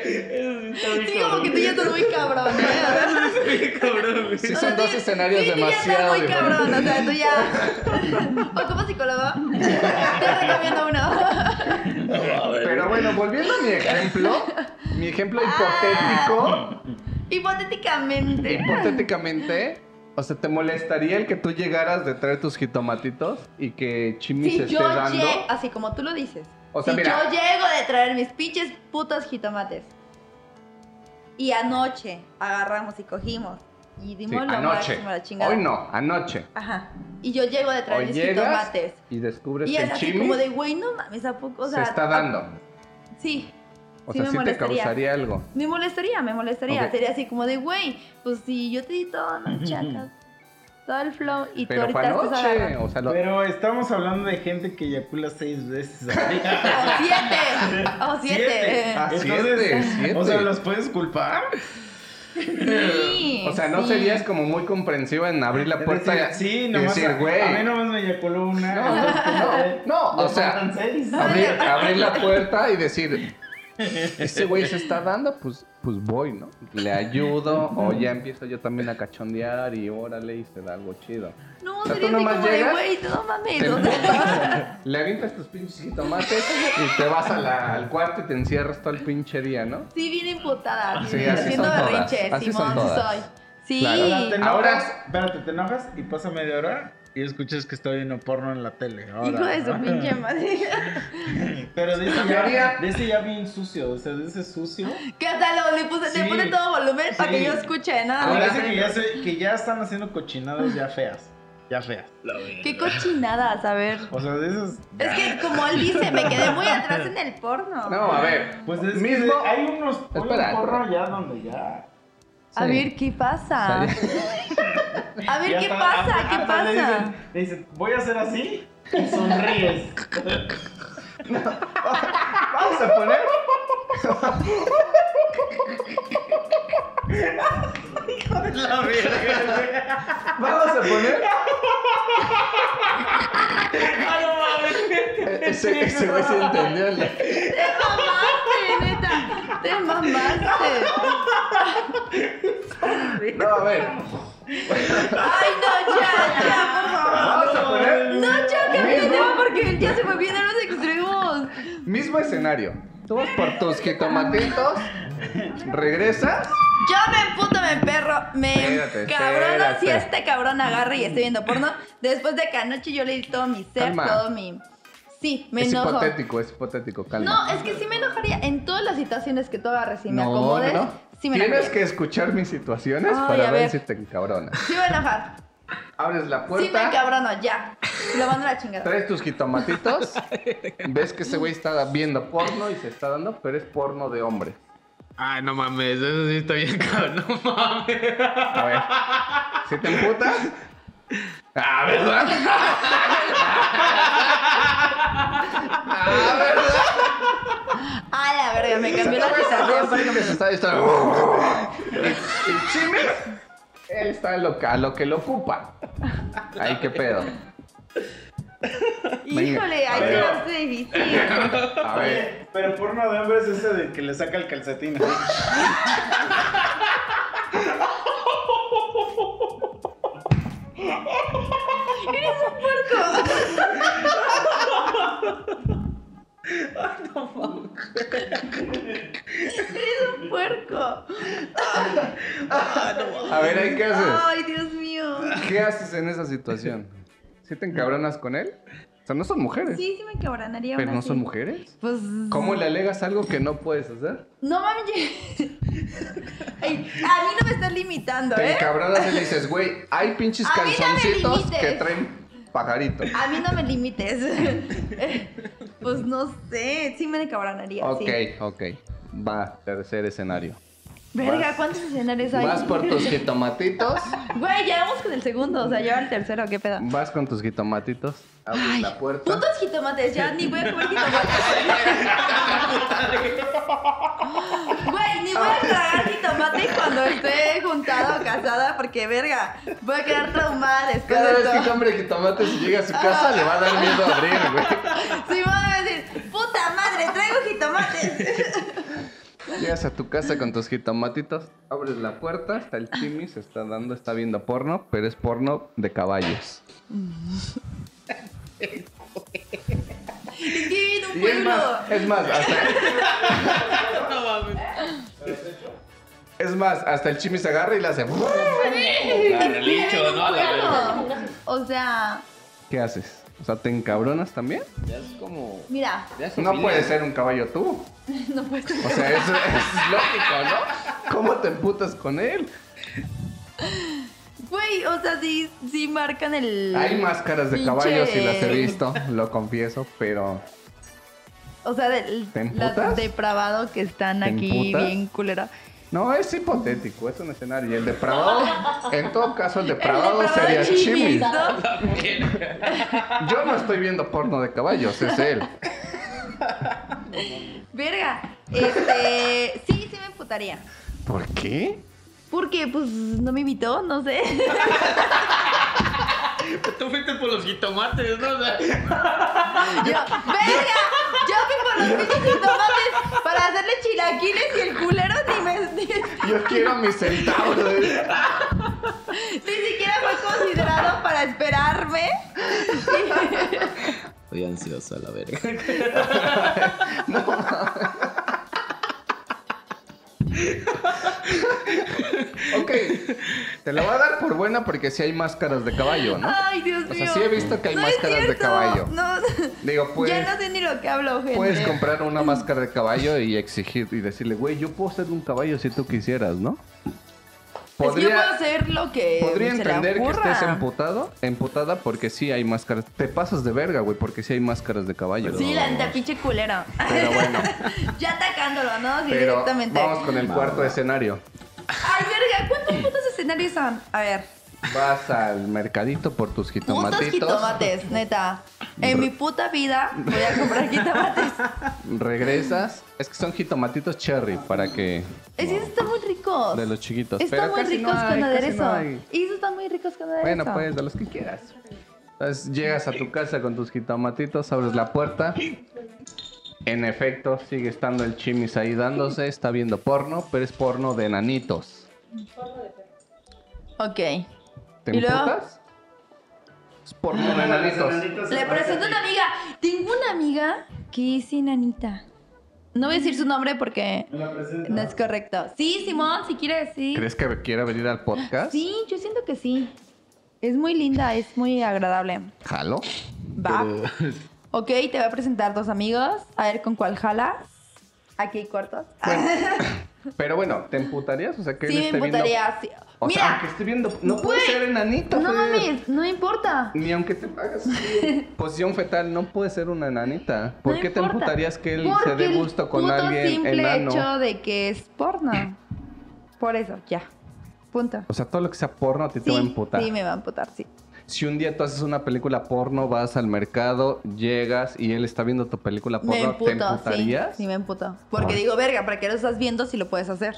Sí, como que tú ya estás muy cabrón, ¿eh? Sí, O son sea, dos sí- escenarios sí, demasiado Tú ya estás muy diferentes. cabrón, o sea, tú ya. (laughs) O como psicólogo, te recomiendo uno. (laughs) Pero bueno, volviendo a mi ejemplo, mi ejemplo hipotético, (laughs) Hipotéticamente. E hipotéticamente, o sea, ¿te molestaría el que tú llegaras de traer tus jitomatitos y que Chimi se Si esté yo dando? llego, así como tú lo dices, O sea, si mira. yo llego de traer mis pinches putos jitomates y anoche agarramos y cogimos y Sí, dimos lo anoche. máximo a la chingada. Hoy no, anoche. Ajá. Y yo llego de traer Hoy mis llegas jitomates. y descubres Y que es el así Chimi como de, güey, no mames, ¿a poco? O sea, se está a- dando. sí. O sí sea, me sí te molestaría. causaría algo. Me molestaría, me molestaría. Ok. Sería así como de, güey, pues si yo te di todo, no chacas. Todo el flow y Pero tú fue ahorita estás anoche. agarrando. O sea, lo- Pero estamos hablando de gente que eyacula seis veces al (laughs) día. (laughs) O siete. O Ah, siete. Ah, Entonces, siete, O sea, siete. ¿los puedes culpar? Sí, O sea, no sí. serías como muy comprensiva en abrir la Es puerta decir, y- sí, y nomás decir, a- güey. a mí nomás me eyaculó una. (laughs) No, entonces, no, le o sea, faltan seis. Abrir, abrir la puerta y decir, este güey se está dando, pues, pues voy, ¿no? Le ayudo o ya empiezo yo también a cachondear y órale y se da algo chido. No, O sea, tú sería así nomás como de, llegas, güey, no mames. Te o sea, (laughs) emputas, (laughs) le avientas tus pinches jitomates y te vas a la- al cuarto y te encierras todo el pinche día, ¿no? sí, bien imputada. Ah, Sí, así haciendo son todas, berrinche, así son Simón, todas. soy. Sí. Claro. Te enojas, Ahora- espérate, te enojas y pasa media hora y escuchas que estoy viendo porno en la tele. Ahora. Hijo de su (laughs) pinche madre. Pero dice Cambiaría. ya, dice ya bien sucio, o sea, dice sucio. Que hasta lo, le, puse, le Sí. pone todo volumen para Sí. que yo escuche, nada. Ahora más. dice que ya, se- que ya están haciendo cochinadas ya feas. Ya feas. Qué cochinadas, a ver. O sea, de esas. Es que como él dice, me quedé muy atrás en el porno. No, a ver. Pues es mismo. que hay unos hay un Espera, porno espera. ya donde ya. A Sí. ver, ¿qué pasa? A ver, ya ¿qué está- pasa? hasta- ¿Qué hasta le pasa? dicen- Le dicen, voy a hacer así y sonríes. Vamos a poner. La verga. Vamos a poner. E-, Ese ese güey se entendió. el- Te mamaste, neta. Te mamaste. No, a ver. Ay, no, ya, ya, por favor. Vamos a poner No, ya, cambia de tema porque él ya se fue bien a los extremos. mismo escenario. Tú vas por tus jitomatitos, regresas. Yo me emputo, me perro, me Espérate, cabrona si espérate. este cabrón agarra y esté viendo porno. Después de que anoche yo le di todo mi ser, Calma. todo mi... Sí, me es enojo. hipotético, es hipotético, No, calma. es que sí me enojaría en todas las situaciones que tú agarres y me no, acomodes. no. Sí me Tienes enojaría. que escuchar mis situaciones Ay, para a ver ver. si te encabronas. Sí me voy a enojar. Abres la Sí me puerta, cabrono, ya. Lo mando a la chingada. traes (laughs) tus jitomatitos, ves que ese güey está viendo porno y se está dando, pero es porno de hombre. Ay, Ah, no mames, eso sí está bien cabrón. No mames. A ver, si te (laughs) emputas. Ah, ¿verdad? Ah, ¿verdad? A la verga, me cambió la situación. por Así que se está- completo. está- El chimes, él está en lo, a lo que lo ocupa. Ay, qué pedo. Híjole, ahí se Pero- me hace difícil. A ver, Oye, pero porno de hombres es ese de que le saca el calcetín. ¿no? Puerco. a ver, ahí, ¿qué haces? Ay, Dios mío. ¿Qué haces en esa situación? ¿Sí te encabronas con él? O sea, no son mujeres. Sí, sí me cabronaría. Pero aún no así. son mujeres. Pues. ¿Cómo le alegas algo que no puedes hacer? No mames. ye- (laughs) Ay, a mí no me estás limitando, Te ¿eh? encabronas y le dices, güey, hay pinches A mí no me calzoncitos limites. que traen pajarito. A mí no me limites. (laughs) Eh, pues no sé. Sí me cabronaría. Ok, Sí. ok. Va, tercer escenario. Verga, ¿cuántos escenarios hay? Vas por tus jitomatitos. (laughs) Güey, ya vamos con el segundo. O sea, ya va el tercero. ¿Qué pedo? Vas con tus jitomatitos. Abres Ay, la puerta. Putos jitomates, ya ni voy a (laughs) comer jitomates. Güey, ni voy a tragar jitomate cuando esté juntada o casada, porque verga, voy a quedar traumada después Cada de vez que todo. compre jitomates y llega a su casa, le va a dar miedo a abrir, güey. Sí, me van a decir, puta madre, traigo (laughs) jitomates. Llegas a tu casa con tus jitomatitos, abres la puerta, está el chimi, se está dando, está viendo porno, pero es porno de caballos. Es que vivo en un Y es pueblo. más, es más, (laughs) hasta... Es más, hasta el chimi se agarra y le hace... Es que Relicho, vivo en un ¿no? A la pueblo. O sea, ¿Qué haces? O sea, ¿te encabronas también? Ya es como... mira, No puede ser un caballo tú. (laughs) no puede ser. O sea, eso es lógico, ¿no? ¿Cómo te emputas con él? Güey, o sea, sí, sí marcan el. Hay máscaras de Pinche. caballos y las he (laughs) visto, lo confieso, pero O sea, del ¿Te las emputas? depravado que están ¿Te aquí emputas? bien culera. no es hipotético, es un escenario. Y el depravado, (laughs) en todo caso, el depravado, El sería depravado Chimi. chimis, ¿no? Yo no estoy viendo porno de caballos, es él. Verga. Este, sí, sí me emputaría. ¿Por qué? Porque, pues, no me invitó, no sé. Tú fuiste por los jitomates, ¿no? O sea, Yo, verga, yo fui por los pinches tomates para hacerle chilaquiles y el culero ni me... Ni, Yo quiero mi centauro. ¿eh? ni siquiera fue considerado (laughs) para esperarme. Estoy ansioso a la verga. Ok, te la voy a dar por buena porque sí hay máscaras de caballo, ¿no? Ay, Dios mío. O sea, sí he visto que hay No es máscaras de cierto, caballo. No, Digo, pues... ya no sé ni lo que hablo, gente. Puedes comprar una máscara de caballo y exigir y decirle, güey, yo puedo ser un caballo si tú quisieras, ¿no? Es que yo puedo Podría, hacer lo que podría se le entender que ocurra. estés emputado, emputada porque sí hay máscaras. Te pasas de verga, güey, porque sí hay máscaras de caballo. Sí, la neta, pinche culero. Pero bueno. (laughs) ya atacándolo, ¿no? Sí, Pero directamente. vamos con el cuarto escenario. Ay, verga, ¿cuántos (laughs) putos escenarios son? A ver, Vas al mercadito por tus putos jitomatitos. jitomates, neta. En mi puta vida voy a comprar (laughs) jitomates. Regresas. Es que son jitomatitos cherry para que... Es que esos están muy ricos. De los chiquitos. Están pero muy casi no ricos hay, con casi aderezo. no hay. Y esos están muy ricos con aderezo. Bueno, pues, de los que quieras. Entonces llegas a tu casa con tus jitomatitos, abres la puerta. En efecto, sigue estando el chimis ahí dándose, está viendo porno, pero es porno de enanitos. pues. Ok. ¿Te ¿Y luego? Ah, emputas? Es porno de enanitos. Le presento a una amiga. Tengo una amiga que es enanita. No voy a decir su nombre porque Me la presento. no es correcto. Sí, Simón, si quieres, sí. ¿Crees que quiera venir al podcast? Sí, yo siento que sí. Es muy linda, es muy agradable. ¿Jalo? Va. Ok, te voy a presentar dos amigos. A ver con cuál jalas. Aquí cortos. (laughs) Ah, Pero bueno, ¿te emputarías? O sea, que él sí, me esté emputaría. sí. Viendo... O sea, Mira, aunque esté viendo... No puede güey, ser enanito, no Fer. mames, no me importa. Ni aunque te pagas (laughs) posición fetal, no puede ser una enanita. ¿Por No qué te importa. emputarías que él Porque se dé el gusto con puto alguien simple enano? hecho de que es porno. Por eso, ya. Punto. O sea, todo lo que sea porno a ti te sí, va a emputar. sí, me va a emputar, sí. Si un día tú haces una película porno, vas al mercado, llegas y él está viendo tu película Me porno, ¿te emputo, sí. emputarías? Sí, me emputo. Porque digo, verga, ¿para qué lo estás viendo si lo puedes hacer?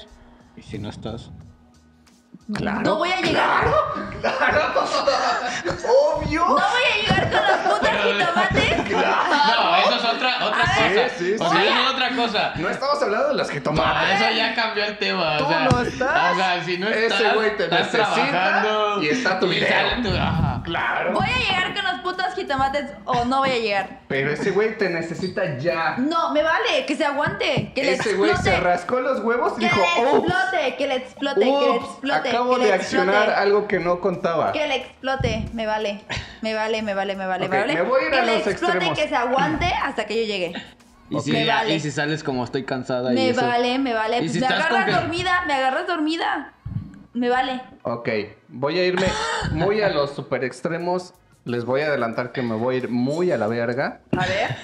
¿Y si no estás? Claro. No voy a llegar. ¡Obvio! No voy a llegar con los putos jitomates. No, eso es otra, otra Ah, cosa. sí, sí, o sí. sea, eso es otra cosa. No estamos hablando de las que Ah, tomaban. eso ya cambió el tema. Tú o sea, no estás. O sea, si no Ese estás. güey te estás necesita trabajando y está tu video. sale tu- ajá. Claro. Voy a llegar con los putos jitomates o no voy a llegar. Pero ese güey te necesita ya. No, me vale, que se aguante, que le Ese güey se explote. rascó los huevos y Que dijo, le ¡Oh! explote, que le explote, que le explote. acabo que le de explote, accionar algo que no contaba. Que le explote, me vale. Me vale, me vale, me vale, Ok, me vale. me voy a ir que a le los explote, extremos. que se aguante hasta que yo llegue. ¿Y, si, Me vale. y si sales como estoy cansada y Me eso? vale, me vale. ¿Y Pues si me estás con agarras que- dormida, me agarras dormida. Me vale. Ok, voy a irme muy a los super extremos. Les voy a adelantar que me voy a ir muy a la verga. A ver.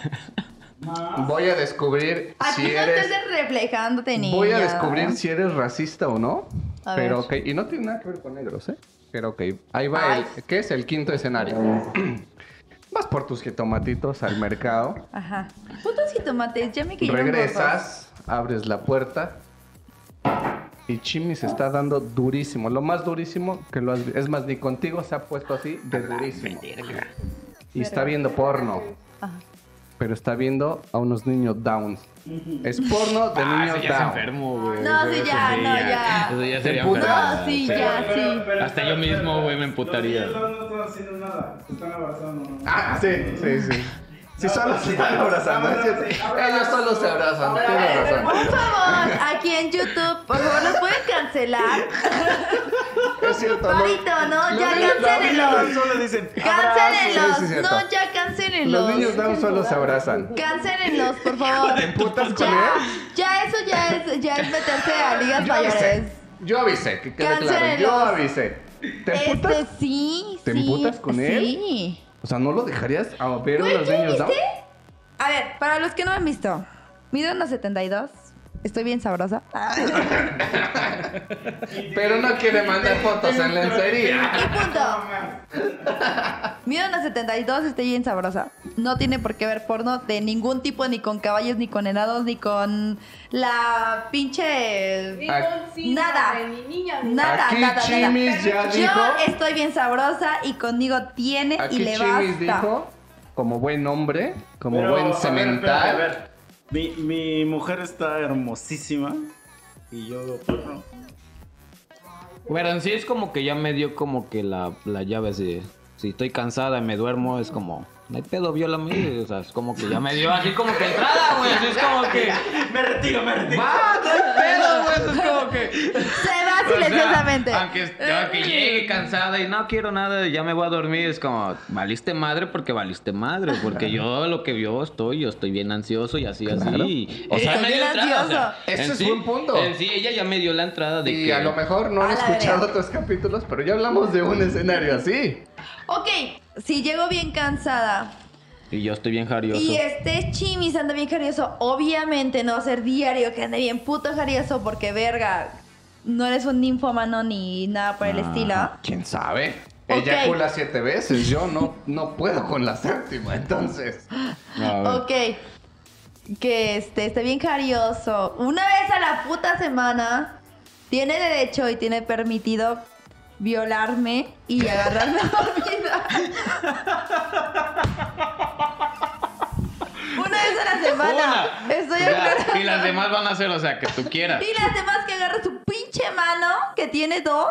Voy a descubrir Aquí si Ah, no eres. estés reflejándote, niña. Voy a descubrir si eres racista o no. A pero ver. Ah. ok, y no tiene nada que ver con negros, ¿eh? Pero ok, ahí va Ay. el. ¿Qué es el quinto escenario? (clears throat) Vas por tus jitomatitos al mercado. Ajá. Putos jitomates, ya me cayeron Regresas, abres la puerta y Chimmy se está dando durísimo, lo más durísimo que lo has vi- Es más, ni contigo se ha puesto así de durísimo. Y está viendo porno, Ajá. pero está viendo a unos niños down. Es porno de Ah, niños eso ya es down. enfermo, güey. No, sí, Eso ya, no, ya. Eso ya ¿Te sería emputas? enfermedad, No, sí, sí. ya, sí. Hasta yo mismo, güey, me emputaría. Los niños no están haciendo nada. Se están abrazando. ¿no? Ah, sí, sí, sí. Si No, solo sí, se están no, abrazando, no, es no, cierto. sí, abrazos. Ellos solo se abrazan, Abrazos. tienes razón. Por favor, aquí en YouTube, por favor, ¿nos pueden cancelar? Es cierto, lo- Parito, ¿no? los Ya niños down- cancélenlos. Solo dicen. Cancélenlos. Sí, sí, cierto. no, ya cancélenlos. Los niños down solo se abrazan. Cancélenlos, por favor. ¿Te emputas con Ya, él? ya eso ya es, ya es meterse a ligas Yo avisé. mayores. Yo avisé, que quede claro. Cancélenlos. Yo avisé. ¿Te emputas? Este sí, ¿Te sí, emputas con él? Sí. O sea, ¿no lo dejarías a ver a Güey, los ¿qué niños down? viste? A ver, para los que no me han visto, mido unos 72. Estoy bien sabrosa. (laughs) Pero no quiere mandar fotos en lencería. Y punto. Mido unos 72, estoy bien sabrosa. No tiene por qué ver porno de ningún tipo, ni con caballos, ni con enados, ni con la pinche... Y Ah, con síndrome nada. de mi niña, mi- Nada, Aquí nada, Chimis ya nada. dijo- Yo estoy bien sabrosa y conmigo tiene y (laughs) Aquí le Chimis basta. dijo, como buen hombre, como Pero, a buen ver, espérate, a cemental. ver. Mi, mi mujer está hermosísima. Y yo veo porno. Bueno, en sí es como que ya me dio como que la, la llave así. de, Si estoy cansada, me duermo, es como. No hay pedo, mí O sea, es como que ya me dio así como que entrada, güey. Así es como (laughs) que. Me retiro, me retiro. ¡Va! No hay pedo, güey. Eso es como que. Se va O sea, (laughs) silenciosamente. aunque, aunque (laughs) llegue cansada y no quiero nada, ya me voy a dormir. Es como, valiste madre porque valiste madre. Porque yo lo que yo estoy, yo estoy bien ansioso y así, Claro. así. O sea, Ella me dio Estoy bien entrada, o sea, ansioso. Ese en es sí- buen punto. en sí, ella ya me dio la entrada de Y que. a lo mejor no han A la escuchado verga. otros capítulos, pero ya hablamos de un escenario así. Ok, si llego bien cansada Y yo estoy bien jarioso. y este chimis anda bien jarioso, obviamente no va a ser diario que ande bien puto jarioso porque verga, no eres un ninfómano ni nada por el estilo. Ah, ¿Quién sabe? Ok. Ella cula siete veces, yo no, no puedo con la séptima, entonces. A ver. Ok. Que este, esté bien carioso. Una vez a la puta semana tiene derecho y tiene permitido violarme y agarrarme dormida. (laughs) Una vez a la semana. Una. Estoy O sea, agarrando- y las demás van a hacer, o sea, que tú quieras. Y las demás que agarra su pinche mano, que tiene dos,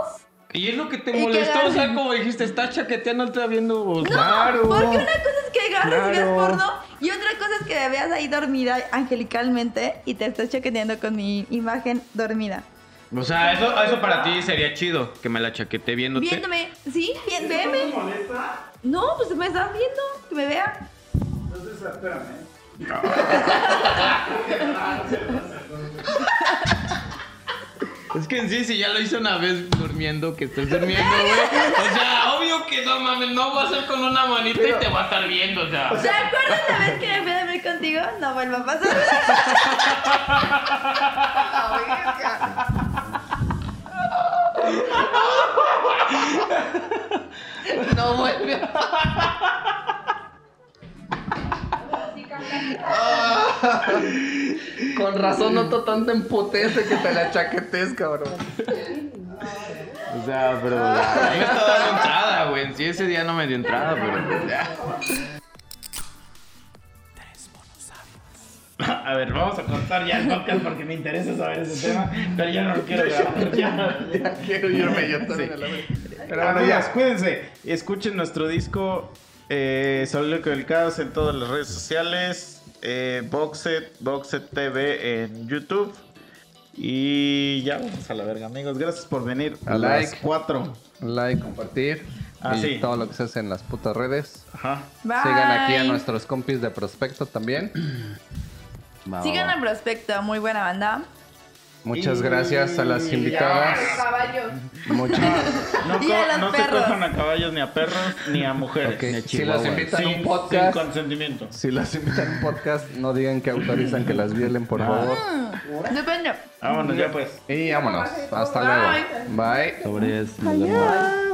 Y es lo que te Y que molestó, o sea, agarren. como dijiste, está chaqueteando, está viendo. No, porque una cosa es que agarres y veas Claro. porno y otra cosa es que me veas ahí dormida angelicalmente y te estés chaqueteando con mi imagen dormida. O sea, eso, eso para ti sería chido, que me la chaquete viéndote. Viéndome, ¿sí? Bien, veme. No, pues me estás viendo, que me vea. Entonces, espérame. Es que en sí, si ya lo hice una vez durmiendo, que estés durmiendo, güey. O sea, obvio que no mames, no va a ser con una manita y te va a estar viendo, o sea. ¿Te acuerdas la vez que me fui a dormir contigo? No vuelva a pasar. No vuelve a Con razón noto tanta impotencia que te la chaquetes, cabrón. O sea, pero. A mí me está dando entrada, güey. En sí, ese día no me dio entrada, pero. pues ya. A ver, vamos a cortar ya el podcast porque me interesa saber ese tema, pero ya no lo quiero grabar. Ya. Quiero irme yo también Sí. a la vez. Pero bueno, ya, cuídense. Escuchen nuestro disco eh, Solo que el Caos en todas las redes sociales. Eh, Boxet, Boxet TV en YouTube. Y ya vamos a la verga, amigos. Gracias por venir. A las Like. 4. Like, compartir. Ah, y sí. todo lo que se hace en las putas redes. Ajá. Bye. (laughs) Sigan aquí a nuestros compis de Prospecto también. Sigan a Prospecto, muy buena banda. Muchas Y- gracias a las invitadas. Caballos. Ah, Muchas. No, Y a co- los no se perros. cojan a caballos ni a perros ni a mujeres. Ok, ni a Si las chihuahuas. invitan a sin, un sin podcast, consentimiento. si las invitan a un podcast, no digan que autorizan que las violen, por Ah. favor. Depende. Vámonos ya pues. Y vámonos. Hasta luego. Bye. Sobre eso. Adiós.